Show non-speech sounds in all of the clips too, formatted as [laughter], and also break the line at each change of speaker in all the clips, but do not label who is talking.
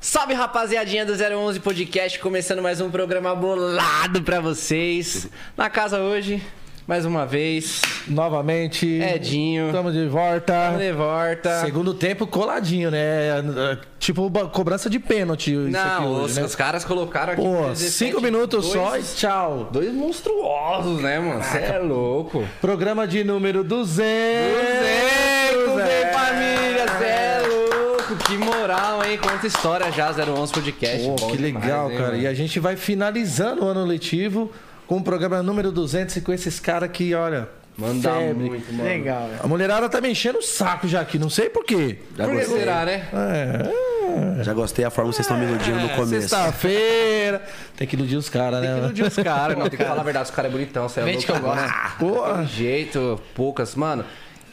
Salve rapaziadinha do 011 Podcast, começando mais um programa bolado pra vocês. Na casa hoje, mais uma vez,
Novamente.
Edinho.
Estamos de volta.
de volta.
Ah, Segundo tempo coladinho, né? Tipo ba- cobrança de pênalti. isso aqui
Não, os,
hoje, né?
os caras colocaram aqui.
Pô,
17,
cinco minutos
dois-
só e tchau.
Dois monstruosos, né, mano? Você é louco.
Programa de número 200.
Vem
é.
família, cê é louco. Que moral, hein? Conta história já, 011 Podcast.
Pô,
Bom
que
demais,
legal,
hein,
cara.
mano?
E a gente vai finalizando o ano letivo com o programa número 200 e com esses caras que, olha.
Manda
febre.
muito, mano.
Legal.
A mulherada tá me enchendo o saco já aqui, não sei por quê.
Já
Por que
gostei.
será, né?
É.
Já gostei a forma que vocês estão me iludindo
É,
no começo.
tá-
Sexta-feira. Tem que iludir os caras, né?
Tem que iludir os caras, mano. Tem que falar a verdade, os caras é bonitão, você é
Vende
louco.
que eu gosto.
Tem
Porra.
jeito, poucas, mano.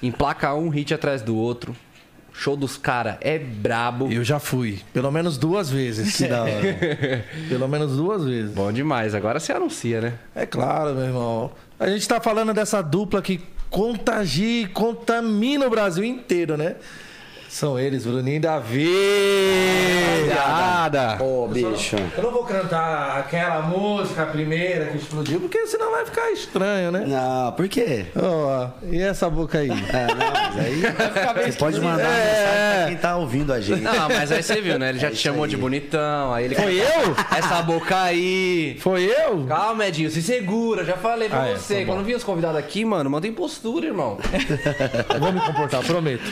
Emplaca um hit atrás do outro. Show dos caras é brabo.
Eu já fui. Pelo menos duas vezes. [laughs] Que da hora. Pelo menos duas vezes.
Bom demais, agora você anuncia, né?
É claro, meu irmão. A gente tá falando dessa dupla que contagia e contamina o Brasil inteiro, né? São eles, Bruninho e Davi. Piada.
Ô, bicho.
Eu não vou cantar aquela música, a primeira que explodiu, porque senão vai ficar estranho, né? Então,
Não, por quê?
Ó, e essa boca aí?
É, não, mas
[laughs]
aí você pode mandar uma mensagem
É.
pra quem tá ouvindo a gente.
[laughs]
Não, mas aí você viu, né? Ele já
É
te
isso
chamou
aí.
de bonitão, aí ele.
Foi eu?
Essa boca aí.
Foi eu?
Calma, Edinho, se segura. Já falei pra
Ah, é,
você.
tá bom.
Quando vinha os convidados aqui, mano, mantém postura, [laughs] irmão.
Vou me comportar, prometo.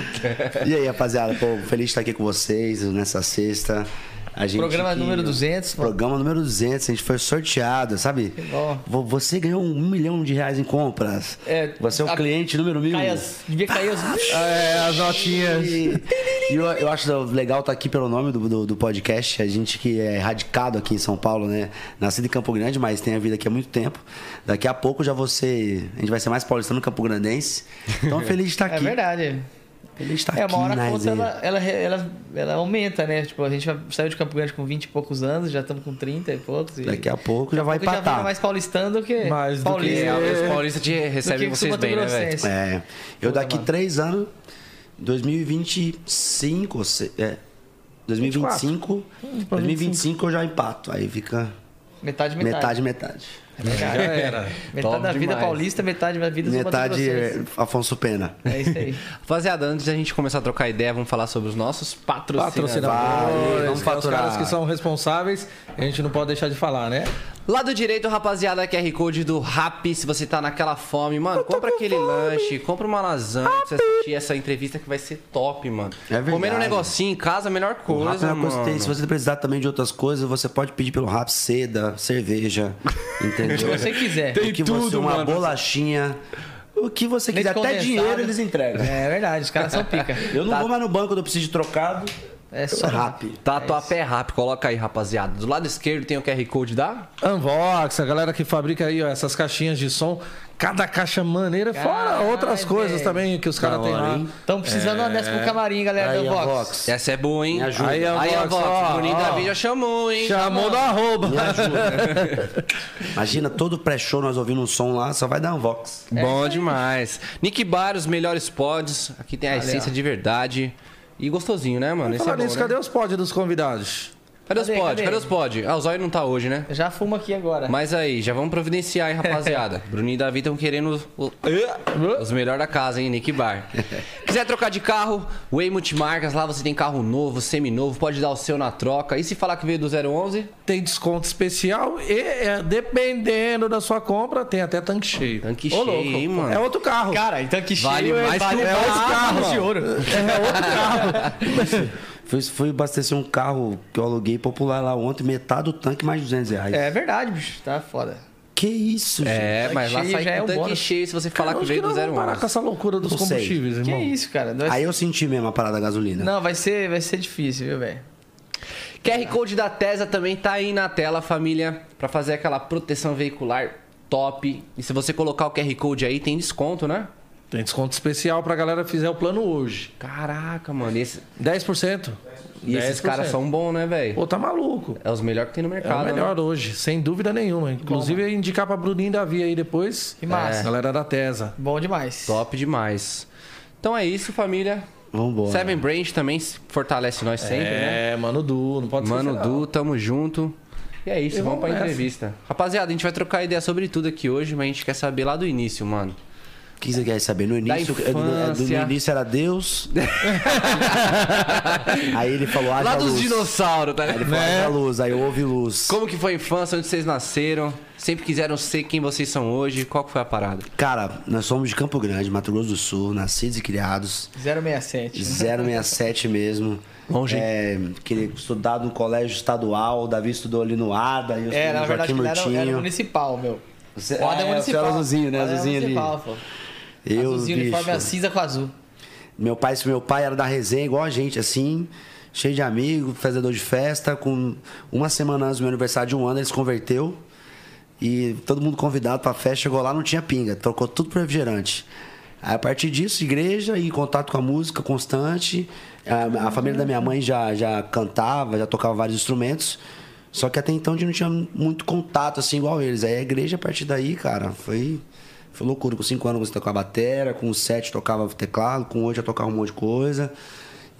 E aí, rapaziada, pô, feliz de estar aqui com vocês nessa sexta. A gente
Programa
que-
número 200, mano.
Programa número 200, a gente foi sorteado, sabe?
bom.
Vo- Você ganhou um milhão de reais em compras.
É,
Você é o
a-
cliente número mil.
Cai as- devia cair os.
Ah,
É, as notinhas.
E, e eu, eu acho legal estar aqui pelo nome do, do, do podcast. A gente que é radicado aqui em São Paulo, né? Nascido em Campo Grande, mas tem a vida aqui há muito tempo. Daqui a pouco já você. A gente vai ser mais paulistano que campo grandense.
[laughs]
Então feliz de estar aqui.
É verdade.
Feliz de estar
é,
aqui.
uma hora a
na
conta
resenha.
ela, ela, ela, ela aumenta, né? Tipo, a gente vai- saiu de Campo Grande com 20 e poucos anos, já estamos com 30 e poucos. E
Daqui a pouco já vai tá.
pouco já vira
empatar.
mais paulistano do que
Mais do
É,
paulista.
os paulistas te recebem
que
vocês bem, né, velho?
subatogrossense.
É. Eu
Puta,
daqui
mano.
três anos, 2025, ou se- é, 2025, 2025 eu já empato. Aí fica
Metade,
É. metade,
metade.
metade.
Já era.
Metade da
Top
vida
demais.
paulista, metade da vida
Metade é
subatogrossense.
Afonso Pena.
É
[laughs]
isso aí.
Rapaziada, antes da gente começar a trocar ideia, vamos falar sobre os nossos patrocinadores.
Patrocinadores,
vamos
que é os
faturar.
caras que são responsáveis, a gente não pode deixar de falar, né?
Lado direito, rapaziada, QR Code do Rap. Se você tá naquela fome, mano, compra aquele lanche, compra uma lasanha pra você assistir essa entrevista que vai ser top, mano.
É verdade.
Comendo um negocinho em casa, a melhor
O Raps
coisa,
é uma coisa que tem.
mano.
Se você precisar também de outras coisas, você pode pedir pelo Rap seda,
[laughs]
cerveja, entendeu?
Se você quiser.
o que você, uma bolachinha, o que você
Leite
quiser, até
condensado.
dinheiro eles entregam.
É tá. verdade, os caras são pica.
Eu não vou mais no banco, eu preciso de trocado.
É
Eu
só
Rap.
Tatuapé Rap, coloca aí, rapaziada. Do lado esquerdo tem o QR Code da...
Unbox, a galera que fabrica aí ó, essas caixinhas de som, cada caixa maneira, fora
Caralho,
outras coisas
velho.
também que os caras
Da
têm
Tá hora,
lá.
hein?
Estão é. precisando de uma dessa pro camarim, galera
Aí,
do
ó,
Vox.
Vox.
Essa é boa, hein?
Me ajuda.
Aí,
Aí,
Aí,
Unbox,
Unbox,
ó,
o Bruninho
ó.
Davi já chamou, hein?
Chamou do arroba.
Imagina, todo pré-show nós ouvindo um som lá, só vai dar um vox.
Bom demais. Nick Bar, os melhores pods. Aqui tem a essência de verdade. E gostosinho, né, mano? Esse é
Fala
bom,
nisso,
né?
cadê os pod dos convidados?
Cadê os
Cadê,
pod?
cadê?
Cadê os pod? Ah, o Zóio não tá hoje, né?
Eu já fumo aqui agora.
Mas aí, já vamos providenciar, hein,
[laughs]
rapaziada. Bruninho e Davi estão querendo o- os melhores da casa, hein, Nick Bar. Quiser trocar de carro, Way Multimarcas, lá você tem carro novo, seminovo, pode dar o seu na troca. E se falar que veio do 011,
Tem desconto especial e, é, dependendo da sua compra, tem até tanque cheio.
tanque
Ô,
cheio, hein, mano.
É outro carro.
Cara, então que
Vale
cheio
mais
vale
que um
mais
outro
que
carro,
um de ouro.
É outro carro.
Fui, fui abastecer um carro que eu aluguei popular lá ontem, metade do tanque, mais de 200 reais.
É verdade, bicho. Tá foda.
Que isso,
É,
Tanque
mas lá
cheio
sai
já é
com
um
tanque
bônus.
cheio se você falar que
Onde
veio do
nós vamos parar com
011.
essa loucura dos
Não sei.
combustíveis,
Que
irmão.
isso, cara. Nós-
gente? Aí eu senti mesmo a parada da gasolina.
Não, vai ser, vai ser difícil, viu, velho?
QR Code da Tesa também tá aí na tela, família, pra fazer aquela proteção veicular top. E se você colocar o QR Code aí, tem desconto, né?
Tem desconto especial pra galera que fizer o plano hoje.
Caraca, mano. E, esse-
10%.
e esses
10%.
caras são bons, né, velho?
Pô, tá maluco.
É os melhores que tem no
É o
mercado. né?
melhor hoje, sem dúvida nenhuma. Inclusive, eu ia indicar pra Bruninho e Davi aí depois.
Que massa.
É. Galera da Tesa.
Bom demais.
Top demais. Então é isso, família.
Vambora.
Seven Branch também se fortalece nós sempre, né?
É, mano Du, não pode
Mano
esquecer, não.
Du, tamo junto. E é isso,
E
vamos,
vamos
pra
nessa.
entrevista. Rapaziada, a gente vai trocar ideia sobre tudo aqui hoje, mas a gente quer saber lá do início, mano.
O que você quer saber? No
Da
início, eh, no- eh, do-
infância.
no início era Deus. aí ele falou, haja
Lá dos
luz.
dinossauros, tá
Aí ele
ligado?
falou, haja luz, aí houve luz.
Como que foi a infância, onde vocês nasceram? Sempre quiseram ser quem vocês são hoje? Qual que foi a parada?
Cara, nós somos de Campo Grande, Mato Grosso do Sul, nascidos e criados.
067.
067 mesmo.
Longe, hein?
É, queria estudar no colégio estadual, o Davi estudou ali no ADA, eu estudei
É, na
no
verdade,
Joaquim
aquilo era, era
Murtinho.
municipal, meu.
Você-
Roda
é, você
municipal.
era azulzinho, né?
Roda
Azulzinho ali.
municipal, pô.
Eu,
azulzinho, uniforme
bicho.
era cinza com azul.
Meu pai, meu pai era da resenha igual a gente, assim, cheio de amigo, fazedor de festa. Com uma semana antes do meu aniversário de um ano, ele se converteu. E todo mundo convidado pra festa, chegou lá, não tinha pinga, trocou tudo pro refrigerante. Aí, a partir disso, igreja e contato com a música constante. A, a família da minha mãe já, já cantava, já tocava vários instrumentos. Só que até então a gente não tinha muito contato, assim, igual eles. Aí a igreja, a partir daí, cara, foi, foi loucura. Com cinco anos você tocava batera, com sete tocava teclado, com oito já tocava um monte de coisa.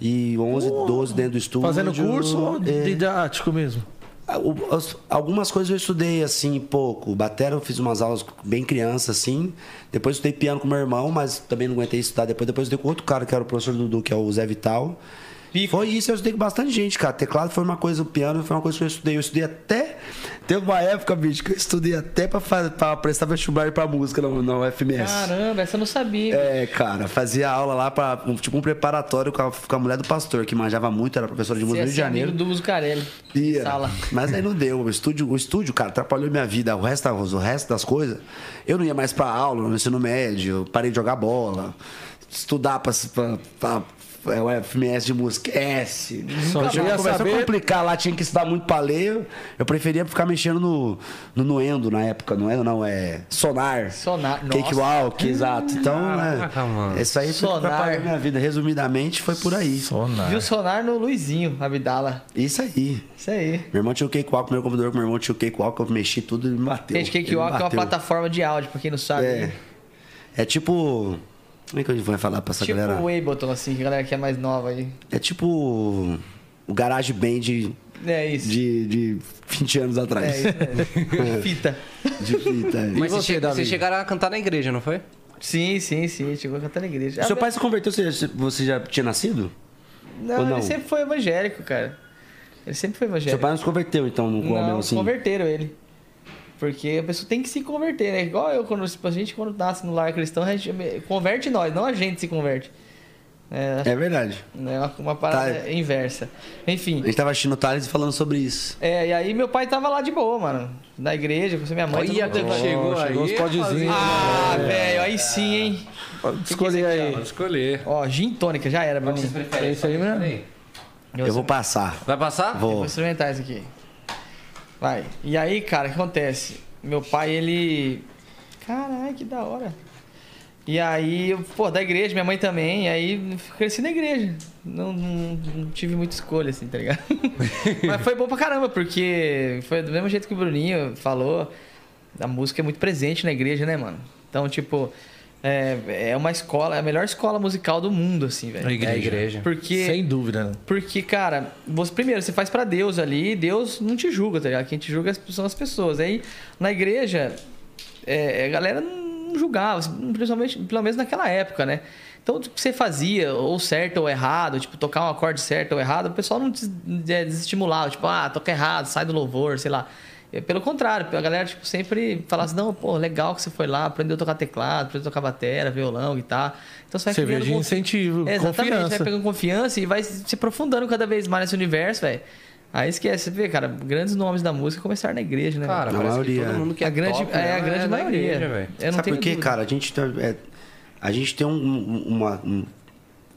E 11, 12 dentro do estúdio.
Fazendo curso ou
É.
didático mesmo?
Ah, O- as- Algumas coisas eu estudei assim pouco. Batera eu fiz umas aulas bem criança assim. Depois eu estudei piano com meu irmão, mas também não aguentei estudar depois. Depois eu estudei com outro cara que era o professor Dudu, que é o Zé Vital.
Pica.
Foi isso, eu estudei com bastante gente, cara. Teclado foi uma coisa, o piano foi uma coisa que eu estudei. Eu estudei até. Teve uma época, bicho, que eu estudei até pra, fa- pra prestar vestibular pra música na, na UFMS.
Caramba, essa eu não sabia.
É, cara, fazia aula lá pra. um- Tipo um preparatório com a, com a mulher do pastor, que manjava muito, era professora de
Você é assim,
música
ia
do Rio de
ser
Janeiro.
amigo do Muscarelli.
Ia.
Sala.
Mas aí não deu. O estúdio, o estúdio, cara, atrapalhou minha vida. O resto, o resto das coisas. Eu não ia mais pra aula no ensino médio. eu Parei de jogar bola. Estudar pra. pra, pra é, o FMS de música. S.
Só
Já
eu ia
começou a
saber.
complicar lá, tinha que estudar muito pra ler. Eu preferia ficar mexendo no, no Nuendo na época. Não era, não, é. Sonar.
Sonar,
Cake
nossa.
Walk, exato. Então, né?
Caraca, mano.
Isso aí foi
Sonar.
atrapalhou minha vida. Resumidamente, foi por aí.
Sonar.
Viu sonar no Luizinho, Abdala.
Isso aí.
Isso aí.
Meu irmão tinha o cakewalk, meu computador com meu irmão tinha o cakewalk, eu mexi tudo e me bateu.
Gente,
Ele me
Cakewalk é uma
bateu.
plataforma de áudio, pra quem não sabe.
É. É tipo. Como é que eu vou falar pra essa
Tipo
galera?
o Ableton, assim, que a galera que é mais nova aí.
É tipo. O Garage Band de,
É isso.
de, de 20 anos
É
atrás.
isso mesmo. [laughs] Fita.
[laughs] De fita. é.
Mas
você,
vocês che-
Davi?
vocês chegaram a cantar na igreja, não foi?
Sim, sim, sim. Chegou a cantar na igreja.
Seu
Ah,
pai se converteu, você, você já tinha nascido?
Não,
ou não?
ele sempre foi evangélico, cara. Ele sempre foi evangélico.
Seu pai não se converteu, então, no
Não,
homem assim.
converteram ele. Porque a pessoa tem que se converter, né? Igual eu, quando a gente quando nasce no lar cristão, a gente converte nós, não a gente se converte. É,
É verdade.
né, uma, uma parada
Tá.
inversa. Enfim.
A gente tava assistindo o Thales e falando sobre isso.
É, e aí meu pai tava lá de boa, mano. Na igreja, com minha mãe. todo
Olha
mundo
quem
levando-
chegou aí.
chegou os podzinhos.
Ah, velho, aí sim, hein?
Pode escolher aí.
Pode escolher.
Ó, gin tônica, já era, Bruninho.
É isso aí mesmo?
Eu vou passar.
Vai passar?
Vou.
Vou experimentar isso aqui. Vai. E aí, cara, o que acontece? Meu pai, ele. Caralho, que da hora. E aí, eu, pô, da igreja, minha mãe também. E aí, cresci na igreja. Não, não- não tive muita escolha, assim, tá ligado? [laughs] Mas foi bom pra caramba, porque foi do mesmo jeito que o Bruninho falou. A música é muito presente na igreja, né, mano? Então, tipo, é, é uma escola, é a melhor escola musical do mundo, assim, velho.
É a igreja.
Porque.
Sem dúvida. né?
Porque, cara, você primeiro você faz pra Deus ali, Deus não te julga, tá ligado? Quem te julga são as pessoas. Aí na igreja, é, a galera não julgava, principalmente, pelo menos naquela época, né? Então, o que você fazia, ou certo ou errado, tipo, tocar um acorde certo ou errado, o pessoal não des- é, desestimulava, tipo, ah, toca errado, sai do louvor, sei lá. É, Pelo contrário, a galera tipo, sempre falava assim, não, pô, legal que você foi lá, aprendeu a tocar teclado, aprendeu a tocar batera, violão, guitarra. Então você vai
Você vê
criando
de
confi-
incentivo,
Exatamente,
confiança.
vai pegando confiança e vai se aprofundando cada vez mais nesse universo, velho. Aí esquece, você vê, cara, grandes nomes da música começaram na igreja, né?
Cara,
Na
parece
maioria.
que todo mundo que é
a grande,
top,
é,
né,
a grande
da
maioria.
igreja, velho.
Eu não
Sabe
tenho
por quê,
dúvida.
cara? A gente, tá- é, a gente tem um, um- uma, um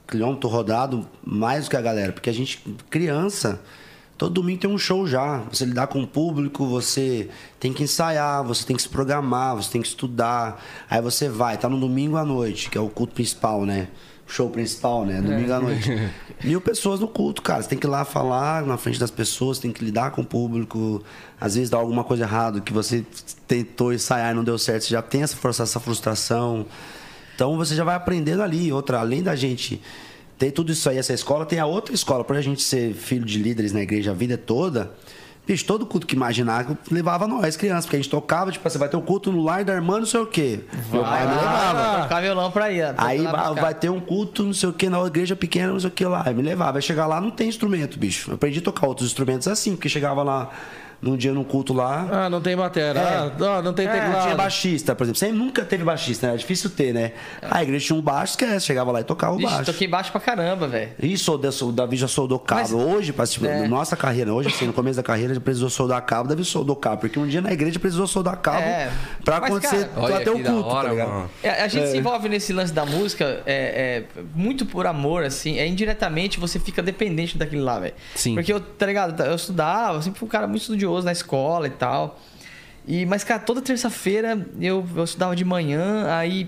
quilômetro rodado mais do que a galera. Porque a gente, criança, todo domingo tem um show já. Você lidar com o público, você tem que ensaiar, você tem que se programar, você tem que estudar. Aí você vai, tá no domingo à noite, que é o culto principal, né? O Show principal, né? Domingo à noite. Mil pessoas no culto, cara. Você tem que ir lá falar na frente das pessoas, tem que lidar com o público. Às vezes dá alguma coisa errada que você tentou ensaiar e não deu certo. Você já tem essa, força, essa frustração. Então você já vai aprendendo ali. Outra, além da gente Tem tudo isso aí, essa escola. Tem a outra escola, pra gente ser filho de líderes na igreja a vida toda. Bicho, todo culto que imaginar levava nós, crianças, porque a gente tocava, tipo, você vai ter um culto no lar da irmã, não sei o quê. Meu pai me levava.
Ah, tocar violão pra ir. pra
Aí
ir lá
vai,
buscar.
vai ter um culto, não sei o que, na igreja pequena, não sei o que lá. Aí me levar, vai chegar lá, não tem instrumento, bicho. Eu aprendi a tocar outros instrumentos assim, porque chegava lá num dia num culto lá.
Ah, não tem bateria. Ah, não, não tem
É,
teclado.
não tinha baixista, por exemplo. Você nunca teve baixista, né? Era difícil ter, né? A igreja tinha um baixo, esquece. Chegava lá e tocava o
É. Ixi,
baixo.
toquei baixo pra caramba, velho.
E solda- o Davi já soldou cabo.
Mas-
hoje, pra- tipo,
É.
na nossa carreira, hoje, assim, no começo da carreira, já precisou soldar cabo, Davi soldou cabo. Porque um dia na igreja precisou soldar cabo
É.
pra
Mas,
acontecer,
cara,
Olha
pra ter o
que da
culto,
hora,
tá ligado?
mano.
É, a gente se envolve nesse lance da música é, é, muito por amor, assim. É indiretamente você fica dependente daquilo lá, velho.
Sim.
Porque eu, tá ligado? Eu estudava, eu sempre fui um cara muito estudioso na escola e tal. E, mas, cara, toda terça-feira eu, eu estudava de manhã, aí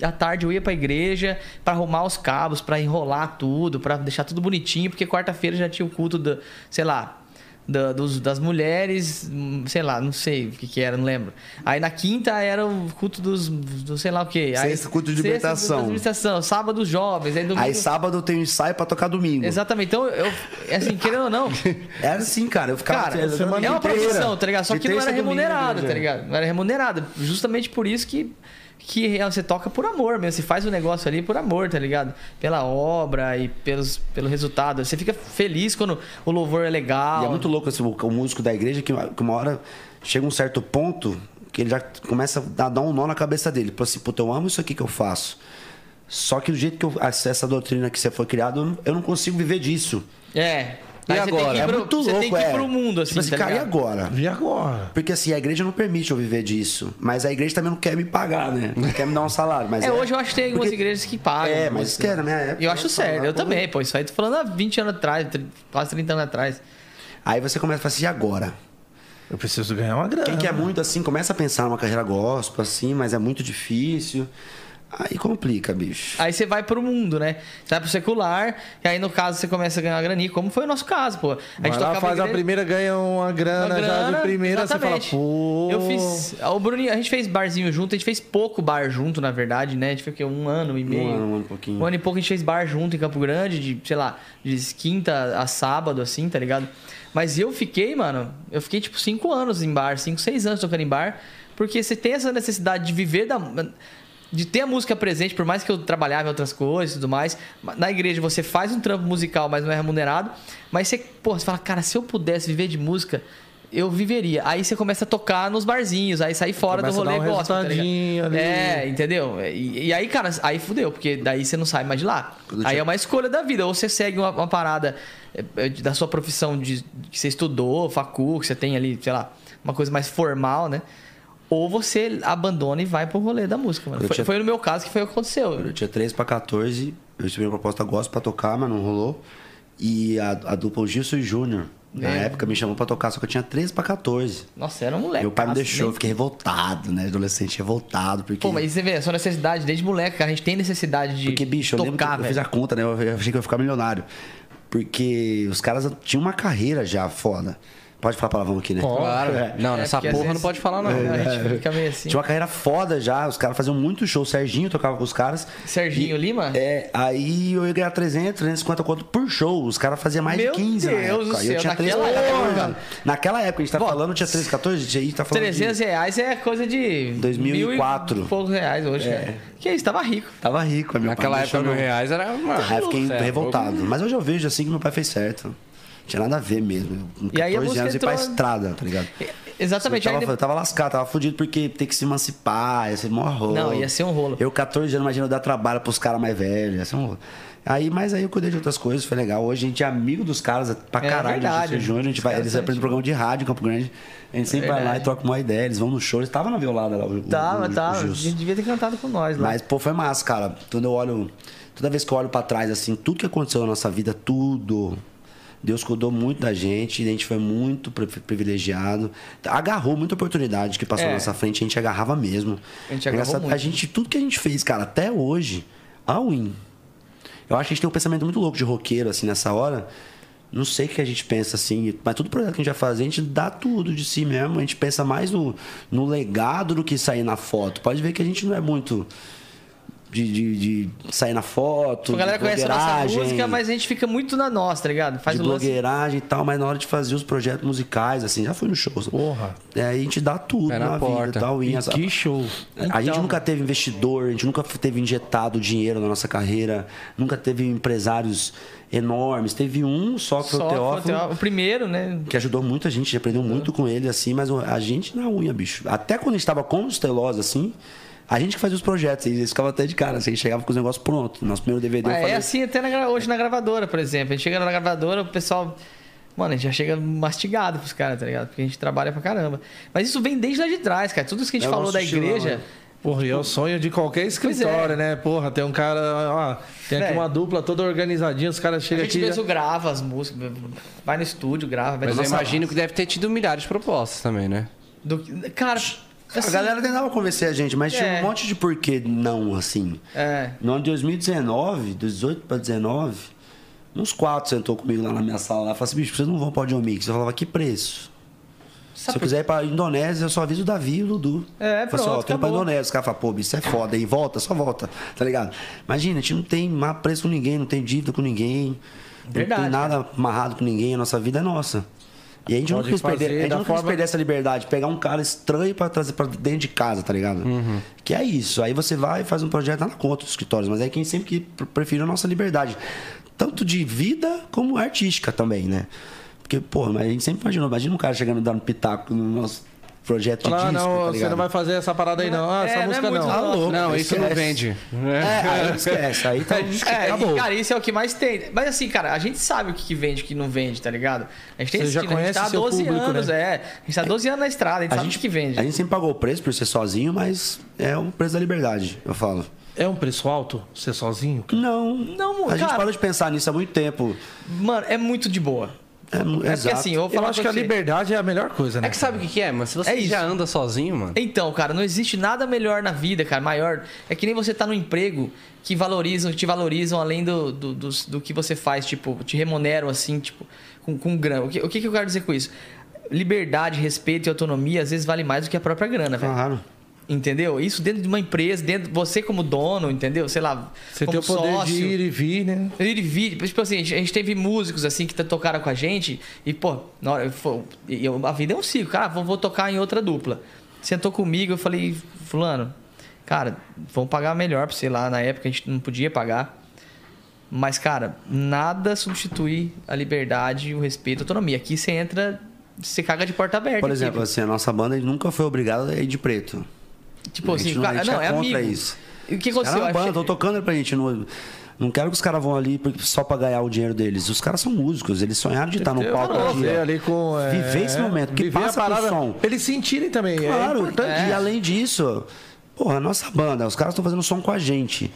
à tarde eu ia pra igreja pra arrumar os cabos, pra enrolar tudo, pra deixar tudo bonitinho, porque quarta-feira já tinha o culto da, sei lá, da- dos- das mulheres, hum, sei lá, não sei o que, que era, não lembro. Aí na quinta era o culto dos, do sei lá o quê. Aí,
Sexta, culto de
sexta,
libertação.
culto de libertação, sábado dos jovens, aí domingo...
Aí sábado tem um ensaio pra tocar domingo.
Exatamente, então eu, assim, querendo
[laughs]
ou não,
Era assim, cara. Eu ficava
Cara, é uma profissão, tá ligado? Só que não era remunerado,
remunerada,
tá ligado? Não era remunerado. Justamente por isso que, que real, você toca por amor mesmo. Você faz o negócio ali por amor, tá ligado? Pela obra e pelos, pelo resultado. Você fica feliz quando o louvor é legal.
E é muito louco esse, o o músico da igreja que, que uma hora chega um certo ponto que ele já começa a dar um nó na cabeça dele. Tipo assim, puta, eu amo isso aqui que eu faço. Só que do jeito que eu acesso a doutrina que você foi criado, eu não- eu não consigo viver disso.
É.
E
Aí
agora?
Você tem que ir
É
pro,
muito
você
louco,
tem que ir
é.
pro mundo, assim,
Tipo assim,
tá
cara, e
ligado?
agora?
E agora?
Porque assim, a igreja não permite eu viver disso. Mas a igreja também não quer me pagar, né? Não quer me dar um salário. Mas
É, hoje eu acho que tem algumas igrejas que pagam.
É, mas isso que era na minha época.
E eu acho
eu falava,
sério, eu
pô,
também, pô. Isso aí tô falando há 20 anos atrás, tri- quase 30 anos atrás.
Aí você começa a falar assim, e agora?
Eu preciso ganhar uma grana.
Quem quer muito assim, começa a pensar numa carreira gospel, assim, mas é muito difícil. Aí complica, bicho.
Aí você vai pro mundo, né? Você vai pro secular, e aí no caso você começa a ganhar uma graninha, como foi o nosso caso, pô. A gente
Vai lá,
tocava
faz a
igreja-
primeira, ganha uma
uma
grana, já de
grana,
primeira,
exatamente.
você fala, pô...
Eu fiz. O Bruninho, a gente fez barzinho junto, a gente fez pouco bar junto, na verdade, né? A gente ficou um ano e meio.
Um ano, um ano e pouquinho.
Uhum.
Um ano e pouco a gente fez bar junto em Campo Grande, de, sei lá, de quinta a sábado, assim, tá ligado? Mas eu fiquei, mano, eu fiquei tipo cinco anos em bar, cinco, seis anos tocando em bar, porque você tem essa necessidade de viver da. De ter a música presente, por mais que eu trabalhava em outras coisas e tudo mais. Na igreja você faz um trampo musical, mas não é remunerado. Mas você, pô, você fala, cara, se eu pudesse viver de música, eu viveria. Aí você começa a tocar nos barzinhos, aí sair fora
Começa
do
a dar
rolê
um
gospel, tá ligado?
resultadinho ali.
É, é, entendeu? E, e aí, cara, aí fudeu, porque daí você não sai mais de lá.
Quando
Aí
tinha-
é uma escolha da vida. Ou você segue uma, uma parada é, é, de- da sua profissão de, que você estudou, facu, que você tem ali, sei lá, uma coisa mais formal, né? Ou você abandona e vai pro rolê da música, mano.
Eu
Foi,
tinha-
foi no meu caso que foi o que aconteceu.
Eu tinha 13 pra 14, eu recebi uma proposta gospel pra tocar, mas não rolou. E a, a dupla Gilson e Júnior, na
É.
época, me chamou pra tocar, só que eu tinha 13 pra 14.
Nossa, era um moleque.
Meu pai me deixou, eu
Nem...
fiquei revoltado, né? Adolescente revoltado, porque...
Pô, mas você vê, a sua necessidade, desde moleque, cara, a gente tem necessidade de
Porque, bicho, eu lembro que
tocar,
eu
velho.
fiz a conta, né? Eu achei que eu ia ficar milionário. Porque os caras tinham uma carreira já foda. Pode falar palavrão aqui, né?
Claro. Não,
É,
nessa
porque às
porra não
vezes-
pode falar, não. né?
É, a gente fica meio assim.
Tinha uma carreira foda já, os caras faziam muito show. Serginho tocava com os caras.
Serginho Lima?
É, aí eu ia ganhar 300, 350 conto por show. Os caras faziam mais
Meu
de 15 na
Deus
época.
do
E
céu,
eu tinha 3,
naquela época,
14. Naquela época, a gente tá
Bom,
falando, tinha 13, 14, a gente tá falando
300
de...
reais é coisa de...
2004.
mil e poucos reais
É.
hoje, né? Que isso, tava rico.
Tava rico, meu
Naquela
pai me
época, mil
deixou, não.
reais era. Mano,
Aí eu fiquei
cê é
revoltado. Mas hoje eu vejo assim que meu pai fez certo. Não tinha nada a ver mesmo. Com 14
E aí a música
anos ir pra
entrou-
estrada, tá ligado?
Exatamente.
Eu
aí
tava, eu tava lascado, tava fudido porque tem que se emancipar, ia ser mó rolo.
Não, ia ser um rolo.
Eu, 14 anos, imagina eu dar trabalho pros caras mais velhos, ia ser um rolo. Aí, mas aí eu cuidei de outras coisas, foi legal. Hoje a gente é amigo dos caras pra
É
caralho,
verdade.
do Gil Júnior, a gente vai,
Os caras
eles
são
apresentam um programa de rádio em Campo Grande. A gente sempre vai lá e
Verdade.
troca uma ideia, eles vão no show, eles estavam na violada lá, o,
Tava,
o, o,
tava.
o
A
Gilson.
gente devia ter cantado com nós lá.
Mas, pô, foi massa, cara. Quando eu olho. Toda vez que eu olho pra trás, assim, tudo que aconteceu na nossa vida, tudo. Deus cuidou muito da gente, a gente foi muito pri- privilegiado. Agarrou muita oportunidade que passou
É.
na nossa frente, a gente agarrava mesmo.
A gente agarrou
Engraçado,
muito.
a gente, tudo que a gente fez, cara, até hoje, a win. Eu acho que a gente tem um pensamento muito louco de roqueiro, assim, nessa hora. Não sei o que a gente pensa, assim, mas todo projeto que a gente vai fazer, a gente dá tudo de si mesmo. A gente pensa mais no, no legado do que sair na foto. Pode ver que a gente não é muito de, de- de sair na foto.
a galera
de
conhece a nossa
blogueiragem,
música, mas a gente fica muito na nossa, tá ligado? Faz
de
o lance.
blogueiragem e tal, mas na hora de fazer os projetos musicais, assim, já fui no show.
Porra.
É, a gente dá tudo
Pé na
na, vida
porta.
e tal. E
E
as-
que show. né?
a
Então.
gente nunca teve investidor, a gente nunca teve injetado dinheiro na nossa carreira, nunca teve empresários enormes. Teve um só que foi
Só
o
foi
Teófilo,
O primeiro, né?
que ajudou muito a gente, a gente aprendeu muito com ele, assim, mas o- a gente na unha, bicho. Até quando a gente tava com os Telos, assim, a gente que fazia os projetos, e eles ficavam até de cara, assim, a gente chegava com os negócios prontos. Nosso primeiro DVD eu
Ah,
falei,
é assim até na gra- hoje na gravadora, por exemplo. A gente chega na gravadora, o pessoal. Mano, a gente já chega mastigado pros caras, tá ligado? Porque a gente trabalha pra caramba. Mas isso vem desde lá de trás, cara. Tudo isso que a gente
É o
falou
nosso
da
estilão,
igreja.
né?
Porra, e é o sonho de qualquer escritório, né? Porra, tem um cara, ó, tem aqui
Velho.
uma dupla toda organizadinha, os caras
A
chegam
gente
aqui. já-
mesmo grava as músicas, vai no estúdio, grava. vai
Mas eu
nossa-
imagino que deve ter tido milhares de propostas também, né?
Do... Cara,
a
assim,
galera tentava convencer a gente, mas tinha
É.
um monte de porquê não, assim.
É.
No ano de 2019, dos 18 para 19, uns quatro sentou comigo lá na minha sala lá e falou assim, bicho, vocês não vão pra Audiomix. Eu falava, que preço? Se
Sabe
eu quiser ir pra Indonésia, eu só aviso o Davi e o Dudu.
É,
Falei assim, ó,
pronto,
tô indo pra
acabou.
Indonésia. Os caras falam, pô, bicho, isso é foda, hein? Volta, só volta, tá ligado? Imagina, a gente não tem má preço com ninguém, não tem dívida com ninguém,
Verdade, né?
não tem nada amarrado com ninguém, a nossa vida é nossa. E a gente não
Pode
quis perder,
fazer
a gente
da
não quis
forma-
perder essa liberdade, pegar um cara estranho pra trazer pra dentro de casa, tá ligado? Que é isso. Aí você vai e faz um projeto nada contra os escritórios, mas é quem sempre que pre- prefere a nossa liberdade, tanto de vida como artística também, né? Porque, pô, mas a gente sempre imaginou, imagina um cara chegando dando pitaco no nosso projeto
Fala, ah,
de disco,
não,
tá
você
ligado?
não vai fazer essa parada aí, não. Ah,
É,
essa
não é
música
muito
não.
nosso.
Alô.
Não, isso não vende. né?
É, aí esquece,
[laughs]
aí tá
É,
acabou.
e, cara, isso é o que mais tem. Mas assim, cara, a gente sabe o que que vende e o que não vende, tá ligado? A gente tem
Você
esse
já
estilo,
conhece
a gente tá
seu
há 12
público,
anos,
né?
é. A gente tá há 12 anos na estrada, a gente
A
sabe
gente,
o que vende.
a gente sempre pagou o preço por ser sozinho, mas é o preço da liberdade, eu falo.
É um preço alto ser sozinho?
Não,
Não,
a gente
cara.
parou de pensar nisso há muito tempo.
Mano, é muito de boa.
É, mu-
É porque
exato.
assim, eu vou
Eu
falar
acho que
pra
a
você.
liberdade é a melhor coisa, né?
É que sabe o que, que é, mano? Se você
É isso.
já anda sozinho, mano.
Então, cara, não existe nada melhor na vida, cara, maior. É que nem você tá num emprego que valorizam, te valorizam além do, do, dos- do que você faz, tipo, te remuneram assim, tipo, com, com grana. O que, o que que eu quero dizer com isso? Liberdade, respeito e autonomia às vezes vale mais do que a própria grana,
Ah.
velho.
Claro.
Entendeu? Isso dentro de uma empresa, dentro você como dono, entendeu? Sei lá,
Você tem
como
o poder
sócio.
de ir e vir, né?
Ir e vir. Tipo assim, a gente- a gente teve músicos assim que t- tocaram com a gente e, pô, na hora, foi- e eu- a vida é um ciclo, cara, vou, vou tocar em outra dupla. Sentou comigo, eu falei, fulano, cara, vamos pagar melhor pra você lá. Na época a gente não podia pagar. Mas, cara, nada substitui a liberdade, o respeito, a autonomia. Aqui você entra, você caga de porta aberta.
Por
aqui,
exemplo,
velho.
assim, a nossa banda nunca foi obrigada a ir de preto.
tipo
a gente
assim,
não- a
cara,
gente
não,
é
é
contra
amigo.
isso.
E O que
Os
aconteceu?
caras é
Eu
banda,
achei-
estão tocando pra gente. Não, não quero que os caras vão ali pra- só pra ganhar o dinheiro deles. Os caras são músicos, eles sonharam de estar no
Eu
palco
falo,
um
você
dia.
ali com. é,
Viver esse momento, que
viver a
passa por
parada.
som.
Eles sentirem também. é
Claro,
importante.
e além disso, porra, a nossa banda, os caras estão fazendo som com a gente.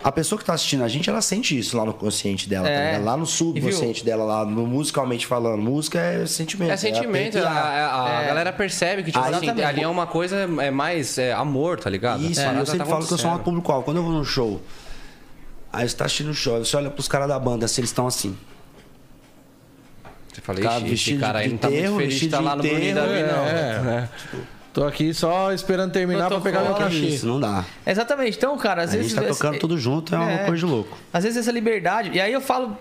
A pessoa que tá assistindo a gente, ela sente isso lá no consciente dela, tá
É.
ligado? lá no subconsciente dela, lá no musicalmente falando. Música é sentimento.
É sentimento, a,
arrepiar.
a- a galera percebe que, tipo
Aí-
assim, ali é uma coisa, é mais é, amor, tá ligado?
Isso,
A parada
eu sempre
tá
falo que eu sou um
acontecendo.
público-alvo. Quando eu vou num show, aí você tá assistindo o show, você olha pros caras da banda, se eles estão assim.
Você fala,
Cara,
"Ixi, esse
vestido
cara aí
de
não tá muito
enterro,
feliz de
vestido
estar
de
lá no Bruninho
enterro,
Davi, não.
É. Tô aqui só esperando terminar pra pegar meu
Que
cachê.
é Isso, não dá.
Exatamente. Então, cara, às
a
vezes.
gente tá tocando
esse-
tudo junto, é uma
É.
coisa de louco.
Às vezes essa liberdade. E aí eu falo,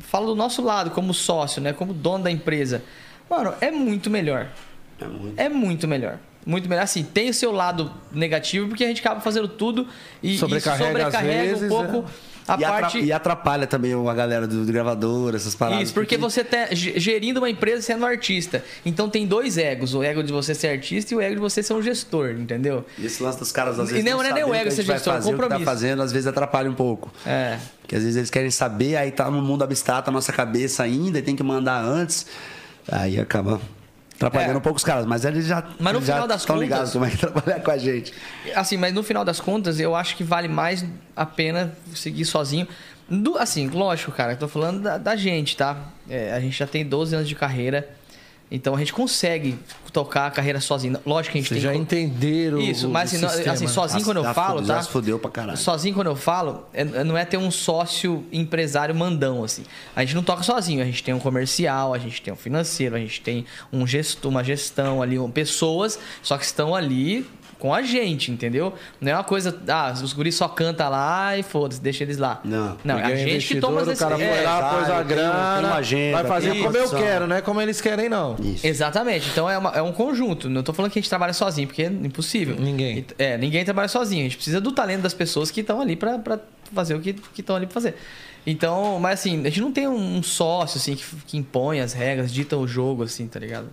falo do nosso lado, como sócio, né? Como dono da empresa. Mano, é muito melhor.
É muito.
É muito melhor. Muito melhor. Assim, tem o seu lado negativo, porque a gente acaba fazendo tudo e e
Sobrecarrega às
sobrecarrega um
vezes,
pouco
né?
a
é. e, atra-
parte.
e atrapalha também a galera do, do gravador, essas paradas.
Isso, porque você tá ge- gerindo uma empresa sendo um artista. Então tem dois egos, o ego de você ser artista e o ego de você ser um gestor, entendeu?
E esse lance dos caras, às
E
vezes,
não,
não,
não é nem
sabendo
o
o
ego
que a
ser
gente vai
gestor, é um
fazer, o que tá
compromisso.
fazendo, às vezes atrapalha um pouco.
É.
Porque às vezes eles querem saber, aí tá no mundo abstrato, a nossa cabeça ainda, e tem que mandar antes. Aí acaba atrapalhando
É.
um pouco os caras. Mas eles já
Mas no
eles já
final das
tão
contas-
ligados como é que [laughs] trabalhar com a gente.
Assim, mas no final das contas, eu acho que vale mais a pena seguir sozinho. Do- assim, lógico, cara, eu tô falando da, da gente, tá? É, a gente já tem 12 anos de carreira, então a gente consegue tocar a carreira sozinho. Lógico que a gente
Vocês
tem
já
que-
entenderam
Isso,
o-
mas
o
assim, não-
sistema,
assim,
né?
sozinho
Já-
quando
já
eu falo,
fudeu,
tá?
já se fudeu pra caralho.
Sozinho quando eu falo, é- não é ter um sócio empresário mandão, assim. A gente não toca sozinho, a gente tem um comercial, a gente tem um financeiro, a gente tem um gestor, uma gestão ali, um- pessoas, só que estão ali com a gente, entendeu? Não é uma coisa, ah, os guris só canta lá e foda-se, deixa eles lá.
Não.
Não, é a
Peguei um
gente que
investidor,
toma as
O cara
decisões.
foi lá,
É,
pôs a
sabe, tem um-
grana,
tem uma agenda,
vai fazer
tem
como eu
produção.
quero, não é como eles querem, não.
Isso.
Exatamente. Então é, uma- é um conjunto. Não tô falando que a gente trabalha sozinho, porque é impossível.
Ninguém.
E- É, ninguém trabalha sozinho. A gente precisa do talento das pessoas que estão ali pra pra fazer o que estão ali pra fazer. Então, mas assim, a gente não tem um sócio assim que, que impõe as regras, dita o jogo, assim, tá ligado?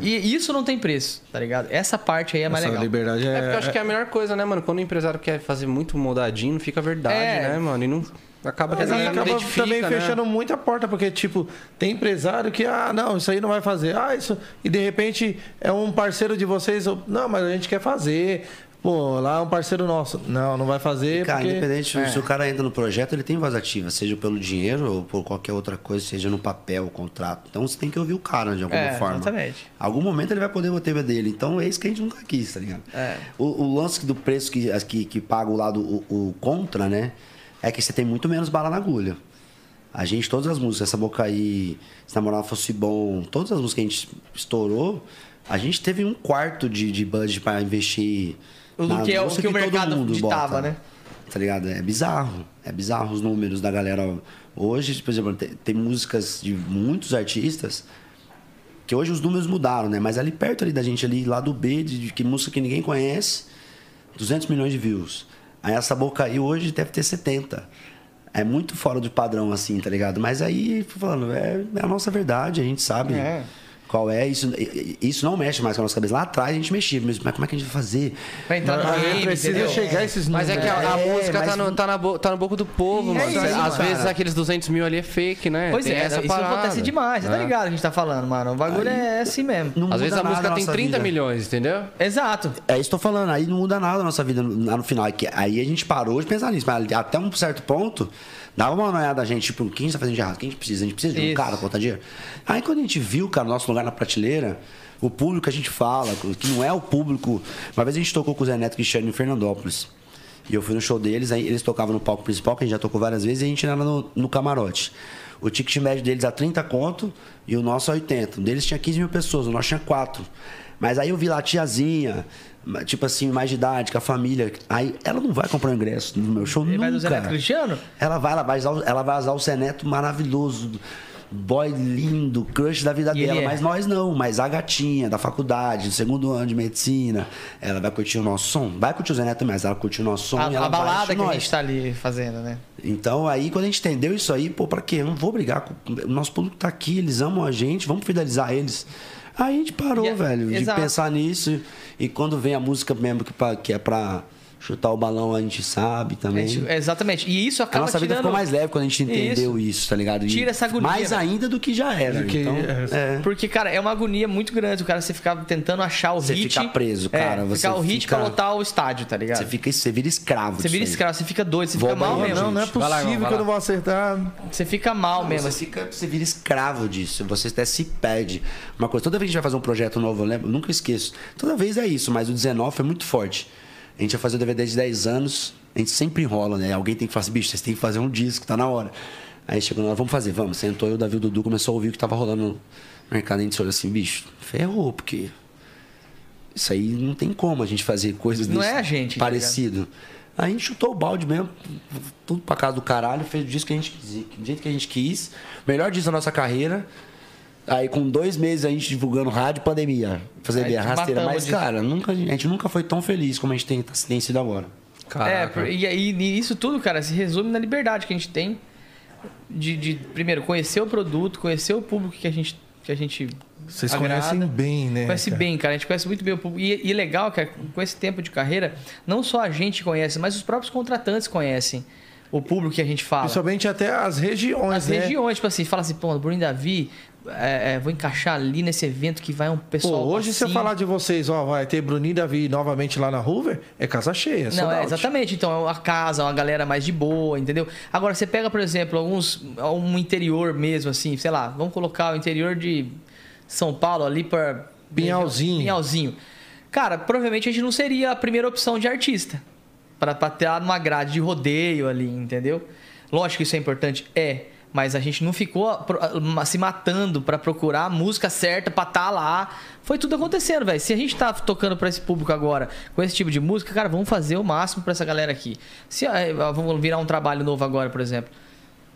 E isso não tem preço, tá ligado? Essa parte aí é mais
Essa
legal.
liberdade é...
É porque eu acho que é a melhor coisa, né, mano? Quando o empresário quer fazer muito moldadinho, fica verdade,
É.
né, mano? E não acaba que
Mas aí
não
acaba
é identifica,
também
né?
fechando muito a porta, porque, tipo, tem empresário que, ah, não, isso aí não vai fazer. Ah, isso. E de repente é um parceiro de vocês. eu- Não, mas a gente quer fazer. Pô, lá é um parceiro nosso. Não, não vai fazer.
Cara,
porque...
independente
É.
se o cara entra no projeto, ele tem voz ativa, seja pelo dinheiro ou por qualquer outra coisa, seja no papel, contrato. Então você tem que ouvir o cara de alguma
É,
forma.
exatamente.
Algum momento ele vai poder botar a dele. Então é isso que a gente nunca quis, tá ligado?
É.
O, o lance do preço que, as que, que paga o lado o, o contra, né? É que você tem muito menos bala na agulha. A gente, todas as músicas, essa boca aí, se namorar fosse bom, todas as músicas que a gente estourou, a gente teve um quarto de, de budget pra investir.
O do
na
que é o
música
que o
todo
mercado
mundo
ditava,
bota.
né?
Tá ligado? É bizarro. É bizarro os números da galera. Hoje, por exemplo, tem, tem músicas de muitos artistas que hoje os números mudaram, né? Mas ali perto ali da gente, ali lá do B, de, de que música que ninguém conhece, 200 milhões de views. Aí essa boca aí hoje deve ter 70. É muito fora do padrão, assim, tá ligado? Mas aí, tô falando, é, é a nossa verdade, a gente sabe
É.
qual é. Isso, e- e- isso não mexe mais com a nossa cabeça. Lá atrás a gente mexia, mas mas como é que a gente vai fazer?
Pra entrar no
Mas
game,
precisa
entendeu?
chegar a esses
Mas é que
números.
a, a
É,
música tá
mas-
no, tá, na bo- tá no boco do povo,
É
mano.
isso,
Às
cara.
vezes aqueles 200 mil ali é fake, né?
Pois
Tem
é,
essa
isso
parada.
acontece demais, você tá
É.
ligado o que a gente tá falando, mano. O bagulho é assim mesmo.
Não
Às vezes
muda
a
nada
música tem
nossa
30
vida.
milhões, entendeu?
Exato.
É isso que eu tô falando, aí não muda nada a nossa vida lá no final. É que Aí a gente parou de pensar nisso, mas até um certo ponto, dava uma olhada a gente, tipo, o que a gente tá fazendo de errado? O que a gente precisa? A gente precisa de um
Isso.
cara pra contar dinheiro? Aí quando a gente viu, cara, o nosso lugar na prateleira, o público que a gente fala, que não é o público. Uma vez a gente tocou com o Zé Neto Cristiano em Fernandópolis. E eu fui no show deles, aí eles tocavam no palco principal, que a gente já tocou várias vezes, e a gente era no, no camarote. O ticket médio deles a 30 conto e o nosso a 80. O deles tinha 15 mil pessoas, o nosso tinha 4. Mas aí eu vi lá a tiazinha, ma- tipo assim, mais de idade, com a família. Aí ela não vai comprar o ingresso no meu show
Ele
nunca.
vai do Zé Neto Cristiano?
Ela vai, ela vai, usar, o- ela vai usar o Seneto maravilhoso, boy lindo, crush da vida
E ele
dela.
é.
Mas nós não, mas a gatinha da faculdade, do segundo ano de medicina, ela vai curtir o nosso som. Vai curtir o Zeneto, mas ela curte o nosso som.
A,
e
a
ela vai
balada
curtir
que a
nós.
gente tá ali fazendo, né?
Então aí quando a gente entendeu isso aí, pô, pra quê? Eu não vou brigar. com- O nosso público tá aqui, eles amam a gente, vamos fidelizar eles. Aí a gente parou,
E é-
velho, de
exato.
pensar nisso. E quando vem a música mesmo que, pra- que é pra chutar o balão, a gente sabe também.
A gente- exatamente. E isso
A
acaba
nossa vida
tirando...
ficou mais leve quando a gente entendeu isso, tá ligado? E
Tira essa agonia,
Mais
né?
ainda do que já era.
Do que-
então,
é.
é.
Porque, cara, é uma agonia muito grande. O cara, você ficar tentando achar o
Você
hit...
fica preso, cara,
É,
você
ficar o hit
fica-
pra lotar o estádio, tá ligado?
Você,
Você,
fica, você vira escravo. disso
vira
aí.
escravo, você fica doido, você
Vou
fica mal
ao banheiro,
mesmo.
Não, não é
gente.
possível
Vai lá, irmão, vai
que eu não
lá.
vou acertar.
Você fica mal mesmo.
Você,
assim.
fica, você vira escravo disso, você até se perde. Uma coisa, toda vez que a gente vai fazer um projeto novo, eu lembro, eu nunca esqueço. Toda vez é isso, mas o 19 foi muito forte. A gente vai fazer o DVD de 10 anos, a gente sempre enrola, né? Alguém tem que falar assim, bicho, vocês têm que fazer um disco, tá na hora. Aí chegou na hora, vamos fazer, vamos. Sentou eu, Davi, o Dudu, começou a ouvir o que tava rolando no mercado. A gente olhou assim, bicho, ferrou, porque isso aí não tem como a gente fazer coisas
Não
desse
é a gente, tá
parecido. Aí a gente chutou o balde mesmo, tudo pra casa do caralho, fez o disco que a gente quis, do jeito que a gente quis, melhor disco da nossa carreira. Aí com dois meses a gente divulgando rádio, pandemia, fazer
Aí
bem, rasteira.
matamos
Mas,
o disco.
cara, nunca, a gente nunca foi tão feliz como a gente tem, tá- tem sido agora.
É,
Caraca.
por- e, aí e isso tudo, cara, se resume na liberdade que a gente tem de, de, primeiro, conhecer o produto, conhecer o público que a gente... Que a gente
Vocês
agrada.
conhecem bem, né?
Conhece
cara?
bem, cara. A gente conhece muito bem o público. E, e legal, cara, com esse tempo de carreira, não só a gente conhece, mas os próprios contratantes conhecem o público que a gente fala.
Principalmente até as regiões,
As
né?
regiões, tipo assim, fala assim, pô, Bruno e Davi, é, é, vou encaixar ali nesse evento que vai um
Pô,
pessoal.
hoje se eu
assim.
falar de vocês, ó, vai ter Bruninho e Davi novamente lá na Hoover, é casa cheia.
Não,
sold
é,
out.
exatamente. Então, é uma casa, uma galera mais de boa, entendeu? Agora, você pega, por exemplo, alguns. um interior mesmo, assim, sei lá, vamos colocar o interior de São Paulo ali para
Pinhalzinho.
Pinhalzinho. Cara, provavelmente a gente não seria a primeira opção de artista. Pra pra estar numa grade de rodeio ali, entendeu? Lógico que isso é importante, é. Mas a gente não ficou ah, pro- se matando pra procurar a música certa pra estar lá. Foi tudo acontecendo, velho. Se a gente tá tocando pra esse público agora com esse tipo de música, cara, vamos fazer o máximo pra essa galera aqui. Se eh, vamos virar um trabalho novo agora, por exemplo.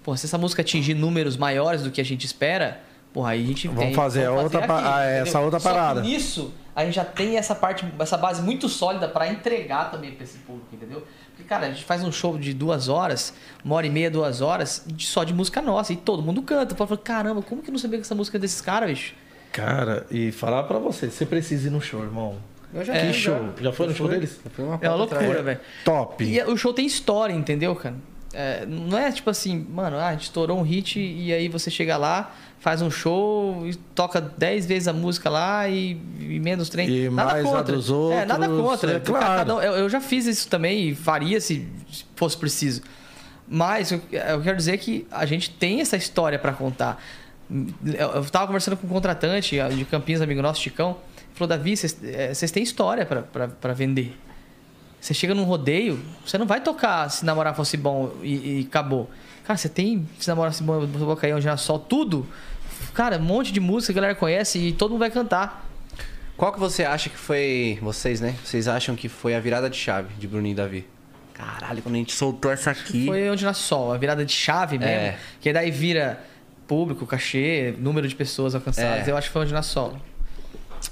Pô, se essa música atingir números maiores do que a gente espera, porra, aí a gente
Vamos
tem-
fazer a outra pa- ah, é,
entendeu?
essa outra
Só que
parada.
nisso, a gente já tem essa parte, essa base muito sólida pra entregar também pra esse público, entendeu? Porque, cara, a gente faz um show de duas horas, uma hora e meia, duas horas, de- só de música nossa, e todo mundo canta. Fala, caramba, como que eu não sabia que essa música é desses caras, bicho?
Cara, e falar pra você, você precisa ir no show, irmão.
Eu já
É,
que
fui,
show. Já, foi no show deles?
Eu fui uma
É uma
porta atrás.
loucura, velho.
Top.
E o show tem história, entendeu, cara? É, não é tipo assim, mano, ah, a gente estourou um hit e aí você chega lá, faz um show, e toca 10 vezes a música lá e, e menos trem.
E
nada
mais a
contra.
dos
é, nada
outros,
contra.
é claro.
Cada um- eu, eu já fiz isso também e faria se se fosse preciso. Mas eu, eu quero dizer que a gente tem essa história pra contar. Eu, eu tava conversando com um contratante de Campinas, amigo nosso, Chicão. ele Falou, Davi, vocês eh, vocês têm história pra- pra pra vender. Você chega num rodeio, você não vai tocar se namorar fosse bom e, e acabou. Cara, você tem se namorar fosse bom, Bocaião, já sol, tudo. Cara, um monte de música que a galera conhece e todo mundo vai cantar.
Qual que você acha que foi. Vocês, né? Vocês acham que foi a virada de chave de Bruninho e Davi? Caralho, quando a gente soltou essa aqui.
Foi onde nasce o sol, a virada de chave mesmo.
É.
Que daí vira público, cachê, número de pessoas alcançadas.
É.
Eu acho que foi onde nasce o sol.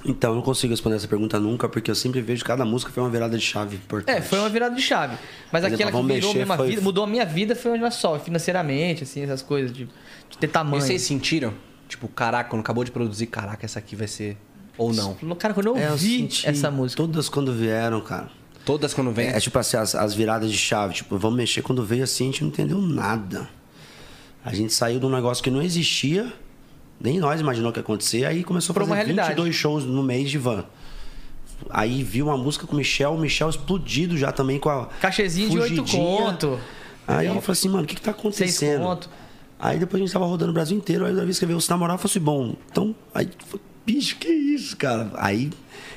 Então, eu não consigo responder essa pergunta nunca, porque eu sempre vejo que cada música foi uma virada de chave importante.
É, foi uma virada de chave. Mas
Por exemplo,
aquela que
Vamos
virou
Mexer
mesmo a
foi-
vida, mudou a minha vida foi onde nasce o sol, financeiramente, assim, essas coisas de, de ter
E
tamanho.
vocês sentiram? Tipo, caraca, quando acabou de produzir, caraca, essa aqui vai ser. Ou não.
Cara, quando eu
É,
vi
senti
essa música.
Todas quando vieram, cara.
Todas quando vem.
É, é tipo assim, as, as viradas de chave. Tipo, vamos mexer quando veio assim, a gente não entendeu nada. A gente saiu de um negócio que não existia, nem nós imaginou que ia acontecer. Aí começou a
Pra
fazer
uma realidade.
22 shows no mês de van. Aí viu uma música com o Michel, o Michel explodido já também com a.
Cachezinho de oito
fugidinha.
conto. É
Aí eu falei assim, mano, o que, que tá
Seis
acontecendo?
conto.
Aí depois a gente tava rodando o Brasil inteiro, aí o Davi escreveu, se namorar fosse bom. Então, aí, foi, bicho, que isso, cara? Aí,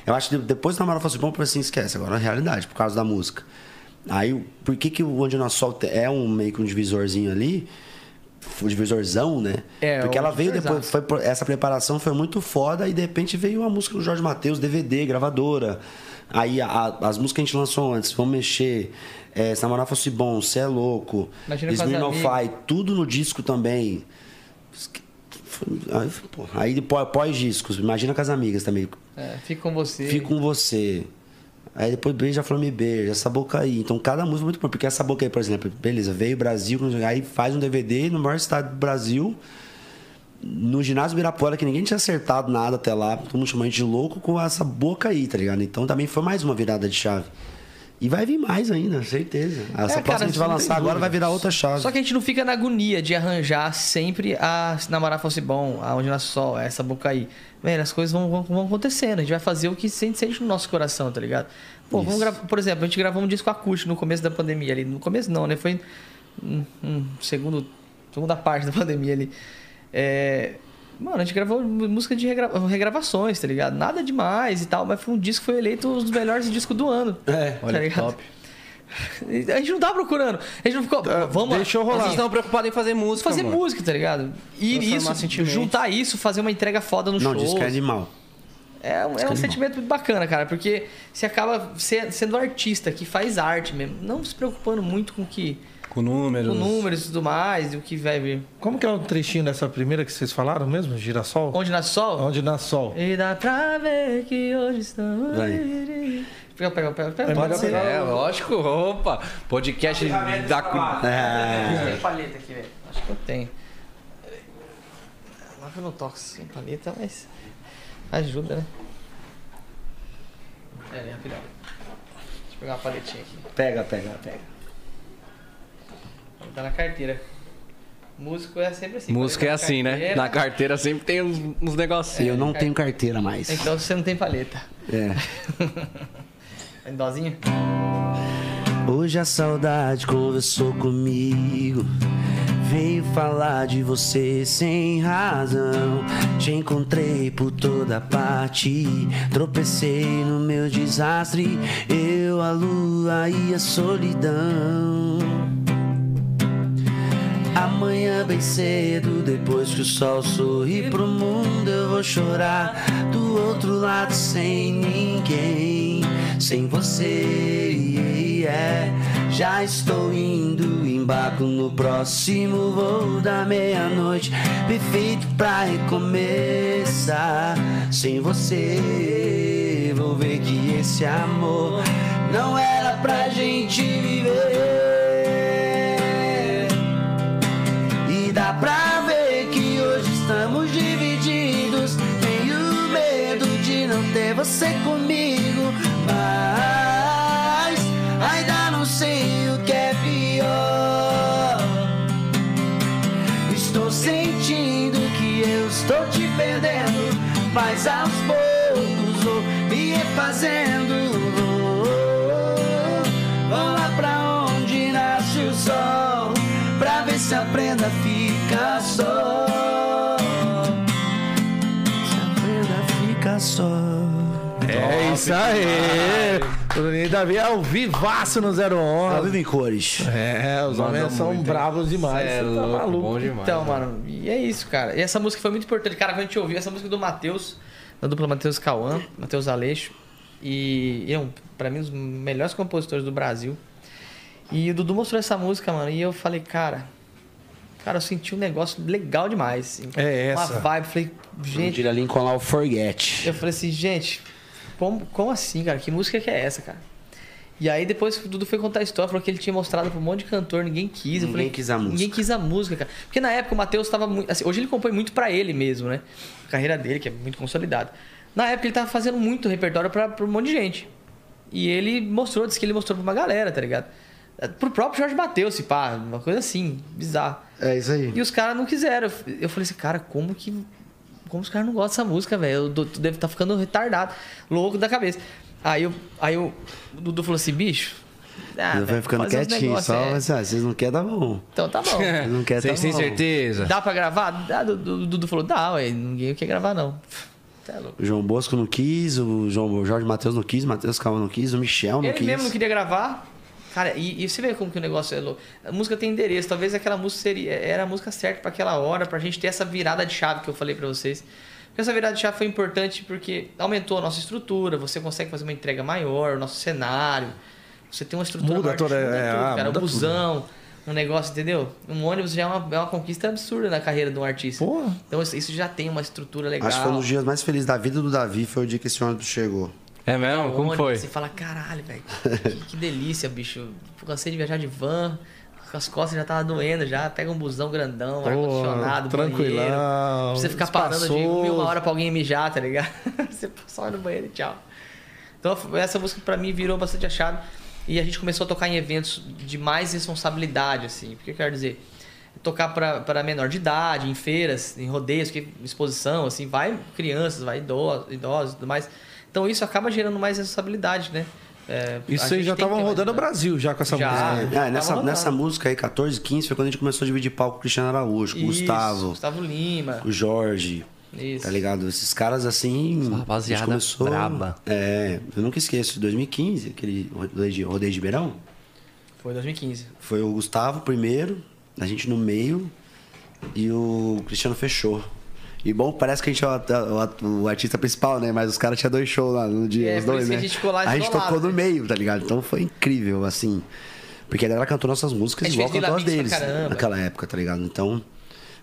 eu acho que depois do namorar fosse bom, eu falei assim, esquece, agora é a realidade, por causa da música. Aí, o- por que que o Onde Nós Sol te- é um, meio que um divisorzinho ali, um divisorzão, né?
É,
Porque
um
ela veio
divisorzaço.
depois, foi, pro- essa preparação foi muito foda e de repente veio uma música do Jorge Matheus, DVD, gravadora. Aí a- a- as músicas que a gente lançou antes, Vamos Mexer, é, Se Namorar Fosse Bom, Cê é Louco,
Imagina com as
Smirnofai, tudo no disco também. Aí, pô, Aí depois, pós-discos, Imagina com as Amigas também.
É, fico com você.
Fico com você. Aí depois beija, falou, me beija, essa boca aí. Então cada música é muito bom, porque essa boca aí, por exemplo, beleza, veio Brasil, aí faz um DVD no maior estado do Brasil, no ginásio Ibirapuera, que ninguém tinha acertado nada até lá, todo mundo chamando de louco com essa boca aí, tá ligado? Então também foi mais uma virada de chave. E vai vir mais ainda, certeza. Essa
É, cara,
próxima que a gente
isso
vai
não tem
lançar agora vai virar outra chave.
Só que a gente não fica na agonia de arranjar sempre a Se Namorar Fosse Bom, a Onde Nasce o Sol, a essa boca aí. Velho, as coisas vão, vão, vão acontecendo. A gente vai fazer o que sente, sente no nosso coração, tá ligado? Pô, vamos gravar, por exemplo, a gente gravou um disco acústico no começo da pandemia ali. No começo não, né? Foi um, um segundo, segunda parte da [laughs] pandemia ali. É, Mano, a gente gravou música de regra- regravações, tá ligado? Nada demais e tal, mas foi um disco que foi eleito um dos melhores discos do ano.
É,
olha, top. Tá A gente não tá procurando. A gente não ficou.
Tá,
vamos
deixa eu rolar.
Vocês estão preocupados em fazer música.
fazer
mano.
música, tá ligado? E
Transformar
isso,
sentimentos.
juntar isso, fazer uma entrega foda no
Não,
um show.
disco é animal.
É um, é um
animal.
sentimento muito bacana, cara, porque você acaba se- sendo artista que faz arte mesmo, não se preocupando muito com o que
Com números.
com números e tudo mais, e o que vai vir.
Como que é o trechinho dessa primeira que vocês falaram mesmo? Girassol?
Onde nasce o sol?
Onde nasce sol.
E dá pra ver que hoje estamos.
Vai.
Pega, pega, pega, pega.
melhor
Pode ser,
pegar
é, lógico. Opa, podcast da. cu-
É.
Tem paleta aqui, velho. Acho que eu tenho. É, Lá que eu não toco sem paleta, mas. Ajuda, né? Pera aí, rapidão. É, Deixa eu pegar uma paletinha aqui.
Pega, pega, pega.
Tá na carteira. Músico é sempre assim.
Música é
paleta
assim, né? Na carteira sempre tem uns, uns
E
negocinhos.
eu não tenho carteira mais.
Então você não tem paleta.
É.
É dozinho?
Hoje a saudade conversou comigo. Veio falar de você sem razão. Te encontrei por toda parte. Tropecei no meu desastre. Eu, a lua e a solidão. A amanhã bem cedo, depois que o sol sorri pro mundo, eu vou chorar do outro lado sem ninguém, sem você. É, já estou indo, embarco no próximo voo da meia-noite, perfeito pra recomeçar. Sem você, vou ver que esse amor não era pra gente viver. E dá pra ver que hoje estamos divididos. Tenho medo de não ter você comigo. Mas ainda não sei o que é pior. Estou sentindo que eu estou te perdendo, mas aos poucos vou me refazendo. Vou lá pra onde nasce o sol, pra ver se aprenda a ficar só. Se aprenda a ficar só.
É isso aí! Bruninho e Davi ao vivaço no 011.
Vivo em cores.
É, os
Manda
homens são
muito,
bravos
hein?
demais.
Cê é
Você tá
louco,
maluco.
bom demais.
Então,
né?
mano, e é isso, cara. E essa música foi muito importante. Cara, quando a gente ouviu essa música do Matheus, da dupla Matheus Cauã, Matheus Aleixo, e e é um, pra mim, um dos melhores compositores do Brasil. E o Dudu mostrou essa música, mano, e eu falei, cara, cara, eu senti um negócio legal demais. assim.
É essa.
Uma vibe, falei, gente,
Tira Lincoln lá o Forget.
eu falei assim, gente, como, como assim, cara? Que música que é essa, cara? E aí depois o Dudu foi contar a história, falou que ele tinha mostrado pra um monte de cantor, ninguém quis.
Ninguém
eu falei,
quis a
Ninguém
música.
quis a música, cara. Porque na época o Matheus tava muito. assim, hoje ele compõe muito pra ele mesmo, né? A carreira dele, que é muito consolidada. Na época ele tava fazendo muito repertório pra, pra um monte de gente. E ele mostrou, disse que ele mostrou pra uma galera, tá ligado? Pro próprio Jorge Matheus, se pá, uma coisa assim, bizarro.
É isso aí.
E os caras não quiseram. Eu- Eu falei assim, cara, como que. Como os caras não gostam dessa música, velho? Eu do- Tu deve estar ficando retardado, louco da cabeça. Aí, eu, aí eu- o Dudu falou assim, bicho. Ah,
Eu
velho,
vai ficando
faz uns
quietinho,
negócio,
só
é.
mas, ah, vocês não querem, tá bom.
Então
[laughs]
tá bom.
Vocês não querem, tá bom.
Vocês têm certeza?
Dá pra gravar? Dá, o Dudu o Dudu falou, dá, ué, ninguém quer gravar, não. Tá louco.
O João Bosco não quis, o, João, o Jorge Matheus não quis, o Matheus Calma não quis, o Michel não
Ele
é
quis.
mesmo não queria gravar. Cara, e, e você vê como que o negócio é louco. A música tem endereço. Talvez aquela música seria, era a música certa pra aquela hora, pra gente ter essa virada de chave que eu falei pra vocês. Porque essa virada de chave foi importante porque aumentou a nossa estrutura, você consegue fazer uma entrega maior, o nosso cenário. Você tem uma estrutura
Muda
maior,
toda-
muda
é,
tudo,
ah,
cara.
muda
um
tudo.
busão, um negócio, entendeu? Um ônibus já é uma, é uma conquista absurda na carreira de um artista.
Porra.
Então isso isso já tem uma estrutura legal.
Acho que foi um dos dias mais felizes da vida do Davi, foi o dia que esse ônibus chegou.
É mesmo?
ônibus,
Como foi?
Você fala, caralho, velho, que, que delícia, bicho. Eu Cansei de viajar de van, com as costas já tava doendo já. Pega um busão grandão, ar-condicionado,
tranquilão,
banheiro. Pra você ficar parando de
espaçoso.
uma hora pra alguém mijar, tá ligado? [laughs] você só vai no banheiro e tchau. Então essa música pra mim virou bastante a chave. E a gente começou a tocar em eventos de mais responsabilidade, assim. Porque eu quero dizer, tocar pra pra menor de idade, em feiras, em rodeios, que exposição, assim, vai crianças, vai idosos, idosos e tudo mais. Então isso acaba gerando mais responsabilidade, né? É, a
Isso aí
gente
já
tem que
estavam
ter mais
rodando o
responsabilidade.
Brasil já com essa
Já.
música.
ele
Ah,
É, tava
nessa,
rodando.
nessa música aí, 14, 15, foi quando a gente começou a dividir palco com o Cristiano Araújo, com o
Isso,
Gustavo,
Gustavo Lima.
com o Jorge,
Isso.
tá ligado? Esses caras assim.
Essa
a
rapaziada
gente começou,
braba.
É, eu nunca esqueço, 2015, aquele rodeio de, rodeio de Beirão,
Foi 2015.
foi o Gustavo primeiro, a gente no meio e o Cristiano fechou. E bom, parece que a gente é o, at- o at- o artista principal, né? Mas os caras tinham dois shows lá no dia.
É,
os
por
dois,
isso que
né?
a gente ficou lá
A gente
isolado,
tocou no
né?
meio, tá ligado? Então foi incrível, assim. Porque a galera cantou nossas
A
músicas
gente
igual
fez
cantou as
Vila Mix
deles
pra caramba.
naquela época, tá ligado? Então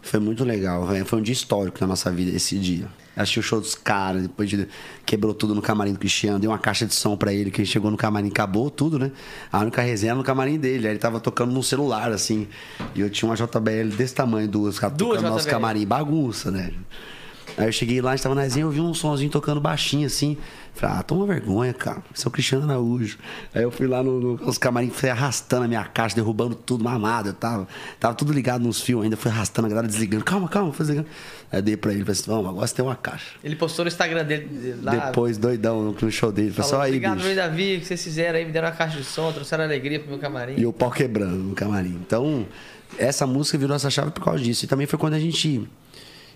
foi muito legal. velho. Foi um dia histórico na nossa vida esse dia. Achei o show dos caras, depois de- quebrou tudo no camarim do Cristiano, dei uma caixa de som pra ele, que ele chegou no camarim, acabou tudo, né? A única resenha era no camarim dele. Aí ele tava tocando num celular, assim. E eu tinha uma JBL desse tamanho, duas, cara,
Duas
tocando no nosso
JBL.
camarim. Bagunça, né? Aí eu cheguei lá, a gente tava na resenha, eu vi um sonzinho tocando baixinho assim. Falei, ah, toma vergonha, cara. Esse é o Cristiano Araújo. Aí eu fui lá no- no- nos camarim, fui arrastando a minha caixa, derrubando tudo, mamado. Eu tava, tava tudo ligado nos fios ainda, fui arrastando a galera, desligando. Calma, calma, foi desligando. Aí eu dei pra ele, falei assim, vamos, agora você tem uma caixa.
Ele postou no Instagram dele lá.
Depois, doidão, no, no show dele. Falei,
Falou,
só aí,
Obrigado,
bicho.
Luiz Davi, que vocês fizeram aí, me deram uma caixa de som, trouxeram alegria pro meu camarim.
E o pau quebrando no camarim. Então, essa música virou essa chave por causa disso. E também foi quando a gente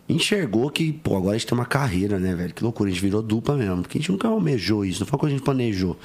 enxergou que, pô, agora a gente tem uma carreira, né, velho? Que loucura, a gente virou dupla mesmo. Porque a gente nunca almejou isso, não foi uma coisa que a gente planejou.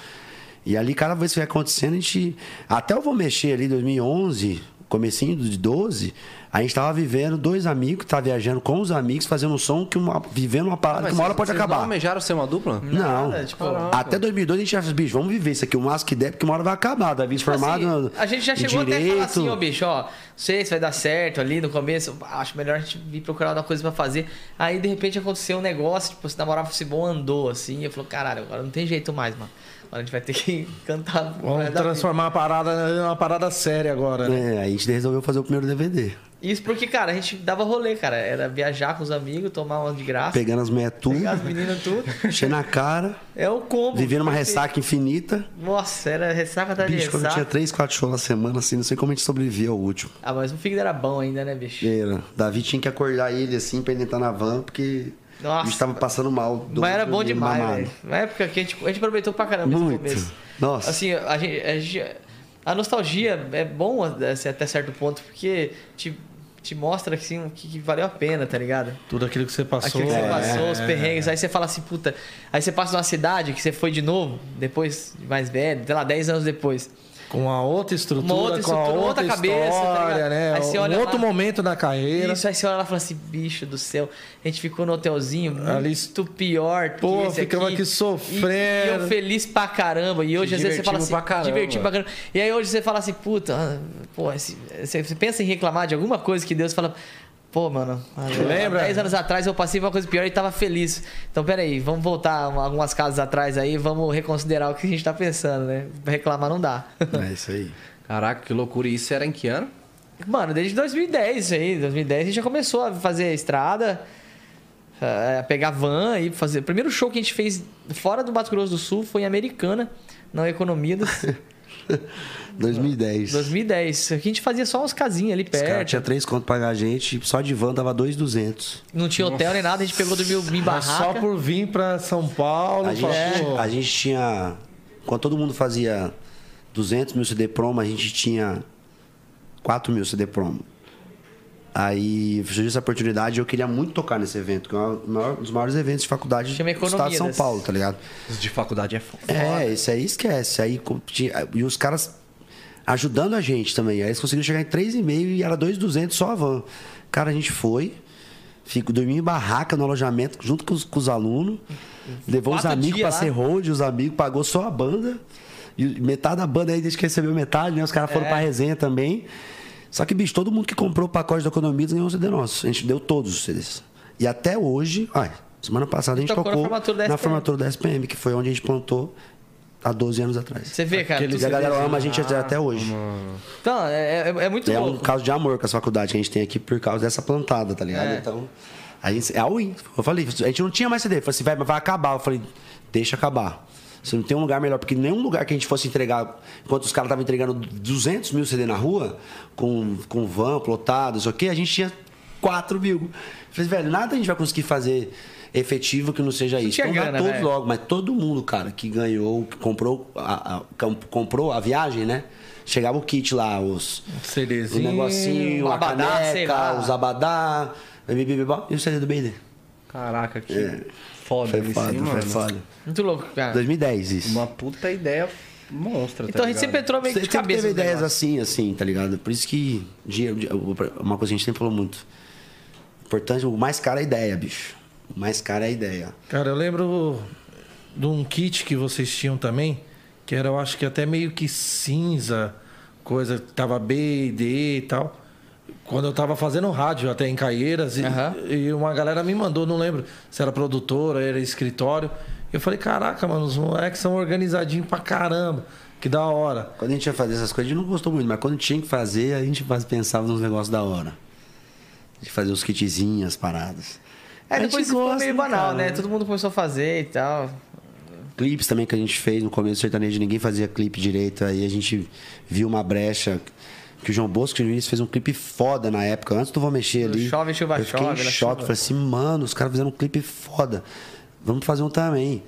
E ali, cada vez que vai acontecendo, a gente. Até eu vou mexer ali em 2011. comecinho de 12, a gente tava vivendo, dois amigos, tava viajando com os amigos, fazendo um som que uma, vivendo uma parada que uma hora pode
vocês Não
acabar.
almejaram ser uma dupla?
Não. é,
Nada, tipo,
até 2002 a gente acha, bicho, vamos viver isso aqui o máximo que der, porque uma hora vai acabar, vai vir formado.
Assim, a gente já
em
chegou até a
direito.
falar assim, ó, bicho, ó, não sei se vai dar certo ali no começo, acho melhor a gente vir procurar uma coisa pra fazer. Aí de repente aconteceu um negócio, tipo, se namorava fosse bom, andou assim, e eu falei, caralho, agora não tem jeito mais, mano. Agora a gente vai ter que [laughs] cantar.
Vamos transformar a parada numa parada séria agora, né?
É, aí a gente resolveu fazer o primeiro DVD.
Isso porque, cara, a gente dava rolê, cara. Era viajar com os amigos, tomar uma de graça,
Pegando as meias tudo,
pegar as meninas tudo.
enchendo a cara,
É o combo.
vivendo uma
perfeito.
ressaca infinita.
Nossa, era ressaca da
Bicho, quando eu tinha
ressaca.
3, 4 shows na semana, assim, não sei como a gente sobrevivia ao último.
Ah, mas o fígado era bom ainda, né, bicho?
Era. Davi tinha que acordar ele assim pra ele entrar na van, porque a
Nossa.
gente tava passando mal. do-
Mas era
do
bom
menino
demais,
mamado.
velho. Na época que a gente, a gente aproveitou pra caramba esse
Muito.
começo.
Nossa.
Assim, a gente. A, gente- a nostalgia é bom assim, até certo ponto, porque te, te mostra assim, que, que valeu a pena, tá ligado?
Tudo aquilo que você passou.
Aquilo que você
é.
passou, os perrengues. Aí você fala assim, puta. Aí você passa numa cidade que você foi de novo, depois, de mais velho, sei lá, 10 anos depois.
Com a outra estrutura,
Uma outra
com a
estrutura,
outra,
outra cabeça, tá
história,
ligado?
né?
Aí você
um
olha
outro
lá-
momento na carreira.
Isso, aí você olha lá e fala assim, bicho do céu, a gente ficou no hotelzinho muito
Ali-
pior que
Pô,
esse
ficamos aqui sofrendo.
E, e eu feliz pra caramba. E hoje, às vezes, você fala
divertimos
assim,
pra caramba.
divertido pra caramba. E aí hoje você fala assim, puta, ah, pô, esse- você você pensa em reclamar de alguma coisa que Deus fala... Pô, mano, há
Lembra?
10 anos atrás eu passei por uma coisa pior e tava feliz. Então, peraí, vamos voltar algumas casas atrás aí, vamos reconsiderar o que a gente tá pensando, né? Reclamar não dá. [laughs]
É isso aí.
Caraca, que loucura. E isso era em que ano?
Mano, desde 2010 isso aí. 2010 a gente já começou a fazer estrada, eh, a pegar van e fazer. O primeiro show que a gente fez fora do Mato Grosso do Sul foi em Americana,
[laughs]
na Economidas,
2010.
2010. Aqui a gente fazia só uns casinhas ali
Os caras
perto.
tinham três contos pra pagar a gente, só de van dava 2,200.
Não tinha hotel nem nada, a gente pegou, dormiu em
Mas só
barraca. é,
por vir pra São Paulo,
A gente,
falou,
a gente tinha. Quando todo mundo fazia 200 mil CD promo, a gente tinha 4 mil CD promo. Aí surgiu essa oportunidade e eu queria muito tocar nesse evento, que é um maior- um dos maiores eventos de faculdade
Chama
do estado de São
Economidas.
Paulo, tá ligado?
Os de faculdade é foda.
É, isso aí esquece. Aí, co- tinha- e os caras ajudando a gente também. Aí eles conseguiram chegar em 3,5 e era 2,200 só a van. Cara, a gente foi. Fico, dormi em barraca no alojamento junto com os, com os alunos. Levou os
Quatro
amigos pra
dias lá.
ser hold, os amigos, pagou só a banda. E metade da banda aí, desde que recebeu metade, né? Os caras
É.
foram pra resenha também. Só que, bicho, todo mundo que comprou o pacote da Economidas ganhou um CD nosso. A gente deu todos os CDs. E até hoje, ai, semana passada a gente
Tocou na
tocou
formatura da
na
SPM.
formatura da SPM, que foi onde a gente plantou há 12 anos atrás.
Você vê, Ah, cara.
E
tudo-
a galera ama a gente até- até hoje.
Então, é, é- é muito
É um
louco.
caso de amor com a faculdade que a gente tem aqui por causa dessa plantada, tá ligado?
É.
Então, a gente, é a win. Eu falei, a gente não tinha mais CD. Eu falei assim, vai, vai acabar. Eu falei, deixa acabar. Você não tem um lugar melhor, porque nenhum lugar que a gente fosse entregar, enquanto os caras estavam entregando 200 mil CD na rua, com, com van, plotado, isso aqui, a gente tinha 4 mil. Eu falei, velho, nada a gente vai conseguir fazer efetivo que não seja isso.
tinha
Então, vai
grana, né?
todos
velho.
logo, mas todo mundo, cara, que ganhou, que comprou a, a- com- comprou a viagem, né? Chegava o kit lá, os, um
CDzinho,
negocinho,
um
uma
abadá, sei lá.
caneca, os abadá, bibibibó, e o CD do Bader.
Caraca, que
É.
foda
Foi
isso,
foda,
hein,
né?
foi
mano?
foda.
Muito louco, cara.
2010 isso.
Uma puta ideia monstra, tá
Então a gente
ligado?
sempre entrou meio que
Você
de
sempre
cabeça.
teve
no
ideias
negócio.
assim, assim, tá ligado? Por isso que dinheiro, di- uma coisa que a gente sempre falou muito. Importante, o mais caro é a ideia, bicho. O mais caro é a ideia.
Cara, eu lembro de um kit que vocês tinham também, que era, eu acho que até meio que cinza, coisa que tava B e D e tal. Quando eu tava fazendo rádio até em Caieiras, e,
Aham.
e uma galera me mandou, não lembro se era produtora, era escritório. Eu falei, caraca, mano, os moleques são organizadinhos pra caramba, que da hora.
Quando a gente ia fazer essas coisas, a gente não gostou muito, mas quando tinha que fazer, a gente faz- pensava nos negócios da hora. De fazer os kitzinhos, as paradas.
É,
A gente
depois ficou
gosta,
meio
né,
banal,
cara?
né? Todo mundo começou a fazer e tal.
clipes também que a gente fez no começo do sertanejo, ninguém fazia clipe direito. Aí a gente viu uma brecha que o João Bosco e o Vinícius fez um clipe foda na época, antes do Vou Mexer
Do
ali.
Chove, Chuva,
eu fiquei
Chove,
em
né,
choque, falei assim, mano, os caras fizeram um clipe foda. Vamos fazer um também.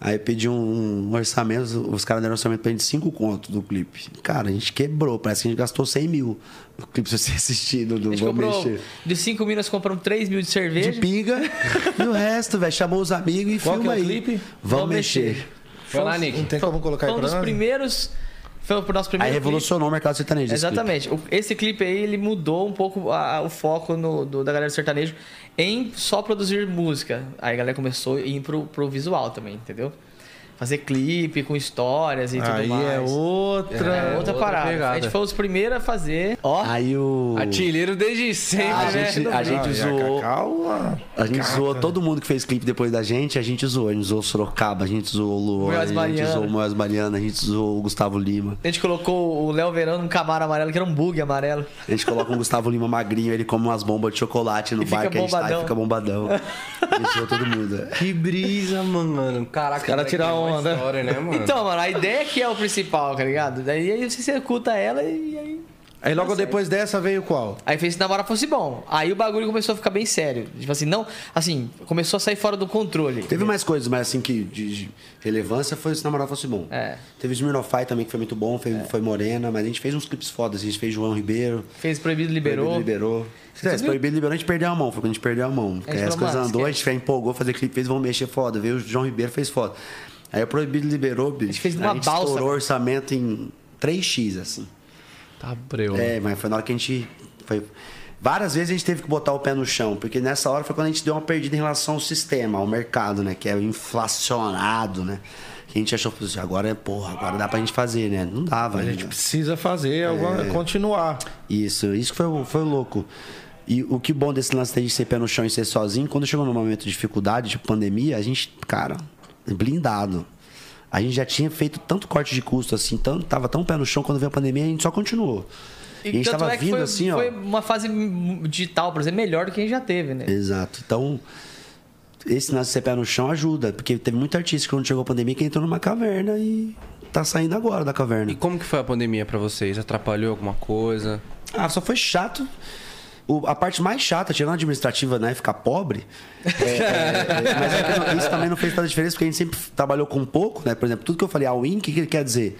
Aí eu pedi um, um orçamento, os caras deram um orçamento pra gente de 5 conto do clipe. Cara, a gente quebrou, parece que a gente gastou 100 mil no clipe, [laughs] se você assistir, do do
A gente
Vou
comprou um
Mexer.
de 5 mil, nós compramos 3 mil de cerveja.
De pinga [laughs] e o resto, velho. Chamou os amigos e
Qual que
filma
é o
aí.
clipe?
Vamos
Vamos
mexer.
mexer.
Vai lá, Nick.
Não tem como colocar
Foi
aí
um
pra
dos
nós?
primeiros Foi o nosso primeiro
Aí
clipe.
revolucionou o mercado sertanejo. esse clipe.
Exatamente. O- Esse clipe aí, ele mudou um pouco a- a- o foco no- do- da galera do sertanejo em só produzir música. Aí a galera começou a ir pro, pro visual também, entendeu? Fazer clipe com histórias e
Aí
tudo mais.
é outra.
É, outra,
outra
parada.
pegada.
A gente foi os primeiros a fazer. Ó,
Aí o.
Ah, Artilheiro desde sempre,
A
né?
gente, a
Ah,
gente
e
zoou.
Cacau, ah,
A gente zoou todo mundo que fez clipe depois da gente, a gente zoou. A gente zoou Sorocaba, a gente zoou Luan, a
Moisés
gente
Mariano.
zoou Moisés Mariana, a gente zoou o Gustavo Lima.
a gente colocou o Léo Verão num camaro amarelo, que era um bug amarelo.
A gente coloca um Gustavo Lima magrinho, ele come umas bombas de chocolate no
E
bar
fica
que a gente tá e
bombadão.
fica bombadão. A gente zoou todo
[laughs]
mundo.
Que brisa, mano. Caraca,
cara
moleque,
tira
tem uma
onda.
História, né, mano?
Então, mano, a ideia que é o principal, tá ligado? Daí aí você executa ela e aí.
Aí logo depois dessa veio qual?
Aí fez se namorar fosse bom. Aí o bagulho começou a ficar bem sério. Tipo assim, não. Assim, começou a sair fora do controle.
Teve mais coisas, mas assim, que de de relevância foi se namorar fosse bom.
É.
Teve Smirnofai também, que foi muito bom, foi, foi Morena, mas a gente fez uns clipes fodas, a gente fez João Ribeiro.
Fez proibido, liberou.
Proibido liberou. É, se proibido liberou, a gente perdeu a mão. Foi quando a gente perdeu a mão. Porque aí as
falou,
coisas
"Mano,
andou, a gente empolgou, fazer clipe, fez, vão mexer foda. Veio o João Ribeiro, fez foda. Aí o proibido liberou, bicho. A
gente fez numa
gente
balsa,
estourou o
mano.
orçamento em 3x, assim.
Tá
Uhum.
breu.
É, mas foi na hora que a gente. Foi... Várias vezes a gente teve que botar o pé no chão, porque nessa hora foi quando a gente deu uma perdida em relação ao sistema, ao mercado, né? Que é inflacionado, né? Que a gente achou, "Pô, agora é, porra, agora dá pra gente fazer, né? Não dava,
A
né?
gente precisa fazer, alguma, continuar.
Isso, isso que foi, o- foi o louco. E o que bom desse lance de ser pé no chão e ser sozinho, quando chegou no momento de dificuldade, de pandemia, a gente, cara, blindado. A gente já tinha feito tanto corte de custo assim, tanto, tava tão pé no chão quando veio a pandemia, a gente só continuou. E a gente
tanto
tava
é que
vindo
foi,
assim,
foi
ó.
uma fase digital, por exemplo, melhor do que a gente já teve, né?
Exato. Então, esse lance de ser pé no chão ajuda, porque teve muito artista que quando chegou a pandemia que entrou numa caverna e tá saindo agora da caverna.
E como que foi a pandemia pra vocês? Atrapalhou alguma coisa?
Ah, só foi chato. O- a parte mais chata, tirando a administrativa, né? Ficar pobre. É, é, é, mas é que não- isso também não fez tanta diferença, porque a gente sempre trabalhou com pouco, né? Por exemplo, tudo que eu falei, a win, o que, que ele quer dizer?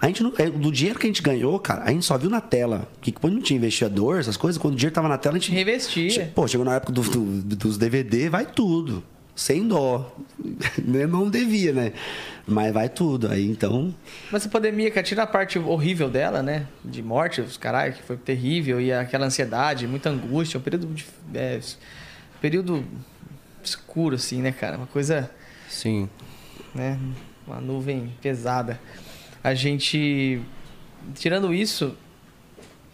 A gente não, é, do dinheiro que a gente ganhou, cara, a gente só viu na tela. Que quando não tinha investidor, essas coisas, quando o dinheiro tava na tela, a gente.
Reinvestia.
Che- Pô, chegou na época do- do- dos DVD, vai tudo. Sem dó. [laughs] Né, não devia, né? Mas vai tudo. Aí então.
Mas a pandemia, cara, tira a parte horrível dela, né? De morte, os caralho, que foi terrível, e aquela ansiedade, muita angústia, um período de, é, período escuro, assim, né, cara? Uma coisa,
Sim.
né? Uma nuvem pesada. A gente, tirando isso,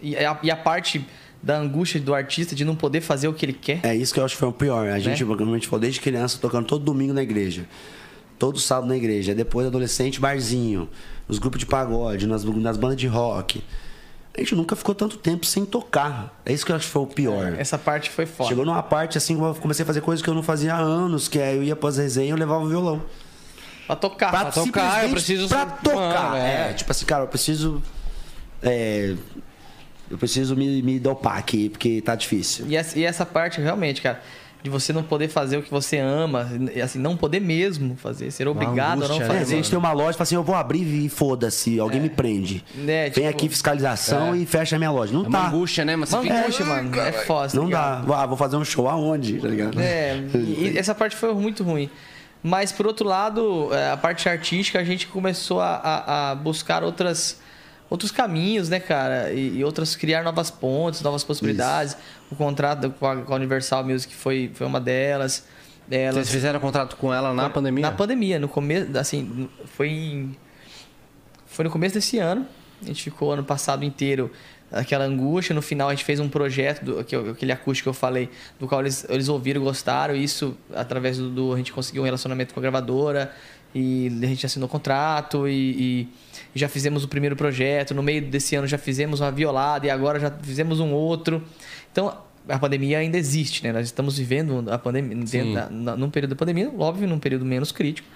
e a, e a parte da angústia do artista de não poder fazer o que ele quer,
É isso que eu acho que foi o pior. A gente, como a gente falou, desde criança, tocando todo domingo na igreja. Todo sábado na igreja. Aí Depois, adolescente, barzinho. Nos grupos de pagode, nas, nas bandas de rock. A gente nunca ficou tanto tempo sem tocar. É isso que eu acho que foi o pior.
essa parte foi foda.
Chegou numa parte, assim, que eu comecei a fazer coisas que eu não fazia há anos, que aí eu ia pras resenha e eu levava o violão.
Ah, Pra tocar.
Pra,
Pra tocar, eu
simplesmente
preciso-
Pra tocar.
Mano,
é.
é.
tipo assim, cara, eu preciso... é, eu preciso me, me dopar aqui, porque tá difícil.
E essa, e essa parte, realmente, cara, de você não poder fazer o que você ama, e, assim, não poder mesmo fazer, ser obrigado a não
angústia,
É,
fazer.
às vezes a gente tem uma loja e fala assim, eu vou abrir e foda-se, alguém me prende.
Né,
Vem
tipo,
aqui fiscalização e fecha a minha loja. Não
É uma
tá.
angústia, né? Mas você
Mano,
fica...
angústia, mano, é foda. tá
Não
ligado?
dá. Ah, vou fazer um show aonde, tá ligado?
É,
[laughs]
e
[laughs]
e essa parte foi muito ruim. Mas, por outro lado, é, a parte artística, a gente começou a, a- a buscar outras, outros caminhos, né, cara? E, e outras, criar novas pontes, novas possibilidades. O contrato com a, com a Universal Music foi, foi uma delas. É, Elas
Vocês fizeram contrato com ela na pandemia?
Na pandemia, no começo, assim, foi em- foi no começo desse ano. A gente ficou ano passado inteiro aquela angústia. No final a gente fez um projeto, do, que eu- aquele acústico que eu falei, do qual eles, eles ouviram, gostaram. E isso, através do, do- A gente conseguiu um relacionamento com a gravadora. E a gente assinou contrato e, e já fizemos o primeiro projeto. No meio desse ano já fizemos uma violada e agora já fizemos um outro. Então, a pandemia ainda existe, né? Nós estamos vivendo a pandemia dentro da, na- num período da pandemia, óbvio, num período menos crítico,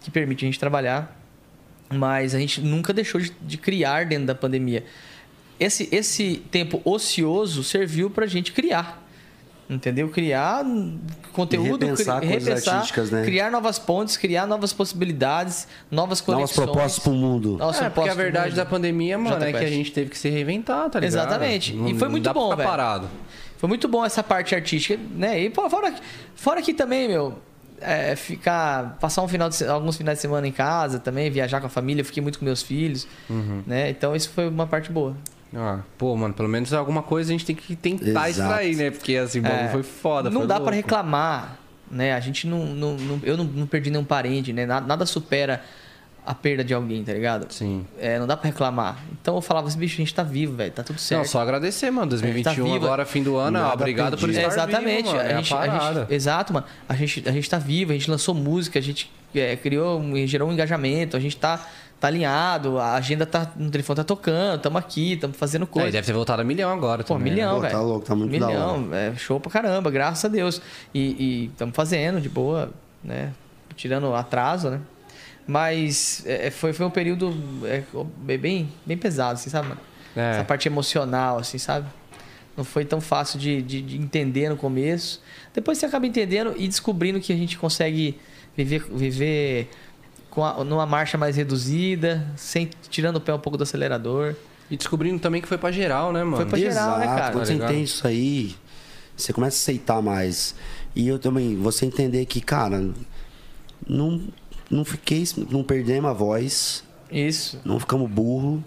que permite a gente trabalhar, mas a gente nunca deixou de, de criar dentro da pandemia. Esse, esse tempo ocioso serviu pra gente criar. Entendeu? Criar conteúdo,
E repensar
cri-
coisas artísticas, né?
criar novas pontes, criar novas possibilidades,
Novas
novas conexões. um
propostas pro mundo.
Novas
É, porque a
propostas pro
verdade
mundo.
da pandemia, mano, é
JQuest.
que a gente teve que se reinventar, tá ligado?
Exatamente. E
Não-
foi muito
não dá pra
bom,
ficar
velho.
parado.
Foi muito bom essa parte artística, né? E pô, fora, fora que também, meu, é, ficar passar um final de se- alguns finais de semana em casa também viajar com a família eu fiquei muito com meus filhos
Uhum.
né então isso foi uma parte boa
Ah, pô, mano, pelo menos alguma coisa a gente tem que tentar
Exato.
extrair, né? Porque assim, o bagulho
É.
foi foda.
não
foi
dá
louco.
pra reclamar né a gente não, não, não- eu não, não perdi nenhum parente né nada, nada supera a perda de alguém tá ligado
Sim.
É, não dá pra reclamar então eu falava assim, bicho a gente tá vivo velho tá tudo certo
Não, só agradecer, mano. 2021
Tá viva.
agora, fim do ano.
Nada
obrigado por
perdido.
estar
Exatamente.
vivo, mano. É
a gente,
a
a gente-
parada.
exato, mano. A gente, a gente tá vivo, a gente lançou música, a gente é, criou, um- gerou um engajamento, a gente tá, tá alinhado, a agenda tá no telefone tá tocando, tamo aqui, tamo fazendo
É,
coisa.
deve ter voltado a milhão agora
Pô,
também. né?
milhão,
Pô, tá
velho.
louco, tá muito da
Milhão, é, show pra caramba, graças a Deus. E, e tamo fazendo de boa, né? Tirando atraso, né? Mas é, foi, foi um período é, bem, bem pesado, assim, sabe, mano?
É.
Essa parte emocional, assim, sabe? Não foi tão fácil de, de- de entender no começo. Depois você acaba entendendo e descobrindo que a gente consegue viver, viver com a- numa marcha mais reduzida, sem tirando o pé um pouco do acelerador.
E descobrindo também que foi pra geral, né, mano?
Foi pra geral, né,
Exato,
cara?
Quando
Tá
você
ligado?
entende isso aí, você começa a aceitar mais. E eu também, você entender que, cara, não, não fiquei, não perdemos a voz,
Isso.
não ficamos burro,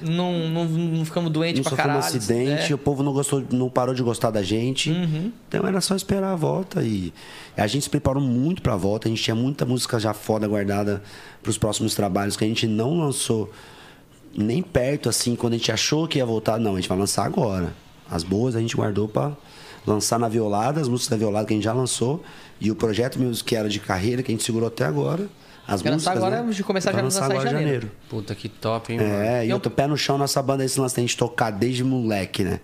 Não, não, não ficamos doentes
não
pra
sofremos
caralho.
acidente,
né?
o povo não gostou, não parou de gostar da gente.
Uhum.
Então era só esperar a volta e a gente se preparou muito pra volta, a gente tinha muita música já foda guardada pros próximos trabalhos que a gente não lançou nem perto assim quando a gente achou que ia voltar, não, a gente vai lançar agora. As boas a gente guardou pra lançar na Violada, as músicas da Violada que a gente já lançou e o projeto mesmo que era de carreira que a gente segurou até agora. As
Vai lançar
músicas,
agora, é
né?
de começar
Vai
já a lançar em janeiro.
Puta que top, hein, mano.
é, e
Eu-
eu tô pé no chão, nossa banda, é esse lance da gente tocar desde moleque, né?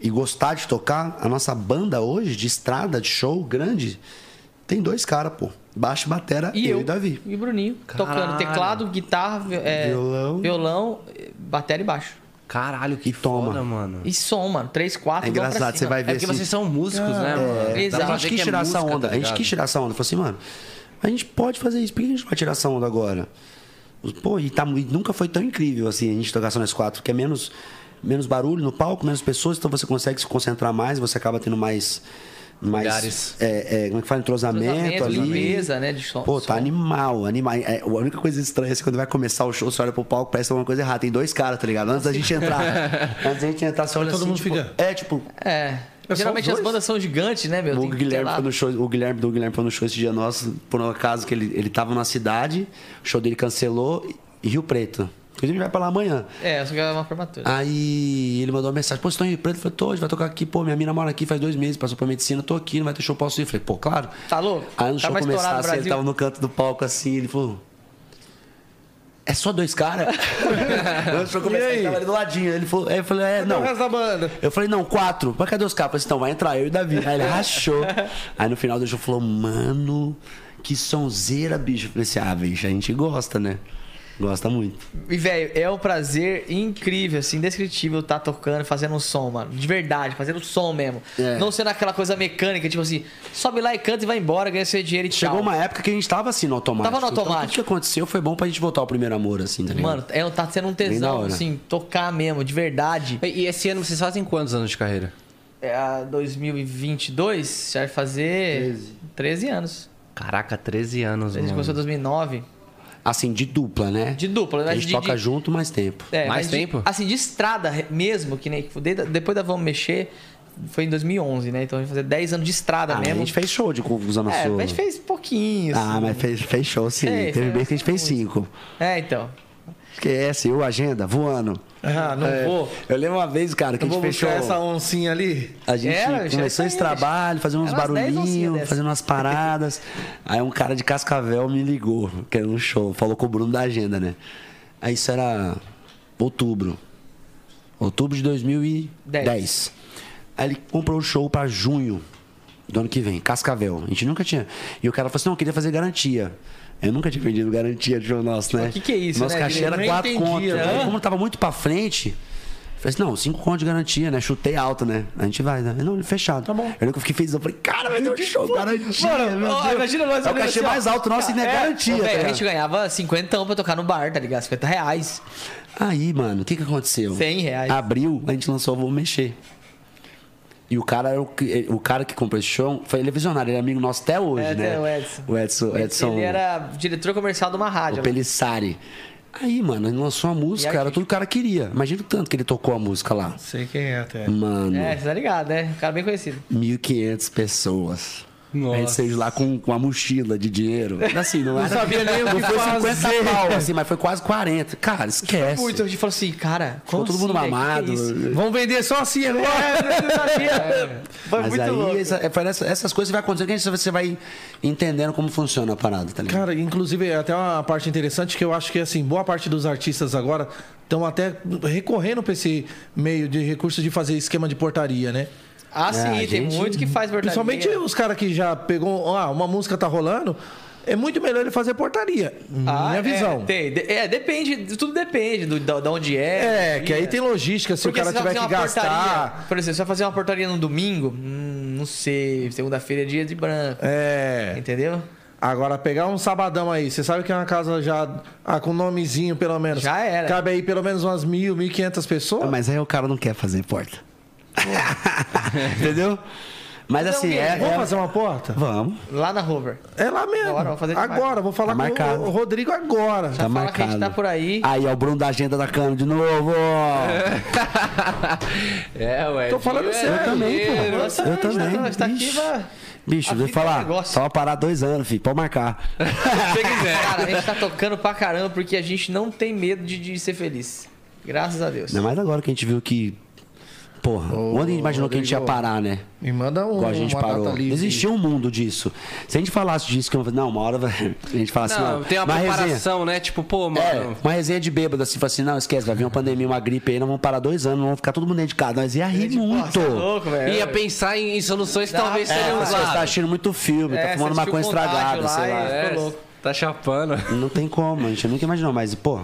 E gostar de tocar, a nossa banda hoje, de estrada, de show grande, tem dois caras, pô. Baixo, batera,
E eu,
e Davi.
e Bruninho,
Caralho.
tocando teclado, guitarra, vi- é,
Violão.
violão, eh, bateria e baixo.
Caralho, que
E toma.
foda, mano.
E som, mano. Três, quatro,
É
vamos pra
engraçado,
cima.
você vai
É
ver
porque
assim-
vocês são músicos, né, mano?
É,
Dá pra
a
ver que
gente quis
é
tirar essa
música,
onda.
tá
a gente
ligado?
quis tirar essa onda. Falou assim, mano, a gente pode fazer isso. Por que a gente não vai tirar essa onda agora? Pô, e, tá mu- e nunca foi tão incrível assim a gente tocar só nós quatro, porque é menos, menos barulho no palco, menos pessoas, então você consegue se concentrar mais, você acaba tendo mais. mais
Olhares.
é, é, como é que fala? Entrosamento,
Cruzamento de
ali.
mesa, né? De som.
Pô, tá
som.
animal, animal. É, a única coisa estranha é que quando vai começar o show, você olha pro palco, parece alguma coisa errada. Tem dois caras, tá ligado? Antes da gente entrar. antes da gente entrar, você olha
Todo
assim,
mundo
tipo,
fica-
É, tipo,
É.
É só
Geralmente
os
as
dois?
bandas são gigantes, né, meu?
o
Tem- sei
Guilherme,
lá.
foi no show, o Guilherme do Guilherme foi no show esse dia nosso, por um acaso que ele, ele tava na cidade, o show dele cancelou, e Rio Preto. Inclusive, vai pra lá amanhã.
É, eu só quero uma formatura.
Aí ele mandou uma mensagem, pô, vocês estão em Rio Preto? Eu falei, tô, a gente vai tocar aqui, pô, minha mina mora aqui faz dois meses, passou pra medicina, tô aqui, não vai ter show, posso ir? Eu falei, pô, claro.
Tá louco?
Aí no
Tá
show
mais
começar,
estourado no
assim, ele
Brasil.
tava no canto do palco assim, ele falou. É só dois
[laughs]
caras? no show começar,
aí?
ele tava ali do ladinho. Ele falou, aí eu falei, é,
Não.
não.
O resto da banda.
Eu falei, não, quatro. Mas cadê os caras? Eu falei, Então, vai entrar eu e o Davi. Aí ele
[laughs]
rachou. Aí no final do show falou, mano, que sonzeira, bicho. Eu falei assim, ah, bicho, a gente gosta, né? Gosta muito.
E, velho, é um prazer incrível, assim, indescritível tá tocando, fazendo um som, mano. De verdade, fazendo som mesmo.
É.
Não sendo aquela coisa mecânica, tipo assim, sobe lá e canta e vai embora, ganha seu dinheiro e tchau.
Chegou uma época que a gente tava assim no automático.
Tava no
Então, tudo
automático.
que aconteceu foi bom pra gente voltar ao primeiro amor, assim, tá ligado?
Mano, é, tá sendo um
Bem da
tesão,
hora.
assim, tocar mesmo, de verdade.
E e esse ano vocês fazem quantos anos de carreira?
É, a 2022, já vai fazer 13, anos.
Caraca, 13 anos,
A gente
mano.
começou em 2009.
assim, de dupla, né?
De dupla, né?
A gente
De-
toca
de-
junto mais tempo.
É,
Mais
mas
tempo?
De, assim, de estrada re- mesmo, que nem... de- Depois da Vamos Mexer, foi em 2011, né? Então a gente vai fazer 10 anos de estrada
Ah, mas
mesmo.
a gente fez show de confusão na
É,
sua.
a gente fez pouquinho.
Ah,
assim.
mas fez, fez show sim.
Fez, né?
Teve
fez,
vez que a gente fez cinco.
É, então.
Que é essa, eu, agenda, voando.
Ah, não
É,
vou.
Eu lembro uma vez, cara, que
Eu
a
vou
gente fez show.
buscar essa oncinha ali.
A gente
Era, bicho, era isso
começou
aí,
esse
bicho.
trabalho, fazendo uns
É, Era umas dez oncinhas
barulhinhos,
dessas.
fazendo umas
[laughs]
paradas. Aí um cara de Cascavel me ligou, querendo um show. Falou com o Bruno da agenda, né? Aí isso era outubro. Outubro de 2010.
Dez.
Aí ele comprou o show pra junho do ano que vem, Cascavel. A gente nunca tinha. E o cara falou assim: não, eu queria fazer garantia. Eu nunca tinha vendido garantia de show nosso, né?
o que que é isso,
Nosso
né,
cachê era
direito?
quatro
Nem entendi,
contas.
né?
Aí, como tava muito pra frente, falei assim, não, cinco contos de garantia, né? Chutei alto, né? A gente vai, né? Não, fechado. Tá bom. Eu lembro que eu fiquei feliz, eu falei, cara, vai ter um show, garantia. meu
ó,
Deus.
imagina nós
É o
olhando
cachê
assim, ó.
mais alto nosso e não é, garantia.
Ô,
tá
velho, a
ligado?
gente ganhava 50 pra tocar no bar, tá ligado? 50 reais.
Aí, mano, o que que aconteceu?
100 reais.
Abril, a gente lançou Vou Mexer. E o cara, era o, que- o cara que comprou esse show, foi, ele é visionário, ele é amigo nosso até hoje,
É,
né?
até o Edson.
O Edson, Edson
Ele era diretor comercial de uma rádio.
o
lá.
Pelissari. Aí, mano, ele lançou uma música,
E aí?
era tudo que o cara queria. Imagina o tanto que ele tocou a música lá.
Sei quem é até.
Mano,
É, você tá ligado, né? Um cara bem conhecido.
1.500 pessoas.
Nossa.
A gente saiu de lá com, com uma mochila de dinheiro. Assim, não, era,
sabia nem o
não
que
foi
fazer.
50 pau, assim, mas foi quase 40. Cara, esquece.
Muito, a gente falou assim, cara,
Ficou
como
todo mundo
assim, velho? Que
mamado.
que é isso? [laughs]
Vamos vender só assim agora?
Foi
Mas
muito louco.
aí, essa- é, parece- essas coisas que vai acontecendo que a gente- você vai entendendo como funciona a parada, tá
[laughs]
ligado?
Cara, inclusive, é até uma parte interessante que eu acho que, assim, boa parte dos artistas agora estão até recorrendo para esse meio de recurso de fazer esquema de portaria, né?
Ah, sim,
É, a
tem
gente-
muito que faz verdade.
Principalmente os caras que já pegou, ah, uma música tá rolando, é muito melhor ele fazer portaria,
Ah,
minha
é,
visão.
tem. De- É, depende, tudo depende do, da, da onde é.
É, que aí tem logística, se
Porque
o cara
você vai
tiver que
fazer uma
gastar.
portaria, por exemplo, você vai fazer uma portaria no domingo, hum, não sei, segunda-feira é dia de branco,
É.
entendeu?
Agora, pegar um sabadão aí, você sabe que é uma casa já ah, com nomezinho, pelo menos.
Já era.
Cabe aí pelo menos umas mil, mil e quinhentas pessoas.
Mas aí o cara não quer fazer porta. [laughs] Entendeu? Mas
Então,
assim,
Guilherme,
é.
Vamos
é-
fazer uma porta?
Vamos.
Lá na Rover.
É lá mesmo.
Agora, vou fazer de
agora,
marca.
vou falar
Tá marcado.
com o Rodrigo agora.
Tá
fala que a gente
marcado. Ah.
tá por aí.
Aí, ó, o Bruno da agenda da Cano de novo.
É, ué.
Tô falando
dinheiro,
sério.
Eu também, pô.
dinheiro.
Nossa,
eu também.
Nós tá aqui,
Ixi.
vai.
Bicho, deixa
A
eu
vida é um
falar.
negócio.
só parar dois anos, filho. Pode marcar.
Se [laughs] quiser.
Cara, a gente tá tocando pra caramba porque a gente não tem medo de, de ser feliz. Graças a Deus.
Ainda mais agora que a gente viu que. Porra, onde a gente imaginou que a gente ia
Rodrigo.
parar, né?
Me manda um,
Igual a gente
uma
parou.
data livre.
Existia um mundo disso. Se a gente falasse disso, que eu não, uma hora vai- [laughs] a gente fala assim,
Não,
ó,
tem uma
resenha.
preparação, né? Tipo, pô,
É,
mano.
uma resenha de bêbado, assim, fala assim, não, esquece, vai vir uma pandemia, uma gripe aí, nós vamos parar dois anos, vamos ficar todo mundo dentro de casa. Nós ia rir muito.
Tá louco, velho.
Ia pensar em, em soluções que
Dá-
talvez
é,
É,
seriam
mas você tá
usadas.
assistindo muito filme,
É,
tá fumando
você assistiu
maconha
Contágio
estragada,
lá
sei lá.
e-
É,
Tô louco.
Tá chapando.
Não tem como, a gente nunca imaginou, mas, pô,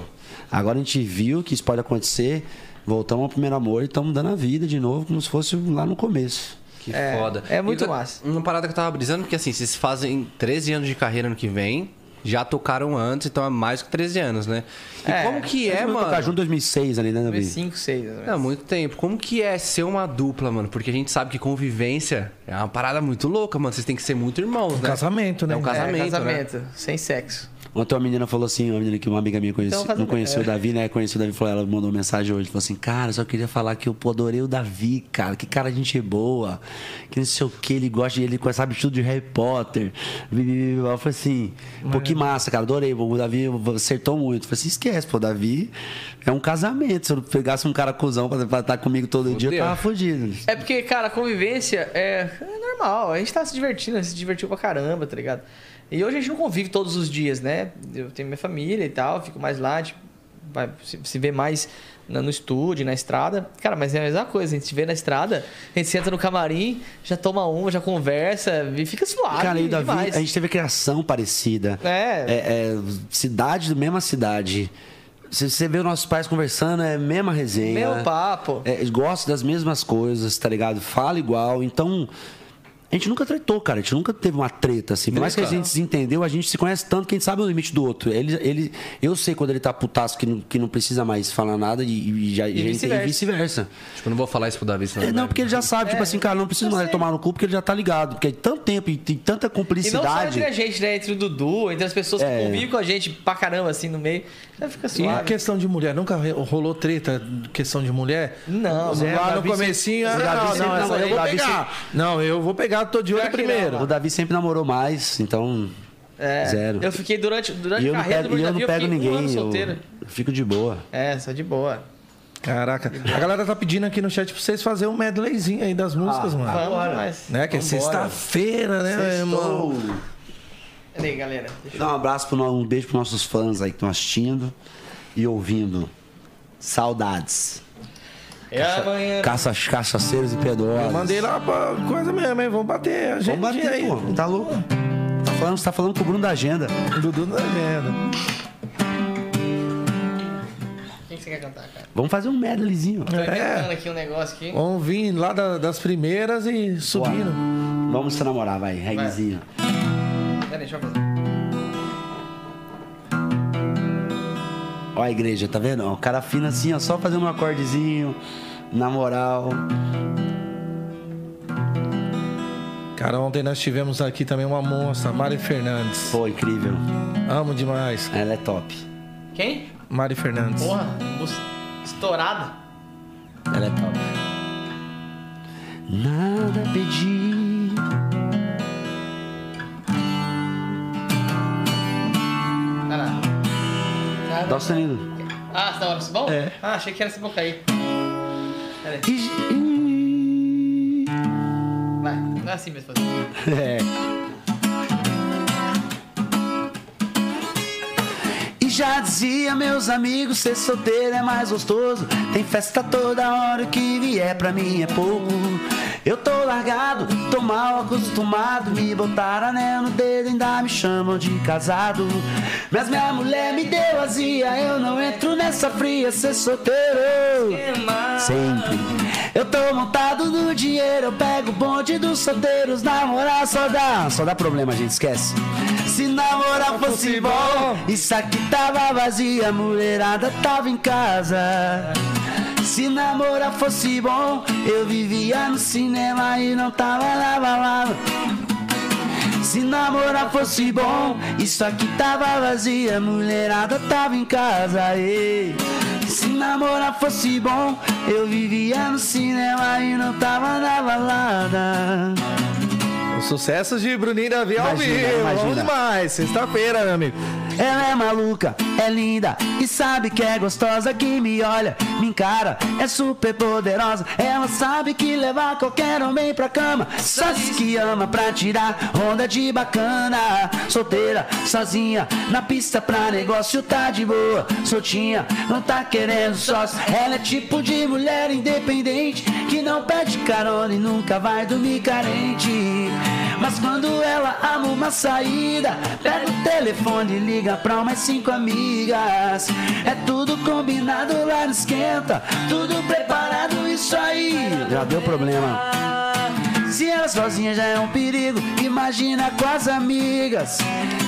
agora a gente viu que isso pode acontecer, voltamos ao primeiro amor e estamos dando a vida de novo, como se fosse lá no começo.
Que
É,
foda.
é
E
muito
outra-
massa.
Uma parada que eu tava brisando, porque assim, vocês fazem 13 anos de carreira ano que vem, já tocaram antes, então é mais que 13 anos, né? E
É,
como que é,
Todo mundo
mano?
tocar junto em 2006 ali, né, Davi?
5, 6. mais ou
É
menos.
muito tempo. Como que é ser uma dupla, mano? Porque a gente sabe que convivência é uma parada muito louca, mano. Vocês têm que ser muito irmãos, né?
casamento, né?
É um casamento,
É,
né?
casamento, sem sexo.
Ontem uma menina falou assim, uma menina que uma amiga minha conhece,
Então, faz
não
um-
conheceu o Davi, né? Conheceu o Davi, falou, ela mandou mensagem hoje, falou assim, cara, só queria falar que eu pô, adorei o Davi, cara, que cara de gente boa, que não sei o que, ele gosta, de- ele sabe tudo de Harry Potter. Eu falei assim, pô, que massa, cara, adorei, o Davi acertou muito. Eu falei assim, esquece, pô, o Davi é um casamento, se eu pegasse um cara cuzão pra, pra estar comigo todo dia, eu
Fudeu.
tava fudido.
É porque, cara, a convivência é, é normal. A gente tá se divertindo, a gente se divertiu pra caramba, tá ligado? E hoje a gente não convive todos os dias, né? Eu tenho minha família e tal, fico mais lá, tipo, vai se, se vê mais na- no estúdio, na estrada. Cara, mas é a mesma coisa, a gente se vê na estrada, a gente senta no camarim, já toma uma, já conversa e fica suave.
Cara, e o Davi,
demais.
a gente teve criação parecida.
É.
É, é, cidade, mesma cidade. Se você vê os nossos pais conversando, é mesma resenha.
Meu papo.
É, gosta das mesmas coisas, tá ligado? Fala igual. Então, a gente nunca tretou, cara. A gente nunca teve uma treta, assim. Por mais que a gente se entendeu, a gente se conhece tanto que a gente sabe o limite do outro. Ele, ele, eu sei quando ele tá putaço que não, que não precisa mais falar nada e, e já, e
vice-versa.
vice-versa.
Tipo, eu não vou falar isso pro Davi, senão.
É,
ele
não,
vai-
porque ele já sabe, tipo assim, cara, não precisa mandar ele tomar no cu, porque ele já tá ligado. Porque é tanto tempo e tem tanta
E não só
cumplicidade.
entre a gente, né? Entre o Dudu, entre as pessoas
É.
que convivem com a gente pra caramba, assim, no meio. Já
E
fica
a
suave.
questão de mulher, nunca re- rolou treta questão de mulher?
Não,
Lá
Zé,
no
o né? Davi
comecinho,
sempre- o
ah,
Davi
não,
sempre
não, essa aí eu vou
namorou, o Davi
pegar. Não, eu vou pegar, tô de olho
Pior que não,
primeiro.
O Davi sempre namorou mais, então.
É,
Zero.
Eu fiquei durante, durante
E eu
a
não
carreira
pego,
do
e eu
Davi,
não pego
fiquei um
ninguém.
ano
eu,
solteiro.
eu fico de boa.
É, só de boa.
Caraca, a galera tá pedindo aqui no chat pra vocês fazerem um medleyzinho aí das músicas, mano.
Vamos, mas...
Né, que é sexta-feira, né, meu irmão?
Peraí, galera. Deixa
Dá um abraço, pro, no- um beijo pros nossos fãs aí que estão assistindo e ouvindo. Saudades.
eu- É amanhã.
Caça, cachaceiros e pedófilos.
Mandei lá pra coisa mesmo, hein? Vamos bater a gente
Vamos bater,
aí.
pô. Tá louco? Tá falando, você tá falando com o Bruno da agenda.
Dudu é na agenda.
O que que você quer cantar, cara?
Vamos fazer um medleyzinho.
Tô
É.
inventando aqui um negócio aqui.
Vamos vir lá da- das primeiras e subindo.
Vamos se namorar, vai. Regzinho.
Peraí, deixa eu fazer.
Ó a igreja, tá vendo? Ó, O cara fina assim, ó, só fazendo um acordezinho, na moral.
Cara, ontem nós tivemos aqui também uma moça, Mari Fernandes.
Pô, incrível.
Amo demais.
Ela é top.
Quem?
Mari Fernandes.
Porra, bus- estourada.
Ela é top. Nada pedi.
Caralho.
Dá o sonido.
Ah, você tá hora bom? É. Ah, achei que era esse boca aí. Pera aí. Vai, não é assim mesmo.
É. E já dizia meus amigos, ser solteiro é mais gostoso. Tem festa toda hora, o que vier pra mim é pouco. Eu tô largado, tô mal acostumado. Me botar anel no dedo, ainda me chamam de casado. Mas minha mulher me deu azia, eu não entro nessa fria, ser solteiro. Sempre. Eu tô montado no dinheiro, eu pego o bonde dos solteiros. Namorar só dá. Só dá problema, gente, esquece. Se namorar fosse bom, isso aqui tava vazia, a mulherada tava em casa. Se namorar fosse bom, eu vivia no cinema e não tava na balada. Se namorar fosse bom, isso aqui tava vazia, a mulherada tava em casa. ei. Se namorar fosse bom, eu vivia no cinema e não tava na balada.
Os sucessos de Bruninho e Davi ao
Imagina,
vivo. Bom
imagina.
demais. Sexta-feira, meu amigo.
Ela é maluca, é linda e sabe que é gostosa que me olha, me encara, é super poderosa. Ela sabe que levar qualquer homem pra cama, só diz que ama pra tirar onda de bacana. Solteira, sozinha, na pista pra negócio tá de boa, soltinha, não tá querendo sócio. Ela é tipo de mulher independente que não pede carona e nunca vai dormir carente. Mas quando ela ama uma saída, pega o telefone e liga pra umas cinco amigas. É tudo combinado lá no esquenta, tudo preparado, isso aí. Já deu problema. Se ela sozinha já é um perigo, imagina com as amigas.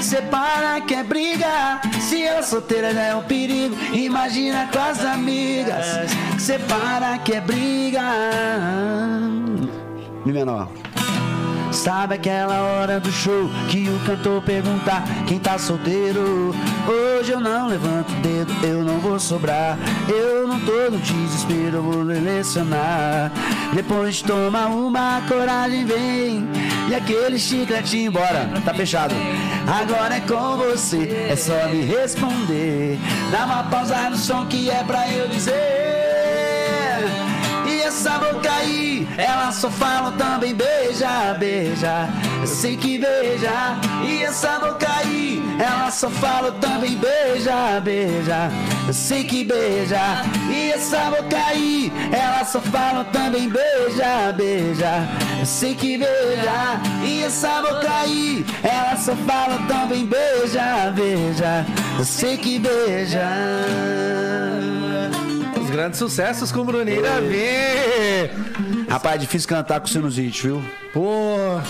Separa que é briga. Se ela solteira já é um perigo, imagina com as amigas. Separa que é briga. Mi menor. Sabe aquela hora do show que o cantor pergunta quem tá solteiro? Hoje eu não levanto o dedo, eu não vou sobrar. Eu não tô no desespero, eu vou relacionar. Depois toma uma, a coragem vem. E aquele chiclete embora, tá fechado. Agora é com você, é só me responder. Dá uma pausa no som que é pra eu dizer. E essa boca aí, ela só fala também beija, beija, eu sei que beija. E essa boca aí, ela só fala também beija, beija, eu sei que beija. E essa boca aí, ela só fala também beija, beija, eu sei que beija. E essa boca aí, ela só fala também beija, beija, eu sei que beija.
Os grandes sucessos com Bruninho e Davi.
Rapaz, é difícil cantar com sinusite, viu?
Pô,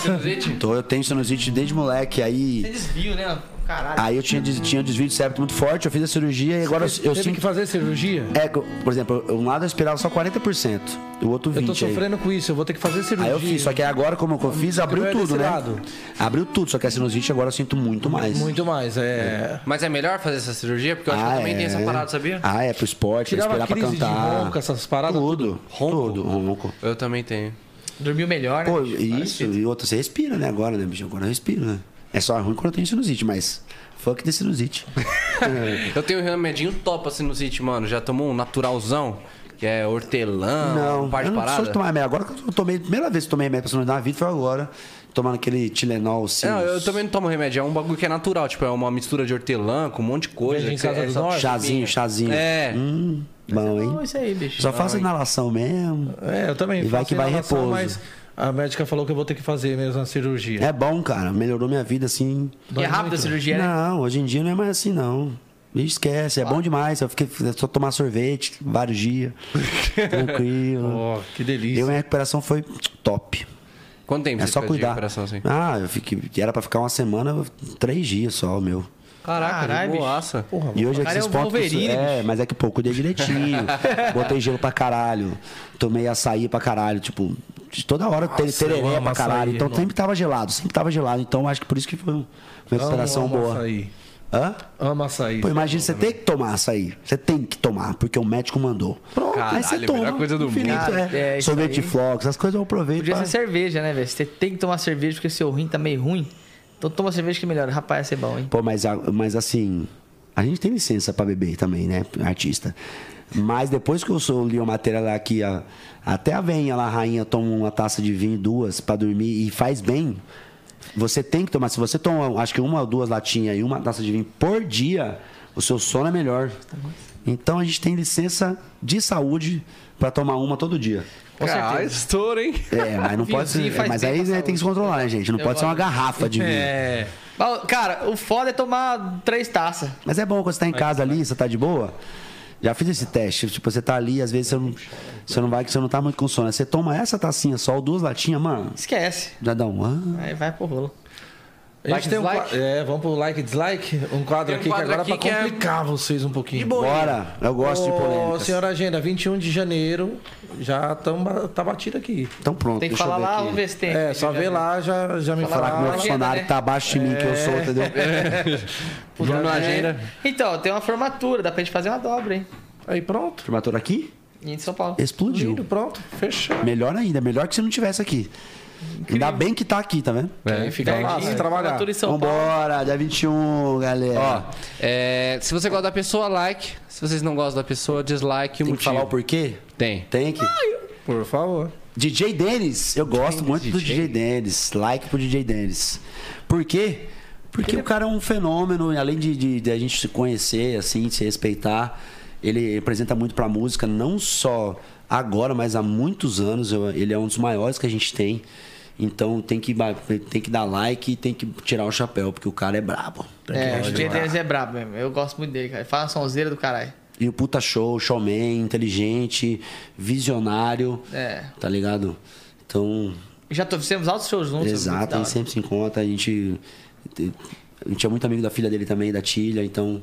Sinusite?
Tô, eu tenho sinusite desde moleque,
Tem
aí.
desvio, né? Caralho.
Aí eu tinha, des- tinha um desvio de septo muito forte, eu fiz a cirurgia e agora eu, eu
teve que
sinto.
fazer cirurgia?
É, que eu- por exemplo, eu- um lado eu aspirava só 40%, o outro 20%.
Eu tô
aí.
sofrendo com isso, eu vou ter que fazer cirurgia.
Aí eu fiz, só que agora, como eu fiz, abriu
doer
tudo,
desse
né?
lado.
Abriu tudo, só que a sinusite agora eu sinto muito mais.
Muito mais, é.
Mas é melhor fazer essa cirurgia? Porque eu acho que eu também tenho essa parada, sabia?
Ah, é pro esporte, pra
Tirava
esperar pra
crise de
cantar.
ronco, essas paradas,
Tudo.
Ronco?
Tudo, ronco.
Eu também tenho.
Dormiu melhor, né?
Pô,
bicho?
isso, e outra, você respira, né? Agora, né, bicho? Agora eu respiro, né? É só ruim quando eu tenho sinusite, mas. Fuck de sinusite.
Eu tenho um remedinho top assim no sítio, mano. Já tomou um naturalzão, que é hortelã,
Não,
um par
eu
de
não assim.
parada.
preciso tomar remédio. Agora que eu tomei, a primeira vez que eu tomei remédio pra sinusite na vida foi agora. Tomando aquele Tilenol, assim.
Não, eu também não tomo remédio. É um bagulho que é natural. Tipo, é uma mistura de hortelã com um monte de coisa.
Veja em
que
Casa
é
dos
só-
Nós.
Chazinho, chazinho.
É.
Hum, bom,
Não,
hein?
isso aí, bicho.
Só faço inalação mesmo.
É, eu também
E vai
faço
que vai
inalação,
repouso.
Mas a médica falou que eu vou ter que fazer mesmo a cirurgia.
É bom, cara. Melhorou minha vida, assim.
E é rápido a cirurgia, né?
Não, hoje em dia não é mais assim, não. Me esquece, é bom demais. Eu fiquei é só tomar sorvete vários dias. Tranquilo.
Ó, que
E
delícia.
minha recuperação foi top.
Quanto tempo
É
você
só
fica de
cuidar.
recuperação assim?
Ah, eu fiquei. Era pra ficar uma semana, três dias só, meu.
Caraca,
Caralho,
Caralho,
bicho.
boaça.
E hoje é
cara
esses
é um
pontos.
Wolverine,
é,
bicho.
mas é que,
[laughs]
pô, eu cuidei direitinho. Botei gelo pra caralho. Tomei açaí pra caralho. Tipo, de toda hora ter-
Nossa, eu
tereré
amo
pra caralho.
açaí,
então
irmão.
sempre tava gelado, sempre tava gelado. Então acho que por isso que foi uma recuperação
amo
boa.
Açaí.
Hã?
Amo açaí.
Pô, imagina, você tem que tomar açaí. Você tem que tomar, porque o médico mandou. Pronto, aí você
Caralho,
toma.
melhor coisa do mundo.
Cara,
é.
é, isso
Sorvete de
aí.
flocos, as coisas eu aproveito.
Podia
pra-
ser cerveja, né, velho? Você tem que tomar cerveja porque seu rim tá meio ruim. Então toma cerveja que melhora. Rapaz, ia ser bom, hein?
Pô, mas, a- mas assim, a gente tem licença pra beber também, né? Artista. Mas depois que eu sou, li uma matéria lá que a- até a veinha lá, a rainha, toma uma taça de vinho, duas, pra dormir e faz bem. Você tem que tomar. Se você toma, acho que uma ou duas latinhas e uma taça de vinho por dia, o seu sono é melhor. Então a gente tem licença de saúde pra tomar uma todo dia.
Com
Caralho,
certeza.
estouro, hein?
É, mas não pode
[laughs] Vinhozinho
ser.
faz
Mas
bem
aí
pra
né, tem que se
saúde.
controlar, né, gente? Não
Eu
pode ser uma
gosto.
garrafa
[laughs]
de vinho.
É.
Mas, Cara, o foda é tomar três taças.
Mas é bom quando você tá em casa ali, você tá de boa. Já fiz esse teste. Tipo, você tá ali, às vezes você não, você não vai, que você não tá muito com sono. Aí Você toma essa tacinha só, ou duas latinhas, mano.
Esquece.
Já dá um. ah.
Aí vai pro rolo.
A gente
Like,
tem um
dislike?
qua- É, vamos pro like e dislike. Um quadro
Tem um
aqui
quadro
que agora é
aqui
pra
que é-
complicar vocês um pouquinho.
Bora! Eu gosto de
Ô,
polêmicas.
Senhora agenda, 21 de janeiro, já tão, ba- tá batido aqui.
Então pronto,
Tem que
deixa
falar
eu ver
lá,
aqui.
vamos ver se tem.
É, só vê lá, já, já me
Falar
fala.
que meu
agenda, É.
funcionário
né?
tá abaixo de mim, que eu sou,
[laughs]
entendeu?
Vamos na agenda.
né? Então, tem uma formatura, dá pra gente fazer uma dobra, hein?
Aí pronto.
Formatura aqui?
E em São Paulo.
Lindo,
Explodiu.
pronto. Fechou.
Melhor ainda, melhor que se não tivesse aqui. Ainda bem que tá aqui, tá vendo?
É, fica lá,
Pertinho,
se trabalhar.
Formatura em São Paulo.
Vambora, dia 21, galera.
Ó, é, se você gosta da pessoa, like. Se vocês não gostam da pessoa, dislike. o
tem que
motivo.
falar o porquê?
Tem.
Tem que.
Por favor.
DJ Dennis, eu gosto muito do DJ Dennis. Like pro DJ Dennis. Por quê? Porque o cara é um fenômeno, e além de, de- de a gente se conhecer, assim, se respeitar, ele representa muito pra música, não só agora, mas há muitos anos. Eu- ele é um dos maiores que a gente tem. Então tem que, ba- tem que dar like e tem que tirar o chapéu, porque o cara é brabo.
É, o DJ Dennis é brabo mesmo. Eu gosto muito dele, cara. Fala uma sonzeira do caralho.
E o puta show, showman, inteligente, visionário.
É.
Tá ligado? Então,
Já tô, fizemos altos shows juntos. muito
Exato, a
da hora.
gente sempre se encontra, a gente. A gente é muito amigo da filha dele também, da Tilha, então.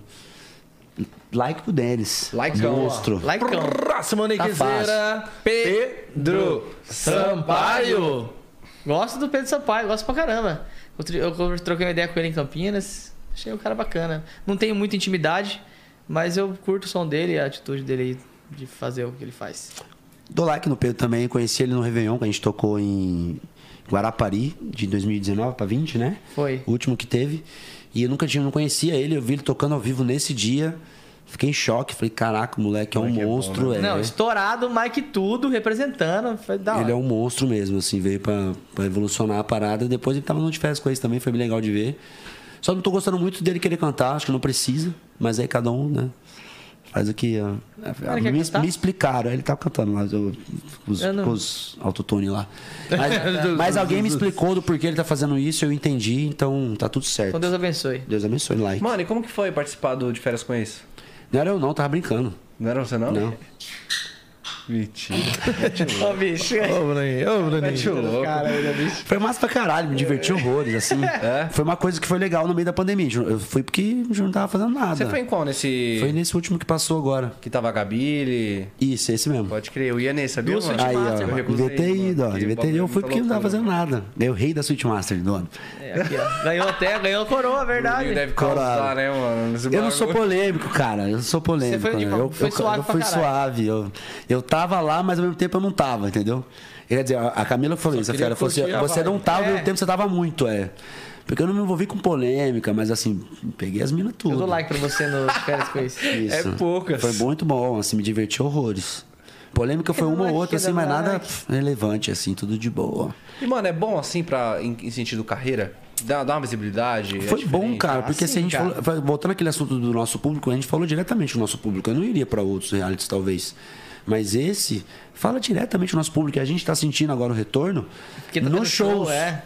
Like pro Denis.
é
Likeão, ó.
Monstro.
Laicão.
Próximo, Neguizeira. Pedro Sampaio.
Gosto do Pedro Sampaio, gosto pra caramba. Outro dia Eu troquei uma ideia com ele em Campinas, achei o cara bacana. Não tenho muita intimidade, mas eu curto o som dele e a atitude dele aí de fazer o que ele faz.
Dou like no Pedro também, conheci ele no Réveillon, que a gente tocou em Guarapari, de 2019 pra 20, né?
Foi.
O último que teve. E eu nunca tinha, não conhecia ele, eu vi ele tocando ao vivo nesse dia. Fiquei em choque, falei, caraca, o moleque é um monstro, é.
Não, estourado, Mike tudo, representando, foi da hora.
Ele é um monstro mesmo, assim, veio pra, pra evolucionar a parada. Depois ele tava no de férias com isso também, foi bem legal de ver. Só não tô gostando muito dele querer cantar, acho que não precisa, mas aí cada um, né? Faz o que. ó.
Ele
me,
quer cantar?
me explicaram, ele tava cantando lá, eu- com os,
Eu não-
com os autotune
[laughs]
lá. Mas, mas alguém me explicou do porquê ele tá fazendo isso, eu entendi, então tá tudo certo.
Então Deus abençoe.
Deus abençoe, like.
Mano, e como que foi participar do De Férias com Isso?
Não era eu não, tava brincando.
Não era você, não?
Não.
Mentira.
É.
Ô, bicho.
Ô, Bruninho, ô, Bruninho.
louco.
Foi massa pra caralho, me diverti horrores, assim. Foi uma coisa que foi legal no meio da pandemia. Eu fui porque eu não tava fazendo nada.
Você foi em qual nesse...
Foi nesse último que passou agora.
Que tava a Gabile...
Isso, esse mesmo.
Pode crer, eu ia nesse, sabia,
Duas
mano?
Aí,
Master,
Eu
ó,
recusei,
devia ter
mano,
ido, ó.
porque
Devia
o
ter...
bagulho
Eu fui
tá
porque não tava
loucura,
fazendo nada. Eu rei da Switch Master do ano.
É, aqui, ó. Ganhou até, ganhou a coroa,
mano. O Rio
é verdade.
deve causar,
Corado.
né, mano? Nesse
Eu não sou
bagulho.
polêmico, cara. Eu não sou polêmico.
foi de
né?
boa,
eu,
foi
eu-
suave
eu
pra
fui
caralho.
suave. Eu, eu tava lá, mas ao mesmo tempo eu não tava, entendeu? Quer dizer, a- a Camila falou isso. a
queria
Ela falou assim,
curtir a
você não
vibe."
tava, ao
É.
mesmo tempo você tava muito, é. Porque eu não me envolvi com polêmica, mas assim, peguei as minas tudo.
Eu dou like pra você no Férias com isso.
Isso.
É poucas.
Foi muito bom, assim, me diverti horrores. Polêmica foi uma ou outra, assim, mas nada pff, relevante, assim, tudo de boa.
E, mano, é bom assim pra, em, em sentido carreira? Dá, dá uma visibilidade? é
Foi bom,
diferente?
cara, porque se a gente
Ah, cara.
falou- voltando aquele assunto do nosso público, a gente falou diretamente do nosso público. Eu não iria para outros realities talvez, mas esse fala diretamente do nosso público. E A gente tá sentindo agora o retorno
Porque tá
nos
tendo show,
shows.
é.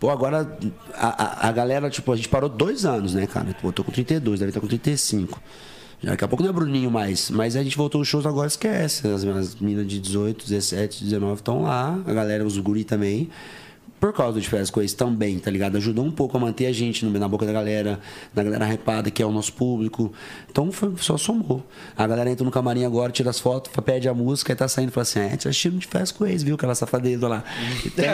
Pô, agora a, a- a galera, tipo, a gente parou dois anos, né, cara? Pô, tô com 32, deve estar com 35. Já daqui a pouco não é Bruninho mais. Mas a gente voltou os shows agora, esquece. As, as meninas de 18, 17, 19 estão lá. A galera, os guri também. por causa do de férias com ex também, tá ligado? Ajudou um pouco a manter a gente no- na boca da galera, na galera repada, que é o nosso público. Então foi, só somou. A galera entra no camarim agora, tira as fotos, pede a música e tá saindo e fala assim: é, tira estilo de férias com ex, viu? Aquela safadeza lá.
[laughs]
Então,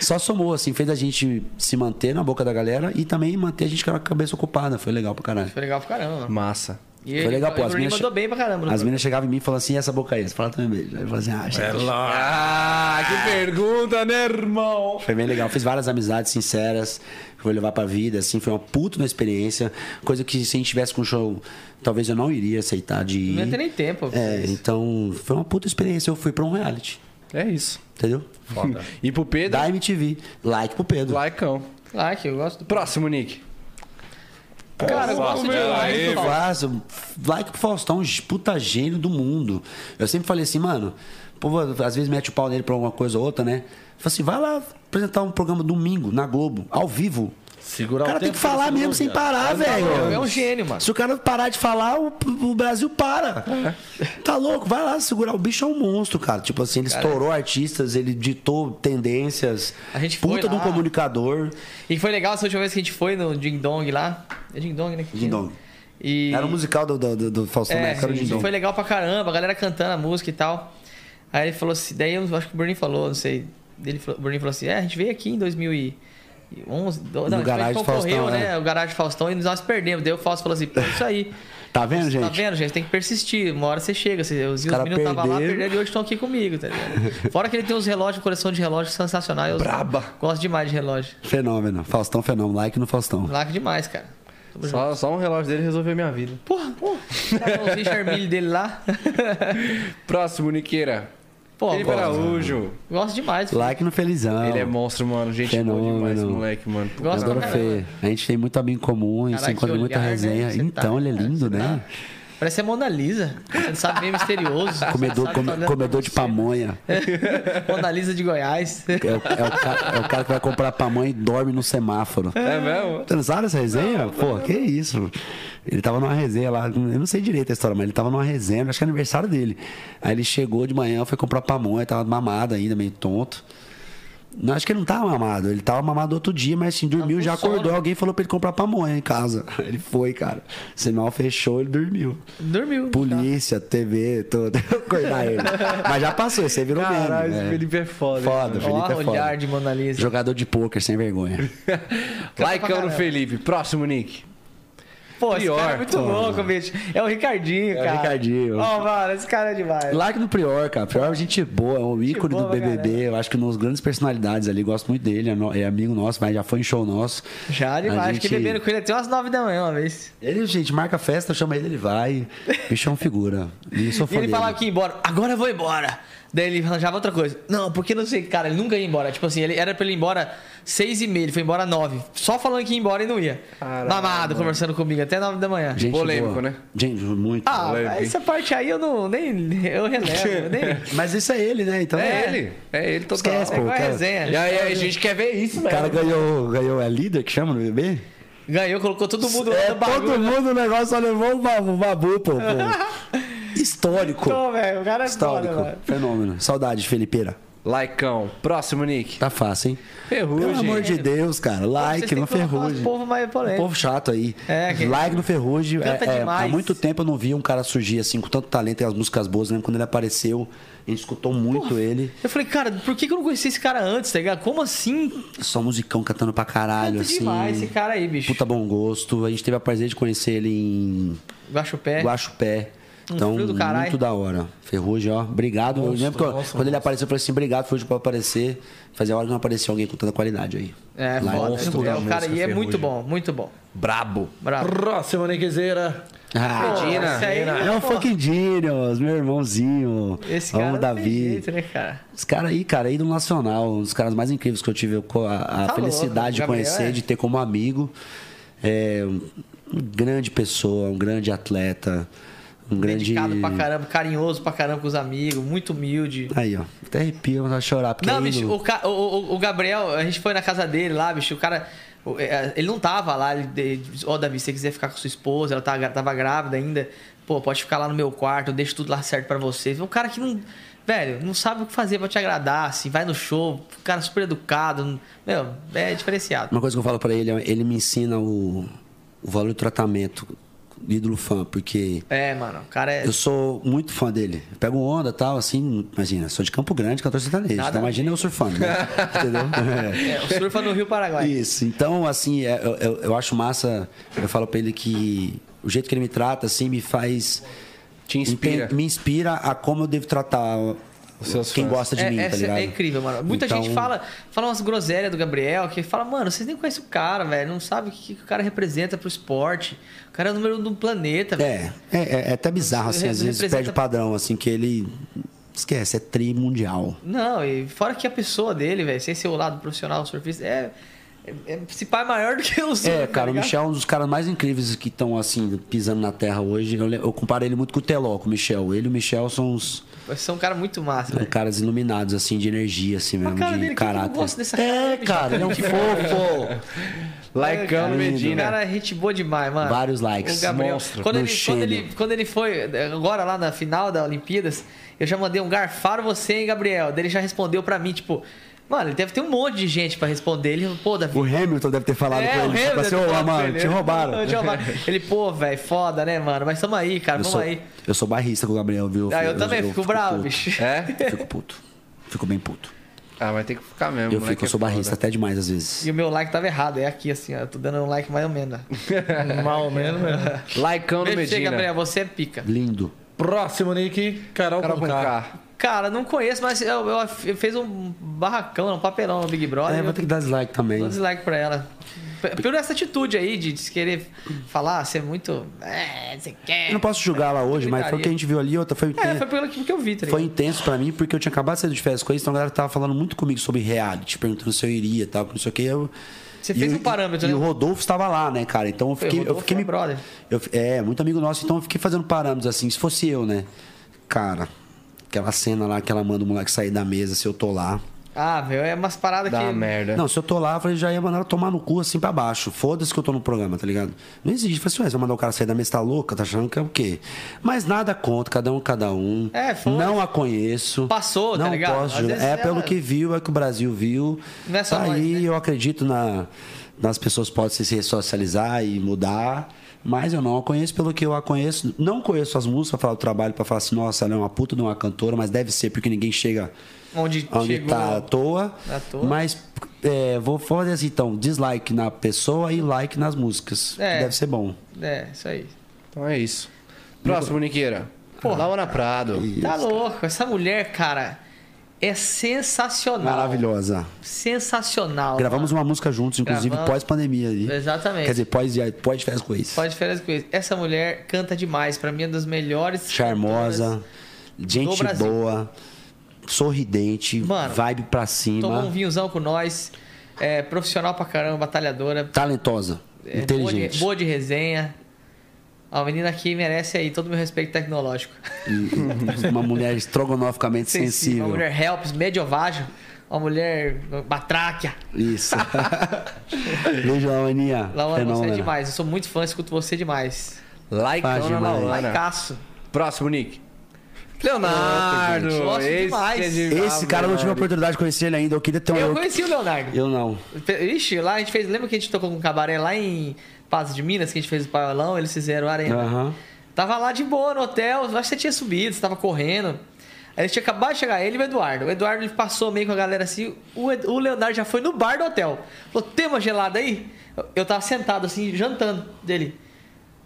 só somou, assim, fez a gente se manter na boca da galera e também manter a gente com a cabeça ocupada. Foi legal pra caralho.
Foi legal pra caramba.
Massa.
E
Foi legal, pô.
O
As
Bruninho
meninas,
mandou bem pra caramba. né? não
as
foi?
meninas chegavam em mim e falavam assim, e essa boca aí? Você fala também beijo. Aí eu falava assim, ah, gente.
Ah, que pergunta, né, irmão?
Foi bem legal. Fiz várias amizades sinceras que eu vou levar pra vida, assim. Foi uma puta uma experiência. Coisa que se a gente tivesse com um show, talvez eu não iria aceitar de ir.
Não ia ter nem tempo.
É, então foi uma puta experiência. Eu fui pra um reality,
É isso.
entendeu?
E pro Pedro,
Da MTV. Like pro Pedro.
likeão.
Like, eu gosto do.
Próximo, Nick.
Cara, eu gosto de like.
Eu faço. Like pro Faustão, puta gênio do mundo. Eu sempre falei assim, mano, o povo às vezes mete o pau nele pra alguma coisa ou outra, né? Falei assim, vai lá apresentar um programa domingo na Globo, ao vivo.
Segurar
O cara tem que falar mesmo sem parar, velho.
É um gênio, mano.
Se o cara parar de falar, o, o Brasil para.
É.
Tá louco? Vai lá segurar. O bicho é um monstro, cara. Tipo assim, ele estourou artistas, ele ditou tendências.
A gente foi
Puta de um
lá.
comunicador.
E foi legal essa última vez que a gente foi no Ding Dong lá. É Ding Dong, né? que
Ding
tinha?
Dong.
E...
Era o musical do, do, do- do Faustão na
É,
época, era o Ding
sim,
Dong.
foi legal pra caramba, a galera cantando a música e tal. Aí ele falou assim, daí eu acho que o Bruninho falou, não sei. Ele falou, o Bruninho falou assim: é, a gente veio aqui em 2011. do- Não, a gente
Garage
concorreu,
Faustão,
né?
é.
O Garage Faustão e nós perdemos. Daí o Fausto falou assim: pô, isso aí.
Tá vendo, gente?
Tá vendo, gente? Tem que persistir. Uma hora você chega. Você, os
cara
meninos estavam lá,
perderam.
perderam e hoje estão aqui comigo,
[laughs]
tá ligado? Fora que ele tem uns relógios, coleção de relógios sensacional. Eu
Braba.
Gosto demais de relógio.
Fenômeno. Faustão, fenômeno. Like no Faustão.
Laco demais, cara. Tamo junto.
Só, só um relógio dele resolveu minha vida.
Porra, porra. Tá com o vermelho
[laughs]
dele lá.
Próximo, Niqueira.
Pô,
Felipe
gosto.
é Araújo.
Gosto demais.
Like no Felizão.
Ele é monstro, mano. Gente boa
Fenômeno.
demais, moleque, mano. Puta,
Gosto
Adoro
pra
Fê. A gente tem muito amigo em comum, a gente
Caralho,
se encontra em
que
muita
olhar, né?
resenha.
Você
então,
tá-
ele é lindo,
[laughs]
né?
Parece a Mona Lisa. Você não sabe, meio misterioso. Você
Comedor,
sabe
come-
que tá olhando
comedor de
pra você.
pamonha.
Mona Lisa de
[laughs]
Goiás.
É o, é o ca- é o cara que vai comprar pamonha e dorme no semáforo.
É mesmo?
Você não sabe dessa resenha? Pô, que isso? Ele tava numa resenha lá, eu não sei direito a história, mas ele tava numa resenha, acho que é aniversário dele. Aí ele chegou de manhã, foi comprar pamonha, tava mamado ainda, meio tonto. Não, acho que ele não tava mamado, ele tava mamado outro dia, mas assim, dormiu,
com
já
sono.
acordou, alguém falou pra ele comprar pamonha em casa. [laughs] Ele foi, cara. O sinal fechou, ele dormiu.
Dormiu.
Polícia, TV, tudo. [laughs] Acordar ele. Mas já passou, você virou meme.
Caralho,
né?
esse Felipe é foda, hein,
Foda, o
Ó,
Felipe é
olhar
foda.
de Mona Lisa.
Jogador de pôquer, sem vergonha.
Likeão
caralho.
no Felipe. Próximo, Nick.
Pô, esse
Pior,
cara é muito
pô.
louco, bicho. É o Ricardinho,
o
cara.
Ricardinho.
Ó, mano, esse cara é demais.
Like no Prior, cara. Prior é gente boa, é um ícone
boa
do
pra
BBB.
caralho.
Eu acho que nos grandes personalidades ali, gosto muito dele. É, no- é amigo nosso, mas já foi em show nosso.
Já é demais.
A
Acho que beberam com ele até umas 9 da manhã uma vez.
Ele, gente, marca festa, chama ele, ele vai. Bicho é um figura. E eu sou
E
fã
ele
dele.
falava que ia embora. Agora eu vou embora. Daí ele arranjava outra coisa. Não, porque não sei, cara, ele nunca ia embora. Tipo assim, ele era pra ele ir embora seis e meia, ele foi embora nove. Só falando que ia embora e não ia. Mamado, conversando comigo até nove da manhã.
Gente
Polêmico,
boa.
né?
Gente, muito.
Ah,
Polêmico, hein?
essa parte aí eu não nem eu relevo,
[laughs]
eu nem.
Mas isso é ele, né? Então
É ele. É ele total.
Esquece,
É
pô.
igual a
cara.
resenha.
E aí, a gente quer ver isso,
O cara
velho.
ganhou, ganhou, é líder que chama no BBB?
Ganhou, colocou todo mundo lá
É,
no bagulho. né?
todo mundo o negócio só levou o babu, o babu pô, pô.
[laughs]
Histórico.
Pô, velho, o cara é foda,
Histórico.
mano.
Fenômeno. Saudade, Felipeira.
Likeão. Próximo, Nick.
Tá fácil, hein?
Ferrugem.
Pelo amor de Deus, cara.
Vocês
Like
têm
no
que colocar uns
Ferrugem.
povo mais
Um
polêmico.
povo chato aí.
É, que-
Like no Ferrugem. é-
Canta
é, há
demais.
muito tempo eu não vi um cara surgir assim, com tanto talento e as músicas boas. Eu Lembro quando ele apareceu, a gente escutou muito ele.
Eu falei, cara, por que que eu não conheci esse cara antes, tá ligado? Como assim?
Só musicão cantando pra caralho,
Tanto
assim.
demais esse cara aí, bicho.
Puta bom gosto. A gente teve a prazer de conhecer ele em
Guacho pé.
Guaxupé.
Um
Então,
É. frio do caralho.
muito da hora. Ferrugem, ó. Obrigado. eu lembro que eu- quando ele apareceu, eu falei assim: obrigado, Ferrugem, por aparecer. Fazia hora que não aparecia alguém com tanta qualidade aí.
É,
Like
foda.
no Ferrugem.
Monstro da
é, o cara aí
música,
é muito
Ferrugem.
bom, muito bom.
Brabo.
Bravo.
Próxima, Niquezeira.
Ah,
Medina,
esse aí-
É o fucking Genius, meu irmãozinho.
Esse
Amo
cara não
Davi.
tem jeito, né, cara?
Esse cara aí, cara, é ídolo nacional, um dos caras mais incríveis que eu tive a- a,
Tá
felicidade de
louco, Gabriel,
conhecer,
é.
de ter como amigo. É um, um grande pessoa, um grande atleta, um grande.
Dedicado pra caramba, carinhoso pra caramba com os amigos, muito humilde.
Aí, ó. Até arrepio, vai chorar. Porque
Não,
é
bicho,
ídolo.
o, ca- o- o- o Gabriel, a gente foi na casa dele lá, bicho, o cara. o- é, Ele não tava lá, ele ele disse, ó, Davi, se você quiser ficar com sua esposa, ela tá- tava, grávida ainda, pô, pode ficar lá no meu quarto, eu deixo tudo lá certo pra vocês. O cara que não. velho, não sabe o que fazer pra te agradar, assim, vai no show, cara super educado, meu, é diferenciado.
Uma coisa que eu falo pra ele, é, ele me ensina o, o valor do tratamento do ídolo fã, porque
É, mano, o cara é.
eu sou muito fã dele. Eu pego onda e tal, assim, imagina, sou de Campo Grande, cantor sertanejo.
Nada
Então
a
imagina eu surfando,
[laughs]
né? Entendeu?
é o surfa no Rio Paraguai.
Isso, então, assim, é, eu, eu, eu acho massa, eu falo pra ele que o jeito que ele me trata, assim, me faz...
Te inspira.
Me inspira a como eu devo tratar
seus
quem
fãs.
gosta de
é,
mim,
é-
tá ligado?
é incrível, mano. Muita
Então,
gente fala, fala umas groselhas do Gabriel, que fala, mano, vocês nem conhecem o cara, velho. Não sabe o que, que o cara representa pro esporte. O cara é o número um do planeta, velho.
É, é, é- é até bizarro, assim, às vezes
Representa-
perde o padrão, assim, que ele esquece, é tri mundial.
Não, e fora que a pessoa dele, velho, sem ser o lado profissional, surfista, é. é, é se pá, é maior do que o surf,
É,
tá
cara, o
ligado?
Michel é um dos caras mais incríveis que estão, assim, pisando na terra hoje. Eu, le- eu comparo ele muito com o Teló, com o Michel. Ele e o Michel são uns
São um cara muito massa,
são
velho.
caras iluminados, assim, de energia, assim,
A
mesmo,
cara
de
dele, quem que não
caráter.
gosta dessa
é, cara,
[laughs]
ele é um fofo.
Laicão no
Cara,
Medina.
O cara é gente boa demais, mano.
Vários likes.
O Gabriel.
Monstro.
Quando
No
ele, quando,
cheiro.
ele, quando ele foi, agora lá na final da Olimpíadas, eu já mandei um garfaro você, hein, Gabriel. Daí Ele já respondeu pra mim, tipo, mano, ele deve ter um monte de gente pra responder. Ele, pô, Davi. É,
O Hamilton deve ter falado com ele. tipo
Hamilton
assim,
deve ter
ô,
falado com
mano,
ele. né?"
te roubaram.
Te roubaram. Ele, pô, velho, foda, né, mano? Mas tamo aí, cara,
Eu
vamos
sou,
aí.
eu sou barrista com o Gabriel, viu?
Ah, eu, também fico, bravo,
puto.
bicho.
É?
Fico puto. Fico bem puto.
Ah, vai ter que ficar mesmo.
Eu
moleque
fico, eu
é
sou barrista
foda.
até demais às vezes.
E o meu like tava errado, é aqui assim, ó. Eu tô dando um like mais ou menos.
Mal ou menos. né?
Laicão no
Beijo pra você,
Então, Medina.
Gabriel, você é pica.
Lindo.
Próximo, Nick. Carol,
Cara com
com K.
K.
Cara, não conheço, mas eu, eu, eu fez um barracão, um papelão no Big Brother.
É,
eu
vou ter que dar dislike também.
dou dislike pra ela. P- Por essa atitude aí de, de se querer falar, ser muito. É, você quer.
Eu não posso julgar ela hoje, mas foi o que a gente viu ali, outra foi o
É, foi pelo que que eu vi, tá
Foi
ligado?
intenso pra mim, porque eu tinha acabado de sair de férias com eles, então a galera tava falando muito comigo sobre reality, perguntando se eu iria e tal, não sei o que. Eu...
Você
e
fez
o-
um parâmetro,
E
né?
o Rodolfo estava lá, né, cara? Então eu
Foi,
fiquei. eu
Rodolfo
fiquei
é
me...
brother.
eu fi- é, muito amigo nosso, então eu fiquei fazendo parâmetros assim, se fosse eu, né? Cara, aquela cena lá que ela manda o moleque sair da mesa, se eu tô lá.
Ah, velho, é umas paradas
Dá
que.
merda.
Não, se eu tô lá, eu falei, já ia mandar ela tomar no cu assim pra baixo. Foda-se que eu tô no programa, tá ligado? Não existe. Eu Falei assim, ué, você vai mandar o cara sair da mesa, tá louca? Tá achando que é o quê? Mas nada contra, cada um, cada um.
É, foda-se.
Não a conheço.
Passou, tá
não
ligado? Às
Posso julgar.
vezes
É
ela-
pelo que viu, é que o Brasil viu.
Não é só
tá
nós,
aí,
né?
eu acredito na, nas pessoas podem se ressocializar e mudar. Mas eu não a conheço pelo que eu a conheço. Não conheço as músicas pra falar do trabalho, pra falar assim, nossa, ela é uma puta de uma cantora, mas deve ser, porque ninguém chega
Onde,
onde
chegou.
tá à toa,
À toa.
Mas é, vou fazer assim, então, dislike na pessoa e like nas músicas.
É.
Que deve ser bom.
É, isso aí.
Então é isso. Próximo, Niqueira. Laura Prado.
Tá louco, essa mulher, cara, é sensacional.
Maravilhosa.
Sensacional.
Gravamos uma música juntos, inclusive
Gravamos.
pós-pandemia aí.
Exatamente.
Quer dizer, pós, pós férias com eles.
Faz diferença com isso. Essa mulher canta demais. Pra mim, é uma das melhores. cantoras.
Charmosa,
Do
gente
Brasil.
boa, sorridente,
Mano,
vibe pra cima.
Tomou um vinhozão com nós. É, profissional pra caramba, batalhadora.
Talentosa,
é, boa, de,
inteligente.
boa de resenha. A menina aqui merece aí todo o meu respeito tecnológico. [laughs]
E- e uma mulher estrogonoficamente sensível.
Uma mulher helps, mediovaja. Uma mulher batráquia. [laughs]
Isso. Beijo, Lauaninha.
Laura, você é
Fenômena.
demais. Eu sou muito fã, escuto você demais.
Laicão
Faz
na
demais.
Laura.
Laicaço.
Próximo, Nick. Leonardo.
Gosto
esse
demais.
é de-
Esse
Ah,
cara eu não tive
Leonardo.
a oportunidade de conhecer ele ainda. Eu queria ter um.
Eu
Eu,
conheci o Leonardo.
eu não.
Ixi, lá a gente fez. Lembra que a gente tocou com um cabaré lá em Paz de Minas, que a gente fez o paulão, eles fizeram a arena.
Aham.
Tava lá de boa no hotel, acho que você tinha subido, você tava correndo. Aí tinha acabado de chegar ele e o Eduardo. O Eduardo ele passou meio com a galera assim. O, Ed- o Leonardo já foi no bar do hotel. Falou: tem uma gelada aí? Eu- Eu tava sentado assim, jantando dele.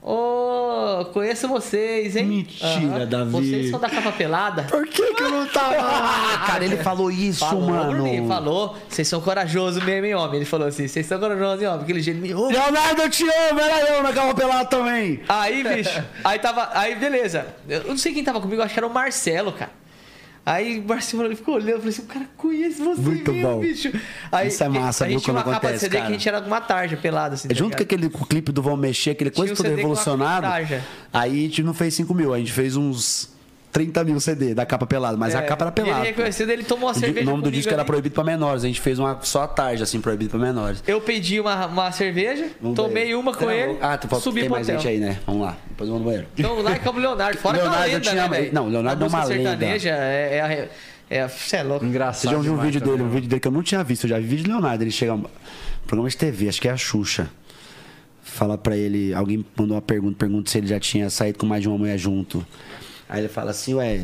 Ô, conheço vocês, hein?
Mentira,
Aham.
Davi.
Vocês são da capa pelada?
Por que, que eu não tava lá? Ah, Cara, ele falou isso,
Falou,
mano.
Bruninho, falou, vocês são corajosos mesmo, hein, homem? Ele falou assim, vocês são corajosos, hein, homem? Aquele jeito, ele me ouve.
Leonardo, eu te amo, era eu naquela pelada também.
Aí,
[laughs]
bicho, aí tava, aí beleza. Eu não sei quem tava comigo, acho que era o Marcelo, cara. Aí o Marcelo ele ficou olhando, eu falei assim, o cara conhece você
Muito
mesmo,
bom.
bicho. Aí,
Isso é massa,
a
viu,
gente tinha uma
quando
capa de
acontece,
CD que
cara.
a gente era uma tarde, pelado,
É
assim. tá
junto com
ligão?
aquele clipe do Vão Mexer, aquele coisa
um
toda
CD com uma
revolucionada.
metragem.
Aí a gente não fez 5 mil, a gente fez uns 30 mil CD da capa pelada, mas a capa era pelada.
É, Ele reconhecido, ele tomou a
O di-
cerveja.
o nome do
comigo
disco era
ali.
Proibido pra Menores. A gente fez uma só à tarde, assim, Proibido pra Menores.
Eu pedi uma, uma cerveja,
Vamos
tomei
banheiro.
uma com
Não,
ele,
Ah, tu falta,
subi
tem
pro
mais
hotel.
gente aí, né? Vamos lá. Depois eu vou no banheiro.
Então lá é como Leonardo, fora
Leonardo,
que é
eu
uma lenda,
tinha-
né, velho?
não, Leonardo
A
é uma
música
lenda.
sertaneja é... é, é, é cê é louco.
Engraçado.
Você já ouviu um
demais
vídeo
também,
dele, um
né?
vídeo dele que eu não tinha visto, eu já vi vídeo do Leonardo. Ele chega. um Programa de TV, acho que é a Xuxa. Fala pra ele, alguém mandou uma pergunta, pergunta se ele já tinha saído com mais de uma mulher junto. Aí ele fala assim, ué.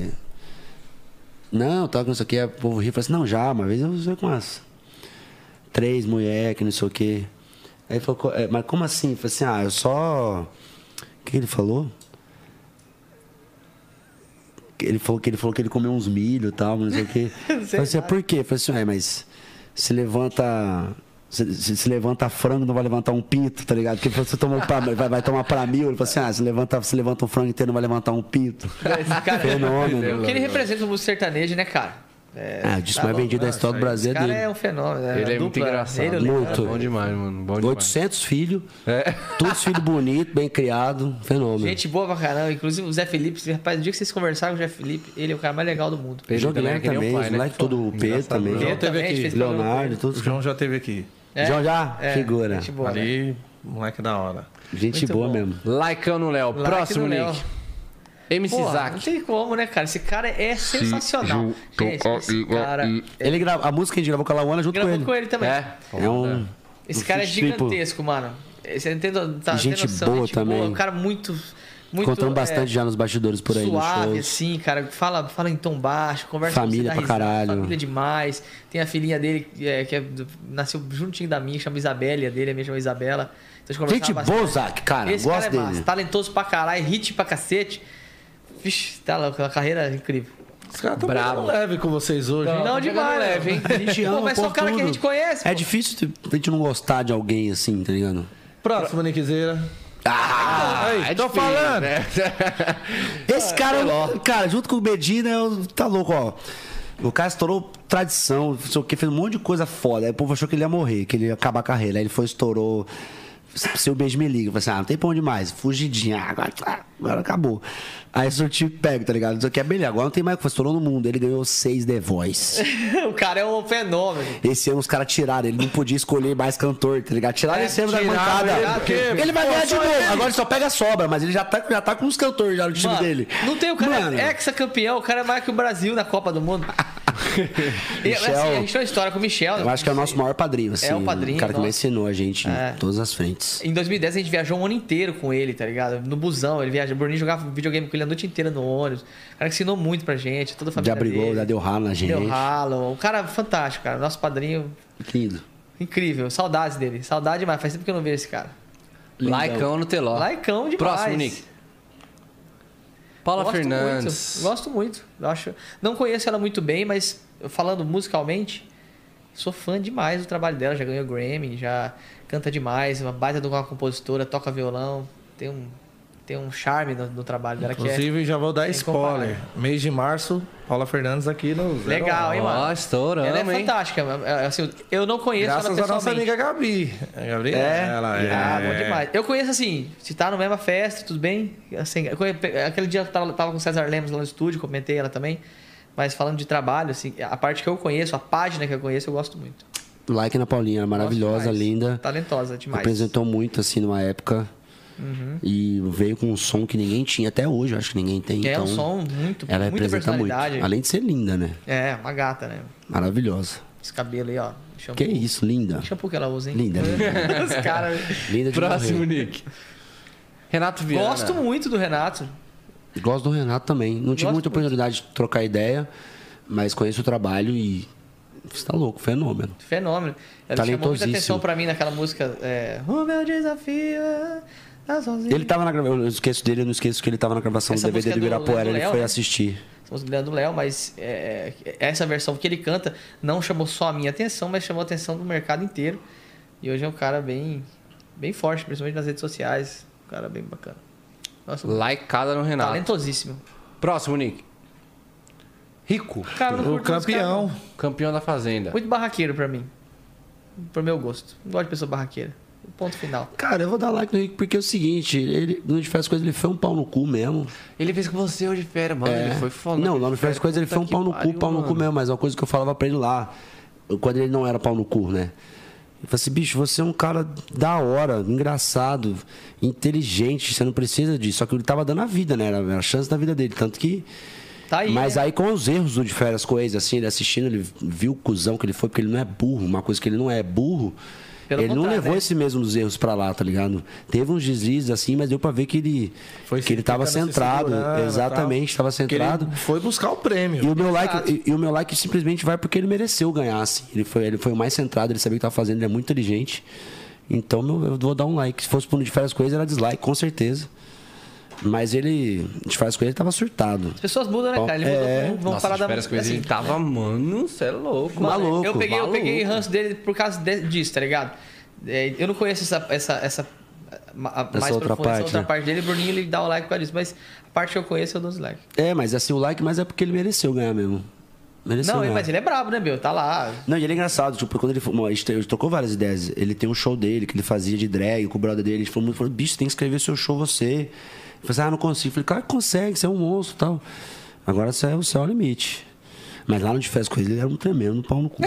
Não, tá com isso aqui, aí o povo ri, fala assim, não, já, uma vez eu usei com umas três mulheres, que não sei o quê. Aí ele falou, "Co- é, mas como assim? Eu falei assim, ah, eu só. O que ele falou? Que Ele falou que ele falou que ele comeu uns milho e tal, mas não
[laughs]
sei o quê. Eu falei assim, "Ah, por quê? Eu falei assim, ué, mas se levanta. Se, se- se levanta frango, não vai levantar um pinto, tá ligado? Porque ele falou, você tomou pra, vai, vai tomar pra mil. Ele falou assim: ah, se levanta, se levanta um frango inteiro, não vai levantar um pinto.
Esse cara-
Fenômeno.
O que [laughs] ele representa no música sertaneja, né, cara? É,
Ah, o disco mais vendido da história do Brasil
esse
é
cara
dele.
é um fenômeno.
Ele
né?
é
A
muito
dupla,
engraçado.
ele e o
Muito.
Leonardo.
Bom demais, mano. Bom demais.
800 filhos,
É.
todos filhos bonitos, bem criados, fenômeno.
Gente boa pra caramba. Inclusive o Zé Felipe, esse rapaz, no dia que vocês conversaram com o Zé Felipe, ele é o cara mais legal do mundo.
O João Guilherme
é um
que nem
também,
o
o
pai, né?
moleque todo o Pedro
Engraçado,
também.
né?
João teve
também,
aqui.
fez programa com
Leonardo,
O
todos.
João já teve aqui.
É,
João já?
é,
Figura.
Gente boa. né?
Ali, moleque da hora.
Gente
Muito
boa
bom.
mesmo.
Likeando o Léo.
Like
Próximo,
do Léo.
Nick. MC
Pô, não
Zack.
tem como, né, cara? Esse cara é sensacional. Gente, esse cara
Ele grava, a música que a gente gravou com a Lauana junto com
gravou
ele.
com ele também.
É um.
Esse
um
cara é
fit triple.
gigantesco, mano. Você tem, no- tá,
Gente
tem noção,
boa
gente
também.
boa, um cara muito... muito
Encontramos
é,
bastante já nos bastidores por aí, no
Suave,
show.
assim, cara. Fala, fala em tom baixo, conversa
Família
com você, dá
pra
risada,
caralho.
Família demais. Tem a filhinha dele, é, que é do- nasceu juntinho da minha, chama Isabelle, a dele é minha, chama Isabela. Então, a gente conversava
Gente
bastante.
boa, Zac, cara.
Esse
Gosto
cara é massa,
dele.
talentoso pra caralho, hit pra cacete. Vixe, tá louco, uma carreira incrível.
Os caras tão
Bravo.
pegando leve com vocês hoje. hein?
Não, demais,
leve, hein?
A
[laughs]
gente
ama
Pô, mas
o
só
povo
cara que a
tudo.
gente conhece.
É
pô.
difícil a gente não gostar de alguém assim, tá ligado?
Próximo, Nickzeira.
Ah, né?
Aí, tô falando.
Ah,
Esse cara, é um cara, junto com o Medina, eu- tá louco, ó. O cara estourou tradição, não sei o que, fez um monte de coisa foda. Aí o povo achou que ele ia morrer, que ele ia acabar a carreira. Aí ele foi, estourou. Seu beijo me liga. Eu falei assim, ah, não tem pra onde mais. Fugidinha, ah, agora, tá, agora acabou. Aí surtiu e pega, tá ligado? Isso aqui é melhor. Agora não tem mais o que fazer. Estourou no mundo. Ele ganhou seis The Voice.
[laughs] o cara é um fenômeno.
Esse ano os caras tiraram, ele não podia escolher mais cantor, tá ligado? Tiraram
É,
esse ano da
tiraram
bancada.
ele, porque,
Ele vai ganhar de novo. Agora ele só pega a sobra, mas ele já tá, já tá com os cantores já no time
Mano,
dele.
Não tem o cara
Mano,
é ex-campeão, o cara é mais que o Brasil na Copa
[laughs]
do Mundo. E, assim,
Michel-
a gente tem uma história com o Michel. né?
Eu acho que é o nosso maior padrinho, assim.
É o padrinho,
cara que mais
nossa.
ensinou a gente
É.
em todas as frentes.
Em 2010 a gente viajou um ano inteiro com ele, tá ligado? No busão, ele viaja. O Bruninho jogava videogame com ele a noite inteira no ônibus. O cara que ensinou muito pra gente, toda a família.
Já brigou,
dele.
já deu ralo na gente.
Deu ralo. Um cara fantástico, cara. Nosso padrinho
Lindo.
incrível. Saudades dele. Saudade demais. Faz tempo que eu não vejo esse cara.
Likeão no teló.
Laicão demais.
Próximo, Nick. Paula
Gosto
Fernandes.
Muito, gosto muito. Eu acho, não conheço ela muito bem, mas falando musicalmente, sou fã demais do trabalho dela. Já ganhou Grammy, já canta demais, é uma baita de uma compositora, toca violão, tem um, tem um charme no, no trabalho dela que é
Inclusive, já vou dar
Sem
spoiler. Mês de março, Paula Fernandes aqui no. Zero
legal,
Hora.
hein,
Ó,
mano?
estouramos,
Ela é
hein?
fantástica. é, Assim, eu não conheço
Graças
ela
à nossa
pessoalmente.
amiga Gabi. A Gabriela, ela é.
Ah, bom demais. Eu conheço assim, se tá na mesma festa, tudo bem. Assim, eu conhe- aquele dia que eu tava, tava com o César Lemos lá no estúdio, comentei ela também. Mas falando de trabalho, assim, a parte que eu conheço, a página que eu conheço, eu gosto muito. Gosto
Like na Paulinha, maravilhosa,
demais.
linda.
Talentosa demais. Uhum.
Representou muito, assim, numa época. E veio com um som que ninguém tinha até hoje, eu acho que ninguém tem.
é
então,
um som muito,
Ela
muita
representa muito.
personalidade.
Além de ser linda, né?
É, uma gata, né?
Maravilhosa.
Esse cabelo aí, ó. Shampoo.
Que isso, linda.
Shampoo que ela usa, hein?
Linda, linda.
[laughs] Os caras.
linda de
Próximo,
morrer.
Nick. Renato Viana.
Gosto muito do Renato.
Gosto do Renato também. Não tive
Gosto
muita oportunidade de trocar ideia, mas conheço o trabalho e. Você tá louco, fenômeno.
Fenômeno. Ela chamou muita
Talentosíssimo.
atenção pra mim naquela música. É, o meu desafio é. Tá sozinho.
Ele tava na gravação, eu esqueço dele, eu não esqueço que ele tava na gravação
Essa
do DVD do
música é do-
Ibirapuera,
do
ele
Léo,
foi
né?
assistir.
Essa música do Leandro Léo, mas é, é, essa versão que ele canta não chamou só a minha atenção, mas chamou a atenção do mercado inteiro. E hoje é um cara bem, bem forte, principalmente nas redes sociais. Um cara bem bacana. Nossa,
Likeada no Renato.
talentosíssimo.
Próximo, Nick. Rico.
Cara, eu não
O
curto muito cara,
campeão.
não.
Campeão da Fazenda.
muito barraqueiro pra mim. Pro meu gosto. Não gosto de pessoa barraqueira. Ponto final.
Cara, eu vou dar like no Rico porque é o seguinte, ele no Diversas Coisas ele foi um pau no cu mesmo. É.
Ele fez com você hoje, fera, mano. Ele foi falando.
não,
que
lá no Diversas
fera,
Coisas ele
puta
foi um
que
pau no
pariu,
cu, pau no cu
mano.
mesmo, mas é uma coisa que eu falava pra ele lá, eu- quando ele não era pau no cu, né? Eu falei assim, bicho, você é um cara da hora, engraçado, inteligente, você não precisa disso. Só que ele tava dando a vida, né? Era a chance da vida dele. Tanto que
Tá aí.
mas
né?
aí com os erros do de férias com ex, assim, ele assistindo, ele viu o cuzão que ele foi, porque ele não é burro, uma coisa que ele não é burro.
Pelo
ele não
contrário,
levou
né?
esses mesmos erros pra lá, tá ligado? Teve uns deslizes assim, mas deu pra ver que ele,
Foi
que ele tava
tentando se
centrado.
segurar,
Exatamente,
tal.
tava
Que ele é
centrado.
Foi buscar o prêmio.
E o, meu like, e, e o meu like simplesmente vai porque ele mereceu ganhar, assim. Ele foi, ele foi o mais centrado, ele sabia o que tava fazendo, ele é muito inteligente. Então meu, eu vou dar um like. Se fosse por um de férias com ex, era dislike, com certeza. Mas ele, de férias com ex, ele tava surtado.
As pessoas mudam, né, cara? Ele mudou, vão- vão
É. Nossa,
parar da.
espera as coisas. Ele tava, mano, você é louco.
Maluco.
mano.
eu peguei, eu
maluco.
peguei ranço dele por causa de- disso, tá ligado? É, eu não conheço essa essa essa ma- a- mais
outra
profunda,
parte,
essa outra
né?
parte dele, o Bruninho ele dá o like por causa disso, mas a parte que eu conheço eu dou os like.
É, mas assim, o like, mas é porque ele mereceu ganhar mesmo. Mereceu
Não,
ganhar.
mas ele é brabo, né, meu? Tá lá.
Não, e ele é engraçado, tipo, quando ele foi. bom, A gente te- a gente tocou várias ideias. Ele tem um show dele que ele fazia de drag com o brother dele. Ele falou muito, falou, bicho, tem que escrever seu show você. Eu falei assim, ah, não consigo. Eu falei, claro que consegue, você é um monstro e tal. Agora você é, você é o limite. Mas lá no de fez coisa, ele era um tremendo pau no cu.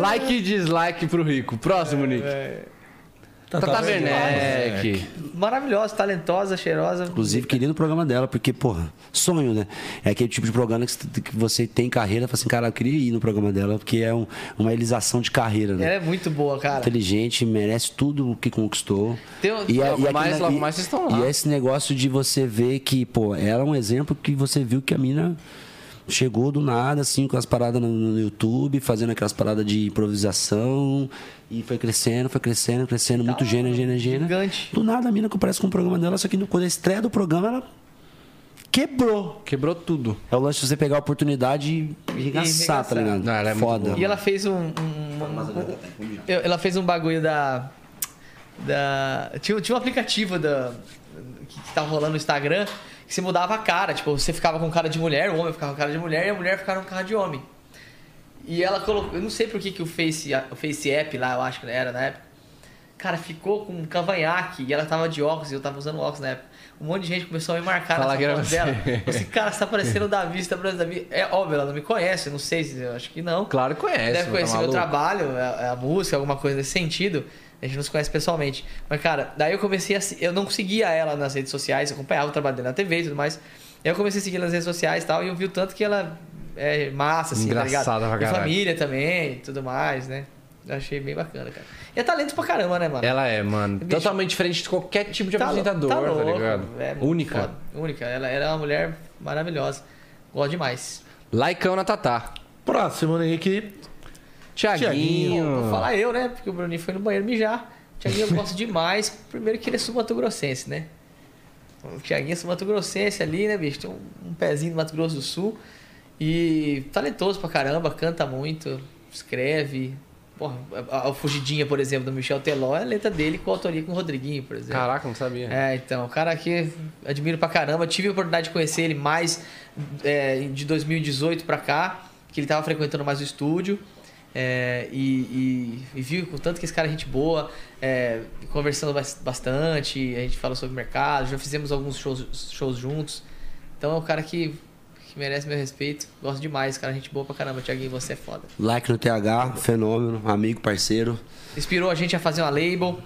Like e dislike pro Rico. Próximo, Nick.
É.
Tá né? Tata Werneck.
Maravilhosa, talentosa, cheirosa.
Inclusive, queria ir no programa dela, porque, porra, sonho, né? É aquele tipo de programa que você- que você tem carreira, fala assim, cara, eu queria ir no programa dela, porque é um- uma realização de carreira, né?
Ela é muito boa, cara.
inteligente, merece tudo o que conquistou.
Tem um-
é-
logo
é
mais,
aquele-
logo mais vocês estão lá.
E é esse negócio de você ver que, pô, ela é um exemplo que você viu que a mina chegou do nada, assim, com as paradas no, no YouTube, fazendo aquelas paradas de improvisação. E foi crescendo, foi crescendo,
Tá
crescendo, muito gênio, gênio, gênio.
gigante.
Do nada a mina aparece com o programa dela, só que no- quando a estreia do programa, ela quebrou.
Quebrou tudo.
É o lance de você pegar a oportunidade e arregaçar, tá
arregaçar.
ligado?
Não, ela é muito
Foda.
E ela fez um. um- um- Eu- ela fez um bagulho da. Da. Tinha, tinha um aplicativo da. Que, que tava rolando no Instagram que você mudava a cara. Tipo, você ficava com cara de mulher, o homem ficava com cara de mulher e a mulher ficava com cara de homem. E ela colocou. Eu não sei por que, que o Face, a- o Face App lá, eu acho que era na época. Cara, ficou com um cavanhaque e ela tava de óculos e eu tava usando óculos na época. Um monte de gente começou a me marcar
Falar que era
nessa foto
você.
dela. Eu falei assim, cara, você tá parecendo o Davi, você tá parecendo o Davi. É óbvio, ela não me conhece, eu não sei, se eu acho que não.
Claro que conhece.
Deve
mano,
conhecer
tá
meu
maluco.
trabalho, é, a, a música, alguma coisa nesse sentido. A gente não se conhece pessoalmente. Mas, cara, daí eu comecei a. se- Eu não seguia ela nas redes sociais, eu acompanhava o trabalho dela na TV e tudo mais. Aí eu comecei a seguir ela nas redes sociais e tal, e eu vi o tanto que ela é massa, assim, tá
Engraçada
ligado?
pra
Tem
caralho.
família também e tudo mais, né? Eu achei bem bacana, cara. E é talento pra caramba, né, mano?
Ela é, mano.
Bicho.
Totalmente diferente de qualquer tipo de
Tá lou-
apresentador, tá,
louco,
ligado?
é muito
Única.
foda, única. Ela, ela é uma mulher maravilhosa. Gosto demais.
Likeão na Tatá.
Próximo, Henrique.
Tiaguinho.
Vou falar eu, né? Porque o Bruninho foi no banheiro mijar. Tiaguinho eu gosto demais. Primeiro que ele é sul-mato-grossense, né? O Tiaguinho é sul-mato-grossense ali, né, bicho? Tem um, um pezinho do Mato Grosso do Sul. E talentoso pra caramba, canta muito, escreve. Porra, a, a Fugidinha, por exemplo, do Michel Teló, é a letra dele com autoria com o Rodriguinho, por exemplo.
Caraca, não sabia.
É, então, o cara que admiro pra caramba. Tive a oportunidade de conhecer ele mais é, de 2018 pra cá, que ele tava frequentando mais o estúdio. é, e, e, e vi o tanto que esse cara é gente boa, é, conversando bas- bastante, a gente fala sobre mercado, já fizemos alguns shows, shows juntos. Então é um cara que, que merece meu respeito, gosto demais, cara, gente boa pra caramba. Tiaguinho, você é foda.
Like no TH, fenômeno, amigo, parceiro,
Inspirou a gente a fazer uma label.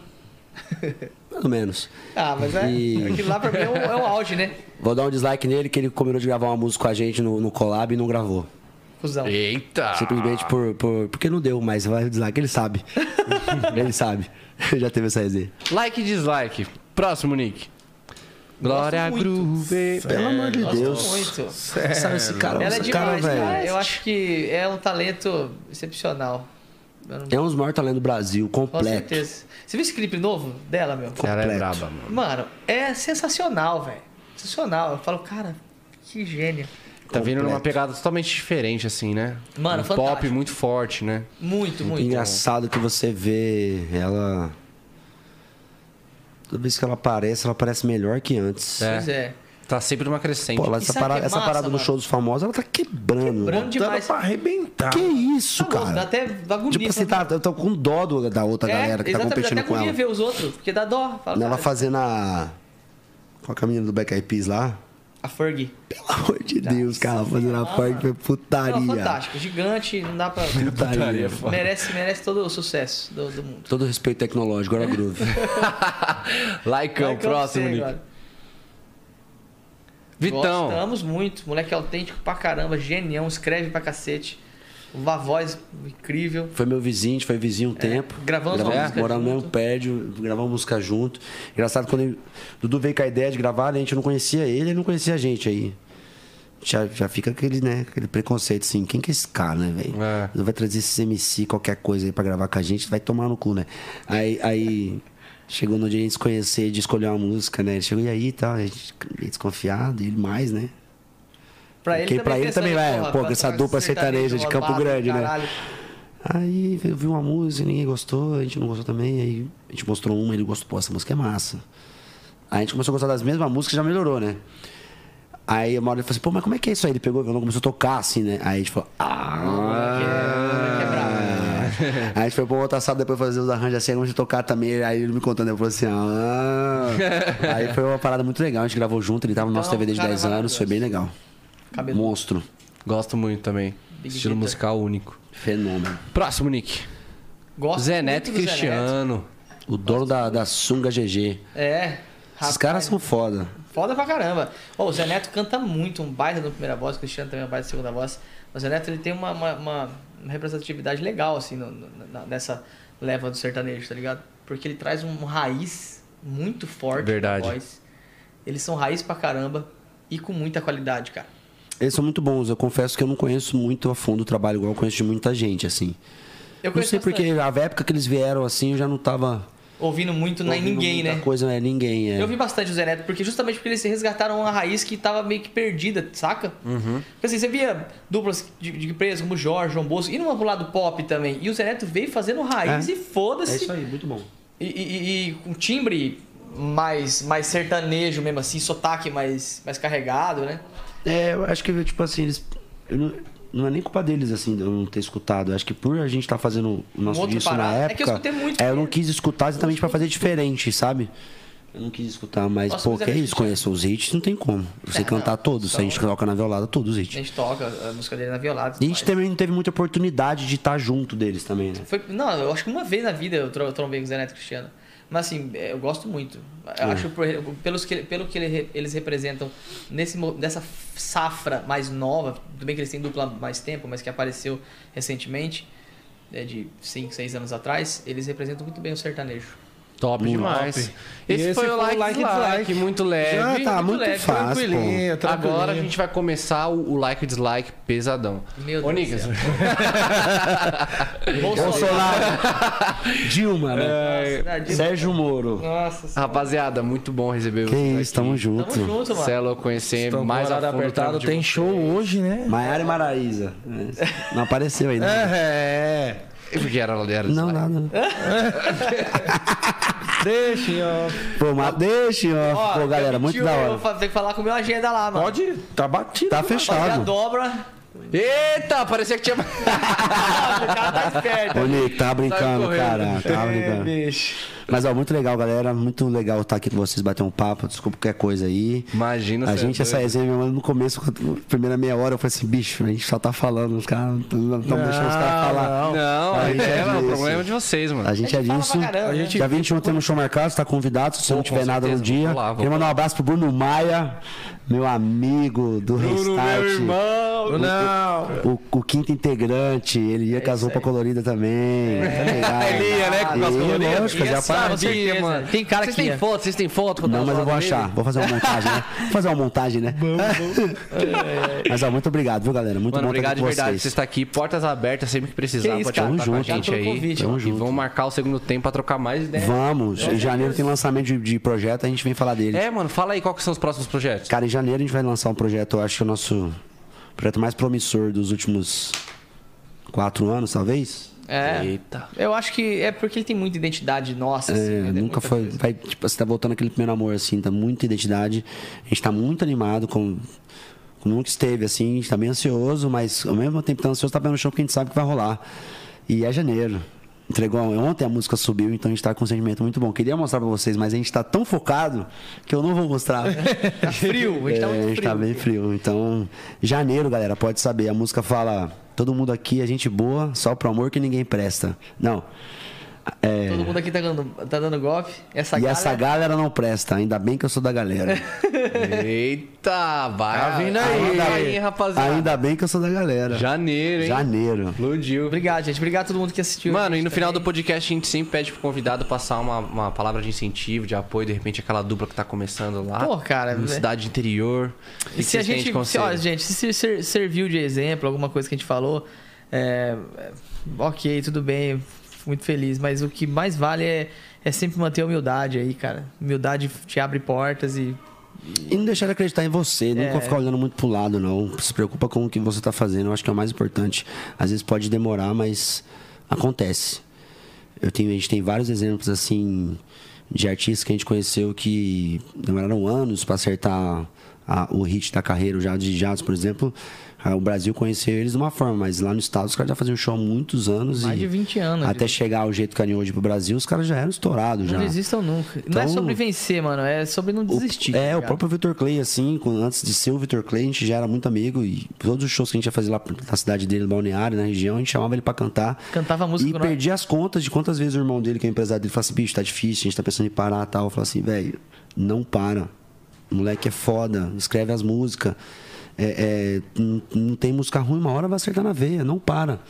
mais ou menos.
Ah, mas é,
E-
aquilo lá pra mim é o, é o auge, né?
Vou dar um dislike nele que ele combinou de gravar uma música com a gente no, no collab e não gravou.
Cusão.
Eita!
Simplesmente
Ah.
por, por- porque não deu, mas vai o dislike, ele
[laughs]
sabe. ele sabe. [laughs] Já teve essa resenha.
Like e dislike. Próximo, Nick. Glória
muito. é
Groove. é
Pelo amor de
Gosto
Deus.
muito.
Sabe esse cara,
Ela é
esse cara,
demais, cara.
velho.
Eu acho que é um talento excepcional. Eu não-
É um dos maiores talentos do Brasil,
Com
completo.
certeza. Você viu esse clipe novo dela, meu?
Ela é
Completo.
braba, mano.
Mano, é sensacional, velho. Sensacional. Eu falo, cara, que gênio.
Tá vindo numa
Completo.
pegada totalmente diferente, assim, né?
Mano,
um pop
fantástico.
muito forte, né?
Muito, muito.
Engraçado que você vê ela. Toda vez que ela aparece, ela aparece melhor que antes.
É.
Pois é.
Tá sempre numa crescente.
Pô, lá essa
sabe
parada,
que é
essa
mano?
parada no show dos famosos, ela tá quebrando.
Quebrando demais.
Dando pra arrebentar.
Que isso,
Tá bom,
cara?
dá até- dá agonia,
tipo assim,
fala,
tá, eu tô com dó do- da outra galera que tá
exatamente,
competindo
até
com ela.
agonia ver os outros, porque dá dó. Fala,
Ela
cara,
fazendo a. Qual que é a menina do Black Eyed Peas lá?
A Fergie.
Pelo amor de Deus, cara, fazendo a parte foi
Tá. Não,
putaria.
fantástico, gigante, não dá pra.
Putaria.
merece, merece todo o sucesso do, do mundo.
Todo respeito tecnológico, agora é groove.
Laicão,
Vai que eu
é próximo,
sei,
Nick.
cara.
Vitão.
Gostamos muito. Moleque autêntico pra caramba, genial, escreve pra cacete. Uma voz incrível.
Foi meu vizinho, a gente foi vizinho um tempo.
É, gravamos uma música
Morando no
junto.
mesmo prédio, gravamos música junto. Engraçado, quando ele- Dudu veio com a ideia de gravar, a gente não conhecia ele, ele não conhecia a gente aí. Já, já fica aquele, né, aquele preconceito assim, quem que é esse cara, né, velho?
É.
Vai trazer esses MC, qualquer coisa aí pra gravar com a gente, vai tomar no cu, né? Aí, aí chegou no dia de a gente se conhecer, de escolher uma música, né? Ele chegou e aí e tal, a gente meio desconfiado, ele mais, né?
Pra
Porque
ele
pra
também,
ele também
pensando,
vai,
porra,
pô,
pra-
essa
pra
dupla sertaneja de
sertanejo,
Campo
roubado,
Grande, né?
caralho.
Aí eu vi uma música, ninguém gostou, a gente não gostou também, aí a gente mostrou uma, ele gostou, pô, essa música é massa. Aí a gente começou a gostar das mesmas músicas e já melhorou, né? Aí uma hora ele falou assim, pô, mas como é que é isso aí? Ele pegou o violão, começou a tocar assim, né? Aí a gente falou,
é,
ah. Aí a gente foi pra outra sala depois fazer os arranjos assim, aí começou a tocar também. Aí ele me contando, ele falou assim, ah. Aí foi uma parada muito legal, a gente gravou junto, ele tava no nosso
Então,
DVD de
cara,
10 anos, foi bem legal.
Cabelo.
Monstro,
Gosto muito também.
Big
Estilo
Vitor.
musical único.
fenômeno.
Próximo, Nick.
Gosto
Zé
muito
Neto e
do Zé Neto.
Cristiano.
O dono da, da Sunga GG.
É.
Esses caras são foda.
Foda pra caramba. Ô, o Zé Neto canta muito, um baita na primeira voz, o Cristiano também é um baita na segunda voz. Mas o Zé Neto ele tem uma, uma- uma- uma representatividade legal, assim, no- no- na- nessa leva do sertanejo, tá ligado? Porque ele traz um raiz muito forte
Verdade.
na voz. Eles são raiz pra caramba e com muita qualidade, cara.
Eles são muito bons. Eu confesso que eu não conheço muito a fundo o trabalho, igual eu conheço de muita gente, assim.
Eu
não sei
conheço bastante.
porque a época que eles vieram, assim, eu já não tava.
Ouvindo muito, não é
ouvindo
ninguém,
muita
né?
coisa, é ninguém. É.
Eu vi bastante o Zé Neto, porque justamente porque eles resgataram uma raiz que tava meio que perdida, saca?
Uhum.
Porque assim, você via duplas de, de empresas como Jorge, João Bosco, indo pro lado pop também. E o Zé Neto veio fazendo raiz
É.
e
É
foda-se.
isso aí, muito bom.
e, e- e- e com timbre mais, mais sertanejo mesmo, assim, sotaque mais, mais carregado, né?
É, eu acho que, tipo assim, eles. eu não, não é nem culpa deles, assim, de eu não ter escutado. Eu acho que por a gente estar fazendo o nosso
outra
disco na
parada. Um É que eu
época.
escutei muito,
é, eu
cara.
não quis escutar exatamente pra fazer diferente, sabe? Eu não quis escutar, mas,
Nossa,
pô,
mas é
que
muito
isso? Conheço os hits, não tem como. Você
É,
cantar
não,
todos,
são-
a gente coloca na violada todos os
A
hits.
gente toca a música dele na violada.
E a gente também não teve muita oportunidade de estar junto deles também, né?
Foi, não, eu acho que uma vez na vida eu tro- trombei com o Zé Neto Cristiano. Mas assim, é, eu gosto muito. Eu acho por- pelos que, pelo que ele re- eles representam nesse, mo- nessa safra mais nova, tudo bem que eles têm dupla há mais tempo, mas que apareceu recentemente, é, de 5, 6 anos atrás, eles representam muito bem o sertanejo.
Top demais.
top.
Esse,
E
foi o like, like, dislike, É, muito leve.
Já tá muito
leve.
fácil, pô.
Tranquilinho, tranquilinho.
Agora a gente vai começar o, o like e dislike pesadão.
Meu
Ô,
Deus
Nick,
do
[laughs]
céu. [laughs] Bolsonaro. É.
Bolsonaro, Dilma, né?
Nossa, Dilma.
Sérgio Moro.
Nossa senhora.
rapaziada, muito bom receber
Que
vocês
isso,
aqui.
tamo junto.
Tamo junto, mano.
Cê é louco, conhecer
Então,
mais
mais
a fundo o
apertado.
trampo de
Tem
vocês.
show hoje, né?
Maiara e Maraíza. É, Não apareceu ainda.
É,
Porque era, era
Não,
dislike.
nada. né?
deixa, ó.
Pô, mas deixa, ó.
Ó,
Pô, galera,
eu
muito
menti,
da
Eu
hora.
vou ter que falar com o meu agenda lá, mano.
Pode, tá batido.
Tá
Fazer a
fechado.
dobra.
Eita, parecia que tinha.
o cara tá esperto.
Ô, Nick, tá brincando,
correndo.
cara. Tá
É.
brincando.
bicho.
Mas, ó, muito legal, galera. Muito legal estar aqui com vocês, bater um papo. Desculpa qualquer coisa aí.
Imagina, cê
A
é
gente, essa
doido.
resenha, meu mano, no começo, quando- primeira meia hora, eu falei assim, bicho, a gente só tá falando, os caras não estão deixando os caras falar.
Não,
A gente
é,
é
o
disso.
problema é de vocês, mano.
A gente é
fala
disso.
pra caramba,
A
né?
gente... Dia 21 temos show marcado, você tá convidado, se você não
com
tiver nada no
certeza, vou
dia.
lá, vou
Queria mandar um abraço pro Bruno Maia, meu amigo do Restart.
Não.
O, o quinto integrante, ele ia
É
com as roupas coloridas também. Tá legal.
[laughs] Ele ia, né, com as
Ele ia,
coloridas?
lógico, fazia
Ia só,
parte.
com certeza. Tem cara
vocês
que é.
têm
ia.
foto, vocês têm foto? pra dar
Não,
uma
mas eu vou
zoada nele?
achar. Vou fazer uma montagem,
[laughs]
né? Vou fazer uma montagem, né? [laughs] Mas, ó, muito obrigado, viu, galera? Muito
Mano,
bom estar
obrigado
aqui
de
com
verdade. tá- Você
vocês.
está aqui, portas abertas sempre que precisar.
Que isso,
pode
cara.
contar com a
Tamo junto.
gente aí.
Convite,
Tamo
e
junto.
vamos marcar o segundo tempo pra trocar mais ideias.
Vamos. Em janeiro tem lançamento de, de projeto, a gente vem falar dele.
É, mano, fala aí qual que são os próximos
[laughs]
projetos.
Cara, em janeiro a gente vai lançar um projeto, eu acho que é o nosso projeto mais promissor dos últimos quatro anos, talvez.
É.
Eita.
Eu acho que é porque ele tem muita identidade nossa.
É,
assim, né? Tem
nunca
muita
foi.
coisa.
Vai, tipo, você tá voltando aquele primeiro amor, assim, tá muita identidade. A gente tá muito animado com. Como nunca esteve, assim, a gente tá bem ansioso, mas ao mesmo tempo que tá ansioso, tá bem no show porque a gente sabe que vai rolar. E é janeiro. Entregou ontem a música subiu, então a gente tá com um sentimento muito bom. Queria mostrar pra vocês, mas a gente tá tão focado que eu não vou mostrar. [laughs]
Tá [laughs] frio, a gente tá
É,
muito
a gente tá
frio.
bem frio. Então, janeiro, galera, pode saber. A música fala: todo mundo aqui é gente boa, só pro amor que ninguém presta. Não. É,
Todo mundo aqui tá dando, tá dando golpe. Essa
e
galera-
essa galera não presta, ainda bem que eu sou da galera.
Eita, vai.
Tá vindo aí,
ainda aí, rapaziada.
Ainda bem que eu sou da galera.
Janeiro, hein?
Janeiro.
Explodiu.
Obrigado, gente. Obrigado a todo mundo que assistiu.
Mano, e no final do podcast a gente sempre pede pro convidado passar uma, uma palavra de incentivo, de apoio, de repente aquela dupla que tá começando lá.
Pô, cara,
Em
né?
cidade interior. O que
E se a
vocês têm
gente,
de
se,
conselho?
ó, gente, se ser- ser- serviu de exemplo, alguma coisa que a gente falou, é, é, ok, tudo bem, muito feliz, mas o que mais vale é, é sempre manter a humildade aí, cara. Humildade te abre portas e
E não deixar de acreditar em você,
É.
nunca ficar olhando muito pro lado, não. Se preocupa com o que você tá fazendo, eu acho que é o mais importante. Às vezes pode demorar, mas acontece. Eu tenho, a gente tem vários exemplos, assim, de artistas que a gente conheceu que demoraram anos pra acertar a- o hit da carreira, o Jados de Jados, por exemplo. Ah, O Brasil conheceu eles de uma forma, mas lá nos Estados os caras já faziam show há muitos anos.
Mais
e
de 20 anos,
Até
de-
chegar ao jeito que a New hoje pro Brasil, os caras já eram estourados. já.
não desistam nunca. não é
Então-
sobre vencer, mano, é sobre não
O-
desistir.
É,
tá
o
ligado?
próprio Vitor Clay, assim, com- antes de ser o Vitor Clay, a gente já era muito amigo e todos os shows que a gente ia fazer lá na cidade dele, no balneário, na região, a gente chamava ele pra cantar.
Cantava a música
E
com nós.
perdi as contas de quantas vezes o irmão dele, que é o empresário dele, fala assim: bicho, tá difícil, a gente tá pensando em parar tal. Eu falo assim, velho, não para. O moleque é foda, escreve as músicas. É, é, não, não tem música ruim, uma hora vai acertar na veia, não para.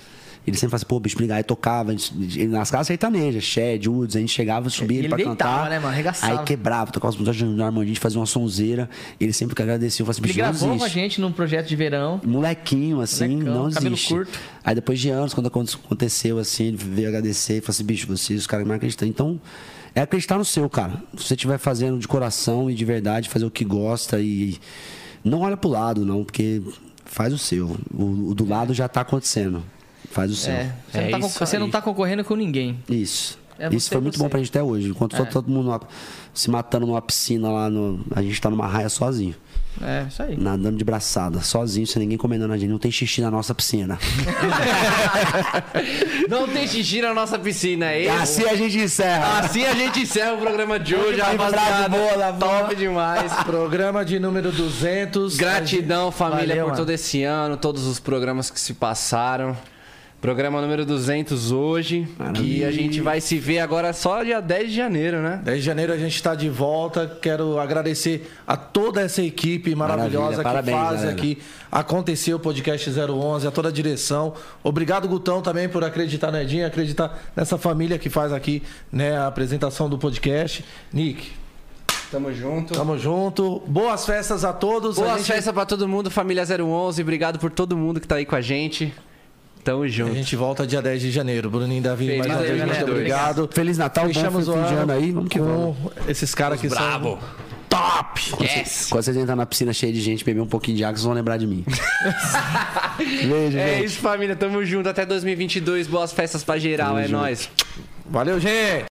Ele sempre fala assim, pô, bicho, obrigado. Aí tocava, a gente- ele- nas casas sertanejas, Shed, Woods, a gente chegava, subia
E
ele,
ele
pra
deitava,
cantar.
né, mano? Arregaçava.
Aí quebrava, tocava as músicas do Armandinho, a gente fazia uma sonzeira. Ele sempre que agradeceu, falava assim,
Ele
bicho, não
gravou com a
desiste."
gente num projeto de verão.
molequinho, assim,
Molecão,
não
cabelo
desiste.
curto.
Aí depois de anos, quando aconte- aconteceu, assim, ele veio agradecer e falou assim, bicho, vocês, os caras não acreditam. Então, é acreditar no seu, cara. Se você estiver fazendo de coração e de verdade, fazer o que gosta e não olha pro lado, não, porque faz o seu. O, o do lado já tá acontecendo. Faz o seu.
É, você,
É
não tá, con-
isso
você não
aí.
tá concorrendo com ninguém.
Isso.
É
Isso
você,
foi muito
você.
bom pra gente até hoje. Enquanto
É.
tá todo mundo numa- se matando numa piscina lá, no- a gente tá numa raia sozinho.
É, isso aí.
Nadando de braçada, sozinho, sem ninguém comendando a gente. Não tem xixi na nossa piscina.
Não tem xixi na nossa piscina, é
E
isso?
[laughs] assim a gente encerra.
Assim a gente encerra o programa de hoje,
demais,
rapaziada.
frase boa, boa.
Top demais.
Programa de número 200.
Gratidão, família,
Valeu,
por
mano.
todo esse ano, todos os programas que se passaram. Programa número 200 hoje. E a gente vai se ver agora só dia 10 de janeiro, né?
10 de janeiro a gente está de volta. Quero agradecer a toda essa equipe maravilhosa
Maravilha, parabéns,
que faz
galera.
aqui acontecer o podcast 011, a toda a direção. Obrigado, Gutão, também por acreditar na Edinha, acreditar nessa família que faz aqui né, a apresentação do podcast. Nick,
Tamo junto.
tamo junto. Boas festas a todos. a
Então, Boas
gente,
festas pra todo mundo, família 011. Obrigado por todo mundo que tá aí com a gente. Tamo
A
junto.
gente volta dia 10 de janeiro. Bruninho Davi,
Feliz
mais uma vez, muito
2022.
obrigado.
Feliz Natal,
Fechamos
bom
o
fim de
ano
ano aí. Vamos que vamos.
com esses caras que
Bravo.
são...
Top! Yes!
Quando vocês entrarem na piscina cheia de gente, beber um pouquinho de água, vocês vão
[laughs]
lembrar de mim. Beijo,
É
gente.
isso, família. Tamo junto. Até 2022. Boas festas pra geral. é nóis.
Valeu, gente!